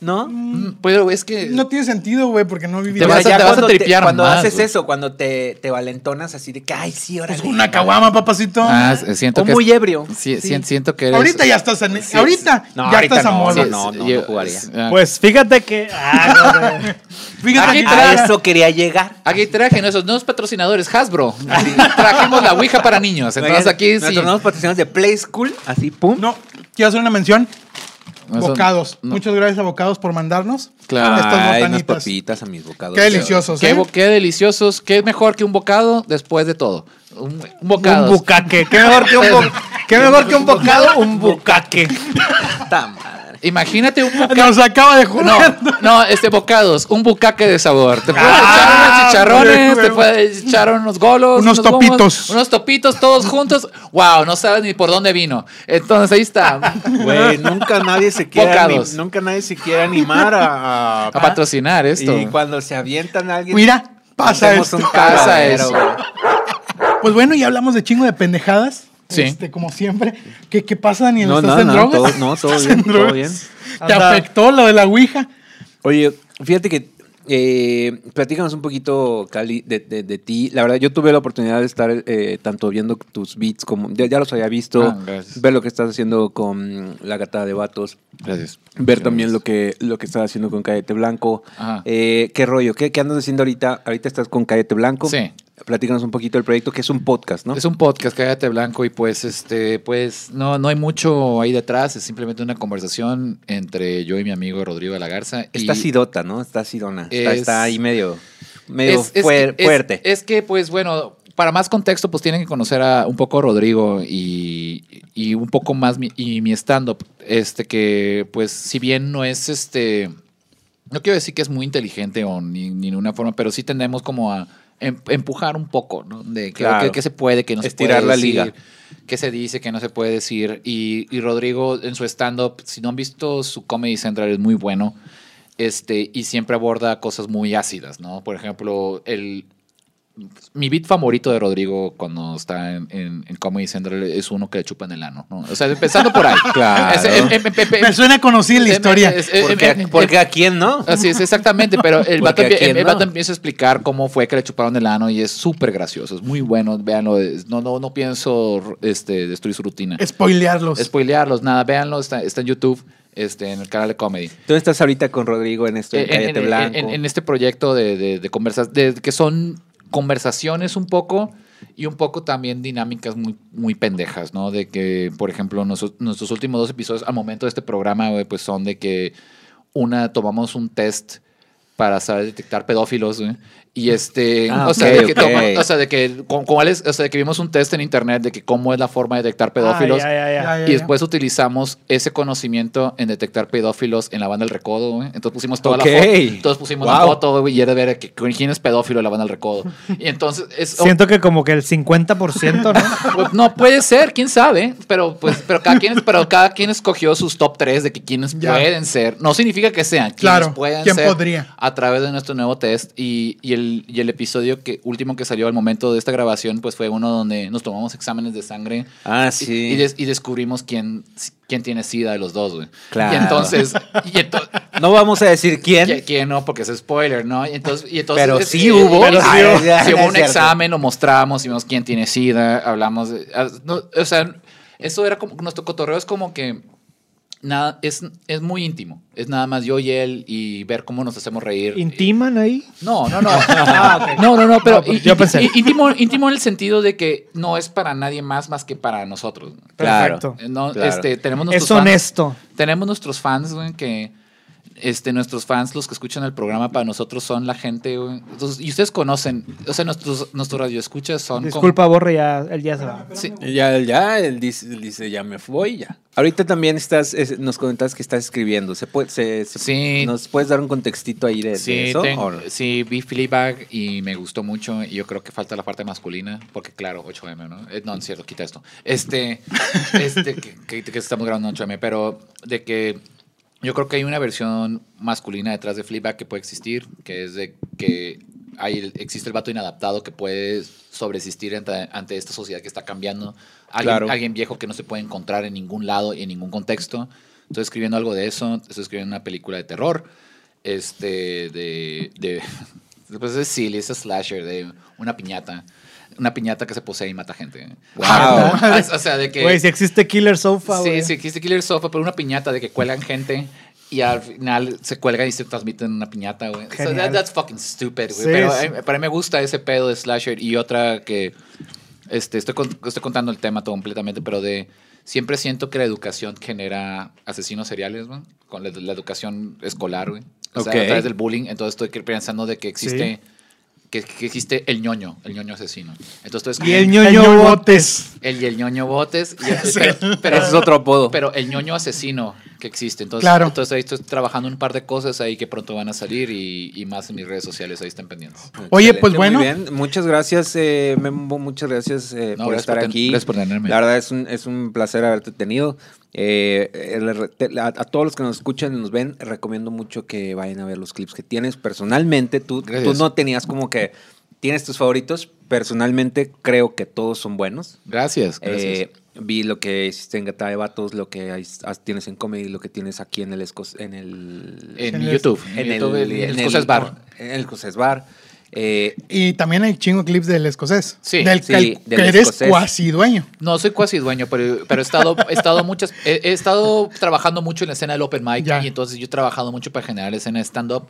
Speaker 6: ¿no?
Speaker 5: Mm, Pero es que.
Speaker 4: No tiene sentido, güey, porque no viví.
Speaker 5: Te vas a-
Speaker 6: ya
Speaker 5: te vas a
Speaker 6: cuando
Speaker 5: tripear
Speaker 6: Cuando
Speaker 5: más,
Speaker 6: haces
Speaker 5: güey.
Speaker 6: eso, cuando te, te valentonas así de que, ay, sí, ahora
Speaker 4: Una caguama, papacito.
Speaker 5: Ah, s- siento
Speaker 6: O
Speaker 5: que.
Speaker 6: muy ebrio.
Speaker 5: sí, sí, Siento que eres.
Speaker 4: ahorita ya estás en. ahorita
Speaker 6: No,
Speaker 4: ya
Speaker 6: ahorita
Speaker 4: estás a
Speaker 6: no,
Speaker 4: modo.
Speaker 6: no, no, no,
Speaker 5: yo-
Speaker 6: no jugaría.
Speaker 5: ah.
Speaker 7: Pues fíjate que. Ah, no, güey.
Speaker 4: Fíjate
Speaker 5: Aquí
Speaker 4: que-
Speaker 5: trae-
Speaker 6: A eso quería llegar.
Speaker 5: Aquí traje nuestros nuevos patrocinadores, Hasbro. Trajimos la Ouija para niños. Entonces aquí
Speaker 6: Nos
Speaker 5: sí.
Speaker 6: tornamos patrocinados de Play School, así, pum.
Speaker 4: No, quiero hacer una mención.
Speaker 5: No, eso-
Speaker 4: bocados.
Speaker 5: no.
Speaker 4: Muchas gracias a Bocados por mandarnos
Speaker 5: Claro.
Speaker 4: estas
Speaker 6: Ay, unas
Speaker 4: botanitas.
Speaker 6: papitas a mis bocados.
Speaker 4: Qué deliciosos,
Speaker 5: Qué,
Speaker 4: ¿eh?
Speaker 5: bo- qué deliciosos. Qué mejor que un bocado después de todo. Un, un
Speaker 7: un
Speaker 5: bocado.
Speaker 7: bucaque. Qué mejor que un, bo- qué mejor que un bocado, un bucaque.
Speaker 6: Puta madre.
Speaker 5: Imagínate un bocado.
Speaker 4: Nos acaba de jugar.
Speaker 5: No, no, este bocados, un bucaque de sabor. Te puedes
Speaker 4: Ah,
Speaker 5: echar unos chicharrones,
Speaker 4: güey,
Speaker 5: te puedes echar unos golos,
Speaker 4: Unos
Speaker 5: gomos,
Speaker 4: topitos.
Speaker 5: unos topitos todos juntos. Wow, no sabes ni por dónde vino. Entonces ahí está.
Speaker 6: Güey, nunca nadie se quiere
Speaker 5: Bocados.
Speaker 6: ani- nunca nadie se quiere animar a, a-
Speaker 5: A patrocinar esto.
Speaker 6: Ah, Y cuando se avientan a alguien.
Speaker 4: Mira, pasa
Speaker 6: hacemos
Speaker 4: esto.
Speaker 6: un
Speaker 5: Pasa
Speaker 6: cagadero,
Speaker 5: eso.
Speaker 6: güey.
Speaker 4: Pues bueno, ya hablamos de chingo de pendejadas.
Speaker 5: Sí.
Speaker 4: Este, como siempre. ¿Qué, qué pasa, Daniel?
Speaker 6: No,
Speaker 4: ¿Estás
Speaker 6: no,
Speaker 4: en
Speaker 6: no,
Speaker 4: drogas?
Speaker 6: todo- no, todo
Speaker 4: ¿Estás
Speaker 6: bien,
Speaker 4: en
Speaker 6: todo
Speaker 4: drogas?
Speaker 6: bien.
Speaker 4: ¿Te
Speaker 7: Anda.
Speaker 4: afectó lo de la Ouija?
Speaker 6: Oye, fíjate que. Eh, platícanos un poquito, Cali, de, de- de ti. La verdad, yo tuve la oportunidad de estar eh, tanto viendo tus beats como. Ya, ya los había visto.
Speaker 5: Ah, gracias.
Speaker 6: ver lo que estás haciendo con la gata de vatos.
Speaker 5: Gracias. Ah.
Speaker 6: Ver también lo que, lo que estás haciendo con Cadete Blanco.
Speaker 5: Ajá.
Speaker 6: Eh, ¿Qué rollo? ¿Qué, ¿Qué andas haciendo ahorita? Ahorita estás con Cadete Blanco.
Speaker 5: Sí.
Speaker 6: Platícanos un poquito del proyecto, que es un podcast, ¿no?
Speaker 5: Es un podcast, cállate blanco, y pues este, pues, no, no hay mucho ahí detrás, es simplemente una conversación entre yo y mi amigo Rodrigo de la Garza. y-
Speaker 6: Está sidota, ¿no? Está sidona. Está,
Speaker 5: Es-
Speaker 6: está ahí medio, medio
Speaker 5: Es- es
Speaker 6: fuer-
Speaker 5: que- es-
Speaker 6: fuerte.
Speaker 5: Es, que, pues bueno, para más contexto, pues tienen que conocer a un poco a Rodrigo y, y un poco más mi, y mi stand-up. Este que, pues, si bien no es este. No quiero decir que es muy inteligente o ni, ni de una forma, pero sí tendemos como a em- empujar un poco, ¿no? De que,
Speaker 6: Claro.
Speaker 5: que- que se puede, que no
Speaker 6: Estirar
Speaker 5: se puede
Speaker 6: la
Speaker 5: decir,
Speaker 6: liga.
Speaker 5: Que se dice, que no se puede decir. Y, y Rodrigo en su stand-up, si no han visto su Comedy Central, es muy bueno este, y siempre aborda cosas muy ácidas, ¿no? Por ejemplo, el, mi beat favorito de Rodrigo cuando está en, en- en Comedy Central es uno que le chupan el ano, ¿no? O sea, empezando por ahí.
Speaker 6: Claro.
Speaker 5: Es- em- em- em- em-
Speaker 4: Me suena conocida la
Speaker 5: em-
Speaker 4: historia.
Speaker 5: es- em-
Speaker 6: porque,
Speaker 5: em- em-
Speaker 6: porque a quién no?
Speaker 5: Así es, exactamente, pero el vato,
Speaker 6: Porque
Speaker 5: empie-
Speaker 6: a quién
Speaker 5: el vato
Speaker 6: no.
Speaker 5: empieza a explicar cómo fue que le chuparon el ano y es súper gracioso, es muy bueno, véanlo, es- no, no, no pienso este, destruir su rutina.
Speaker 4: Spoilearlos.
Speaker 5: Spoilearlos, nada, véanlo, está, está en YouTube, este, en el canal de comedy.
Speaker 6: Tú estás ahorita con Rodrigo en esto, en,
Speaker 5: Eh, en,
Speaker 6: Cállate
Speaker 5: en-
Speaker 6: Blanco.
Speaker 5: en- en este proyecto de, de, de conversas, de- que son conversaciones un poco y un poco también dinámicas muy, muy pendejas, ¿no? De que, por ejemplo, noso- nuestros últimos dos episodios al momento de este programa, güey, pues son de que una tomamos un test para saber detectar pedófilos, güey, Y este,
Speaker 6: Ah,
Speaker 5: o, sea,
Speaker 6: ok,
Speaker 5: de que
Speaker 6: ok.
Speaker 5: toma- o sea, de que con- cuál es- o sea, de que vimos un test en internet de que cómo es la forma de detectar pedófilos.
Speaker 7: Ah, ya, ya, ya.
Speaker 4: Ya, ya,
Speaker 5: Y
Speaker 4: ya.
Speaker 5: después utilizamos ese conocimiento en detectar pedófilos en la banda del recodo, güey. Entonces pusimos toda
Speaker 6: Ok.
Speaker 5: la foto. Entonces pusimos la
Speaker 6: Wow.
Speaker 5: foto, güey, y era ver que, quién es pedófilo en la banda del recodo. Y entonces es.
Speaker 7: Siento que como que el 50%, ¿no?
Speaker 5: Pues, no puede ser, quién sabe, pero pues, pero cada quien, pero cada quien escogió sus top 3 de que quienes
Speaker 4: Ya.
Speaker 5: pueden ser. No significa que sean, quienes
Speaker 4: Claro,
Speaker 5: pueden
Speaker 4: ¿quién
Speaker 5: ser
Speaker 4: podría?
Speaker 5: a través de nuestro nuevo test y, y el, y el episodio que último que salió al momento de esta grabación, pues fue uno donde nos tomamos exámenes de sangre
Speaker 6: Ah,
Speaker 5: y-
Speaker 6: sí.
Speaker 5: y, des- y descubrimos quién, quién tiene SIDA de los dos, güey.
Speaker 6: Claro.
Speaker 5: Y entonces, y ento-
Speaker 6: No vamos a decir quién.
Speaker 5: que- que no, porque es spoiler, ¿no? Y entonces, y entonces
Speaker 6: Pero
Speaker 5: es-
Speaker 6: sí
Speaker 5: eh,
Speaker 6: hubo.
Speaker 5: pero sí
Speaker 6: Ay,
Speaker 5: hubo,
Speaker 6: ya,
Speaker 5: sí
Speaker 6: ya
Speaker 5: hubo
Speaker 6: es
Speaker 5: un
Speaker 6: cierto.
Speaker 5: examen, lo mostramos y vimos quién tiene SIDA, hablamos. de- ah, no, o sea, eso era como. Nuestro cotorreo es como que. Nada, es, es muy íntimo. Es nada más yo y él y ver cómo nos hacemos reír.
Speaker 7: ¿Intiman ahí?
Speaker 5: No, no, no. No, no, no, pero
Speaker 7: Ah, No, pues
Speaker 5: í-
Speaker 7: yo
Speaker 5: í-
Speaker 7: pensé.
Speaker 5: í- íntimo, íntimo en el sentido de que no es para nadie más más que para nosotros.
Speaker 6: Claro.
Speaker 7: Perfecto.
Speaker 5: No,
Speaker 6: Claro.
Speaker 5: este, tenemos nuestros
Speaker 7: Es
Speaker 5: fans-
Speaker 7: honesto.
Speaker 5: tenemos nuestros fans, güey, que este, nuestros fans, los que escuchan el programa para nosotros son la gente, güey. Entonces, y ustedes conocen, o sea, nuestros, nuestros radioescuchas son como-
Speaker 7: Disculpa, Borre, ya, él ya se va.
Speaker 5: Sí.
Speaker 6: Ya, ya, él dice, él dice, ya me voy, ya. Ahorita también estás, es- nos comentas que estás escribiendo. ¿Se puede, se- se-
Speaker 5: Sí.
Speaker 6: ¿Nos puedes dar un contextito ahí de, de
Speaker 5: Sí,
Speaker 6: eso?
Speaker 5: tengo-
Speaker 6: ¿O no?
Speaker 5: sí, vi Fleabag y me gustó mucho. Y yo creo que falta la parte masculina, porque claro, 8M, ¿no? Eh, No, es cierto, quita esto. Este, este que, que- que estamos grabando en 8M, pero de que yo creo que hay una versión masculina detrás de Fleabag que puede existir, que es de que hay, el- existe el vato inadaptado que puede sobreexistir ante, ante esta sociedad que está cambiando. Alguien,
Speaker 6: Claro.
Speaker 5: alguien viejo que no se puede encontrar en ningún lado y en ningún contexto. Estoy escribiendo algo de eso, estoy escribiendo una película de terror este de de después de silly ese slasher de una piñata una piñata que se posee y mata gente Ah,
Speaker 6: Wow.
Speaker 5: o sea de que
Speaker 7: Güey, si existe Killer Sofa,
Speaker 5: sí
Speaker 7: güey.
Speaker 5: sí existe Killer Sofa pero una piñata de que cuelgan gente y al final se cuelgan y se transmiten en una piñata güey so
Speaker 7: Genial.
Speaker 5: that- that's fucking stupid güey
Speaker 7: Sí,
Speaker 5: pero
Speaker 7: sí.
Speaker 5: eh, para mí me gusta ese pedo de slasher y otra que este, estoy, con- estoy contando el tema todo completamente, pero de siempre siento que la educación genera asesinos seriales, güey, con la, la educación escolar, güey. O sea,
Speaker 6: Ok.
Speaker 5: a través del bullying. Entonces estoy que- pensando de que existe, que, que existe el ñoño, el ñoño asesino. Entonces estoy
Speaker 7: Y el
Speaker 5: escribiendo
Speaker 7: ñoño
Speaker 4: Ñoño
Speaker 7: bote.
Speaker 4: Botes.
Speaker 5: el, y el ñoño botes. y- pero, pero-
Speaker 6: Ese es otro apodo.
Speaker 5: Pero el ñoño asesino que existe. Entonces,
Speaker 4: Claro.
Speaker 5: entonces ahí estoy trabajando un par de cosas ahí que pronto van a salir y, y más en mis redes sociales. Ahí estén pendientes.
Speaker 4: Oye, pues
Speaker 6: Excelente,
Speaker 4: bueno.
Speaker 6: Muy bien. Muchas gracias, eh, Memo. Muchas gracias eh,
Speaker 5: No,
Speaker 6: por
Speaker 5: gracias
Speaker 6: estar
Speaker 5: por ten-
Speaker 6: aquí.
Speaker 5: gracias por tenerme.
Speaker 6: La verdad es un, es un placer haberte tenido. Eh, el- te- a, a todos los que nos escuchan y nos ven, recomiendo mucho que vayan a ver los clips que tienes. Personalmente, tú, tú
Speaker 5: Gracias.
Speaker 6: no tenías como que. Tienes tus favoritos. Personalmente, creo que todos son buenos.
Speaker 5: Gracias. gracias.
Speaker 6: Eh, vi lo que hiciste en Gata de Vatos, lo que hay- has- tienes en Comedy, lo que tienes aquí en el. Escos- En el
Speaker 5: en,
Speaker 4: en el-
Speaker 5: YouTube. Eh, En, YouTube, el, el Cosas Bar.
Speaker 6: En el Cosas Bar. Eh,
Speaker 4: Y también hay chingo clips del escocés.
Speaker 5: Sí,
Speaker 4: del
Speaker 6: sí,
Speaker 4: cal-
Speaker 6: del
Speaker 4: que eres
Speaker 6: escocés.
Speaker 4: cuasi dueño.
Speaker 5: No soy cuasi dueño, pero, pero he estado, he estado muchas, he, he estado trabajando mucho en la escena del open mic
Speaker 4: Ya.
Speaker 5: y entonces yo he trabajado mucho para generar la escena de stand-up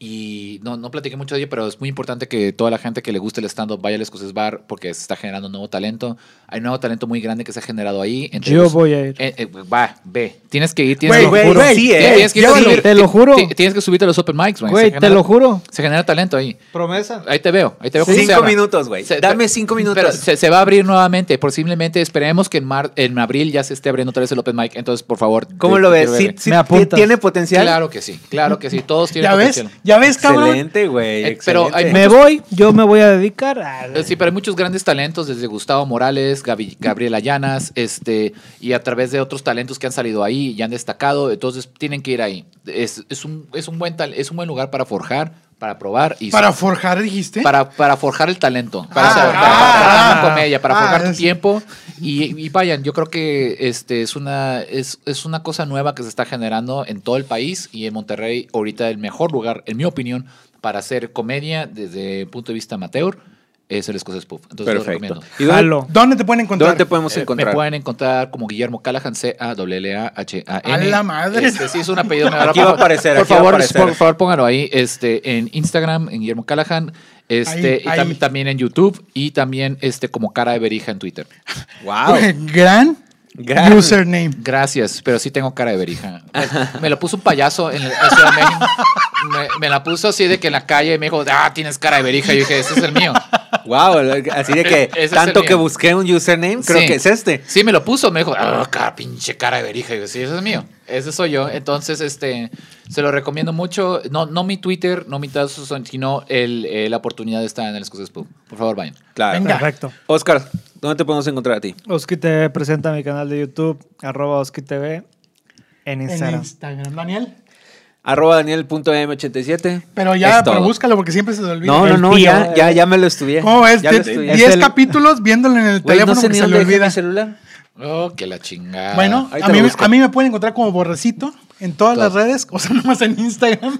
Speaker 5: y no, no platiqué mucho de ello, pero es muy importante que toda la gente que le guste el stand-up vaya al Escocés Bar porque se está generando nuevo talento. Hay nuevo talento muy grande que se ha generado ahí. entre
Speaker 7: Yo
Speaker 5: los-
Speaker 7: voy a ir.
Speaker 5: Eh, eh, va, ve. Tienes que ir, tienes
Speaker 6: Güey,
Speaker 5: que
Speaker 6: güey,
Speaker 5: Juro.
Speaker 6: güey,
Speaker 5: Ti-
Speaker 6: sí, eh.
Speaker 5: tienes que ir a
Speaker 7: Llévalo,
Speaker 5: subir-
Speaker 7: te lo juro.
Speaker 5: ti- Tienes que subirte a los open mics, güey. Se
Speaker 7: Güey, te
Speaker 5: genera-
Speaker 7: lo juro.
Speaker 5: Se genera talento ahí.
Speaker 7: Promesa.
Speaker 5: Ahí te veo, ahí te veo. ¿Cómo se
Speaker 6: Cinco
Speaker 5: llama?
Speaker 6: minutos, güey.
Speaker 5: Se-
Speaker 6: Dame
Speaker 5: pero-
Speaker 6: cinco minutos.
Speaker 5: Pero se, se va a abrir nuevamente. Posiblemente esperemos que en, mar, en abril ya se esté abriendo otra vez el Open Mic. Entonces, por favor.
Speaker 6: ¿Cómo
Speaker 5: te-
Speaker 6: lo
Speaker 5: te
Speaker 6: ves?
Speaker 5: quiero
Speaker 6: ¿Sí,
Speaker 5: ver.
Speaker 6: sí
Speaker 7: Me apuntas.
Speaker 6: ¿Tiene potencial?
Speaker 5: Claro que sí, claro que sí. Todos tienen
Speaker 4: ¿Ya ves?
Speaker 5: potencial.
Speaker 4: ¿Ya ves, cabrón?
Speaker 6: Excelente, güey.
Speaker 5: Eh, pero
Speaker 6: excelente.
Speaker 5: hay-
Speaker 7: Me voy, yo me voy a dedicar a...
Speaker 5: Eh, Sí, pero hay muchos grandes talentos, desde Gustavo Morales, Gabi- Gabriela Llanas, este, y a través de otros talentos que han salido ahí y han destacado. Entonces, tienen que ir ahí. Es, es un, es, un, buen tal- es un buen lugar para forjar, para probar y
Speaker 4: Para forjar, dijiste.
Speaker 5: para, para forjar el talento, para,
Speaker 4: Ah,
Speaker 5: forjar,
Speaker 4: ah,
Speaker 5: para forjar la
Speaker 4: ah,
Speaker 5: comedia, para
Speaker 4: ah,
Speaker 5: forjar tu
Speaker 4: es-
Speaker 5: tiempo. Y, y vayan, yo creo que este es una, es, es una cosa nueva que se está generando en todo el país y en Monterrey, ahorita el mejor lugar, en mi opinión, para hacer comedia desde el punto de vista amateur es el Escocés Puff. Entonces lo recomiendo.
Speaker 6: Perfecto. ¿Y dónde,
Speaker 7: Jalo.
Speaker 4: ¿Dónde te pueden encontrar?
Speaker 6: dónde te podemos
Speaker 5: Eh, me
Speaker 6: encontrar?
Speaker 5: pueden encontrar como Guillermo Callahan, C-A-L-A-H-A-N.
Speaker 4: A la madre.
Speaker 5: Este, sí, es un apellido. negro.
Speaker 6: Aquí va a aparecer,
Speaker 5: Por
Speaker 6: aquí va a
Speaker 5: favor,
Speaker 6: aparecer.
Speaker 5: por favor, pónganlo ahí este, en Instagram, en Guillermo Callahan. Este,
Speaker 4: Ahí,
Speaker 5: y tam-
Speaker 4: ahí.
Speaker 5: también en YouTube y también este, como cara de berija en Twitter.
Speaker 6: Wow.
Speaker 4: Gran
Speaker 6: Gran-
Speaker 4: Username.
Speaker 5: Gracias, pero sí tengo cara de berija. Me lo puso un payaso en la Ciudad de México. Me, me la puso así de que en la calle y me dijo, ah, tienes cara de berija. Y yo dije, ese es el mío.
Speaker 6: Wow, así de que
Speaker 5: Ese es el
Speaker 6: tanto que
Speaker 5: mío.
Speaker 6: busqué un username, creo
Speaker 5: Sí.
Speaker 6: que es este.
Speaker 5: Sí, me lo puso. Me dijo, ah, cara, pinche cara de berija. Y yo, sí, ese es mío. Ese soy yo. Entonces, este, se lo recomiendo mucho. No, no mi Twitter, no mi Tazos, sino el, eh, la oportunidad de estar en el Escocés Pub. Por favor, vayan.
Speaker 6: Claro.
Speaker 4: Venga.
Speaker 7: Perfecto.
Speaker 6: Oscar, ¿dónde te podemos encontrar a ti?
Speaker 7: Oski TV presenta mi canal de YouTube, arroba Oski TV, en
Speaker 4: En
Speaker 7: Instagram.
Speaker 4: Instagram, Daniel.
Speaker 6: Arroba Daniel.m87.
Speaker 4: Pero ya,
Speaker 6: Es todo.
Speaker 4: pero búscalo porque siempre se te olvida.
Speaker 6: No, no,
Speaker 7: El
Speaker 6: no,
Speaker 7: tío.
Speaker 6: ya, ya, ya me lo estudié.
Speaker 4: ¿Cómo ves?
Speaker 6: Ya
Speaker 4: Te-
Speaker 6: lo estudié.
Speaker 4: 10
Speaker 6: Es el-
Speaker 4: capítulos viéndolo en el
Speaker 6: Güey,
Speaker 4: teléfono
Speaker 6: no sé
Speaker 4: porque
Speaker 6: ni
Speaker 4: se le
Speaker 6: dónde dejé
Speaker 4: olvida.
Speaker 6: mi celular.
Speaker 5: Oh, que la chingada.
Speaker 4: Bueno,
Speaker 6: Ahí
Speaker 4: a
Speaker 6: te
Speaker 4: mí,
Speaker 6: lo
Speaker 4: me-
Speaker 6: busco.
Speaker 4: a mí me pueden encontrar como borrecito en todas
Speaker 5: Todo.
Speaker 4: las redes, o sea, nomás en Instagram.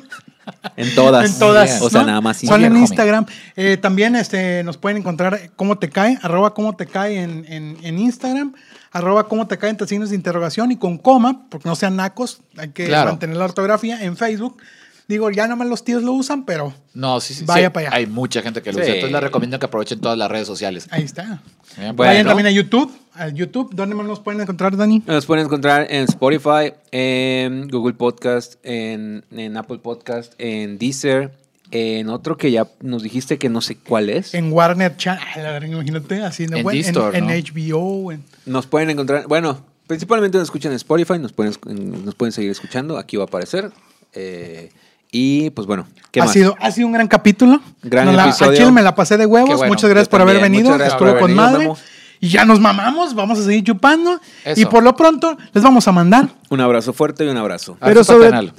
Speaker 6: En todas.
Speaker 4: En todas.
Speaker 6: O sea,
Speaker 4: ¿no?
Speaker 6: nada más. sí.
Speaker 4: Solo en
Speaker 5: Homie.
Speaker 4: Instagram. Eh, también este, nos pueden encontrar cómo te cae, arroba cómo te cae en, en- en Instagram, arroba cómo te cae entre signos de interrogación y con coma, porque no sean nacos, hay que
Speaker 5: Claro.
Speaker 4: mantener la ortografía en Facebook. Digo, ya nomás los tíos lo usan, pero
Speaker 5: No, sí, sí.
Speaker 4: Vaya
Speaker 5: sí,
Speaker 4: para allá.
Speaker 5: Hay mucha gente que lo
Speaker 6: Sí.
Speaker 5: usa. Entonces les recomiendo que aprovechen todas las redes sociales.
Speaker 4: ahí está.
Speaker 5: Bien,
Speaker 6: Bueno.
Speaker 4: Vayan también a YouTube, al YouTube, ¿dónde más nos pueden encontrar, Dani?
Speaker 6: Nos pueden encontrar en Spotify, en Google Podcast, en, en Apple Podcast, en Deezer, en otro que ya nos dijiste que no sé cuál es.
Speaker 4: En Warner Channel, imagínate, así ¿no?
Speaker 5: En
Speaker 4: Bueno,
Speaker 5: D-Store,
Speaker 4: en,
Speaker 5: ¿no?
Speaker 4: en HBO, en-
Speaker 6: Nos pueden encontrar, bueno, principalmente nos escuchan en Spotify, nos pueden, esc- nos pueden seguir escuchando, aquí va a aparecer. eh, y pues bueno, ¿qué
Speaker 4: ha
Speaker 6: más?
Speaker 4: sido, ha sido un gran capítulo.
Speaker 6: Gran
Speaker 4: Nos la-
Speaker 6: episodio.
Speaker 4: a Chile me la pasé de
Speaker 6: Qué
Speaker 4: huevos.
Speaker 6: bueno,
Speaker 4: muchas gracias
Speaker 6: yo
Speaker 4: por haber
Speaker 6: también.
Speaker 4: venido.
Speaker 6: Muchas gracias por
Speaker 4: Estuvo con
Speaker 6: haber venido,
Speaker 4: madre.
Speaker 6: Memo.
Speaker 4: Y ya nos mamamos. Vamos a seguir chupando.
Speaker 5: Eso.
Speaker 4: Y por lo pronto, les vamos a mandar
Speaker 6: Un abrazo fuerte y un abrazo.
Speaker 4: Ah,
Speaker 7: Pero
Speaker 5: Abrazo
Speaker 7: sobre,
Speaker 5: paternal.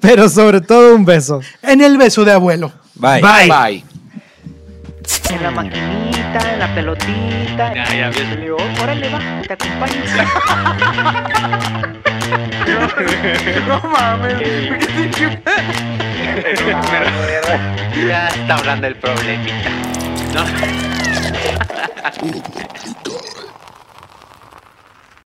Speaker 7: pero sobre todo un beso.
Speaker 4: en el beso de abuelo.
Speaker 6: Bye.
Speaker 5: Bye.
Speaker 2: En la maquinita, en la pelotita.
Speaker 3: Ya, ya, bien.
Speaker 2: Le digo, órale, va, te acompaño. no, no mames, ¿por qué te chupas?
Speaker 3: Ya está hablando el problemita.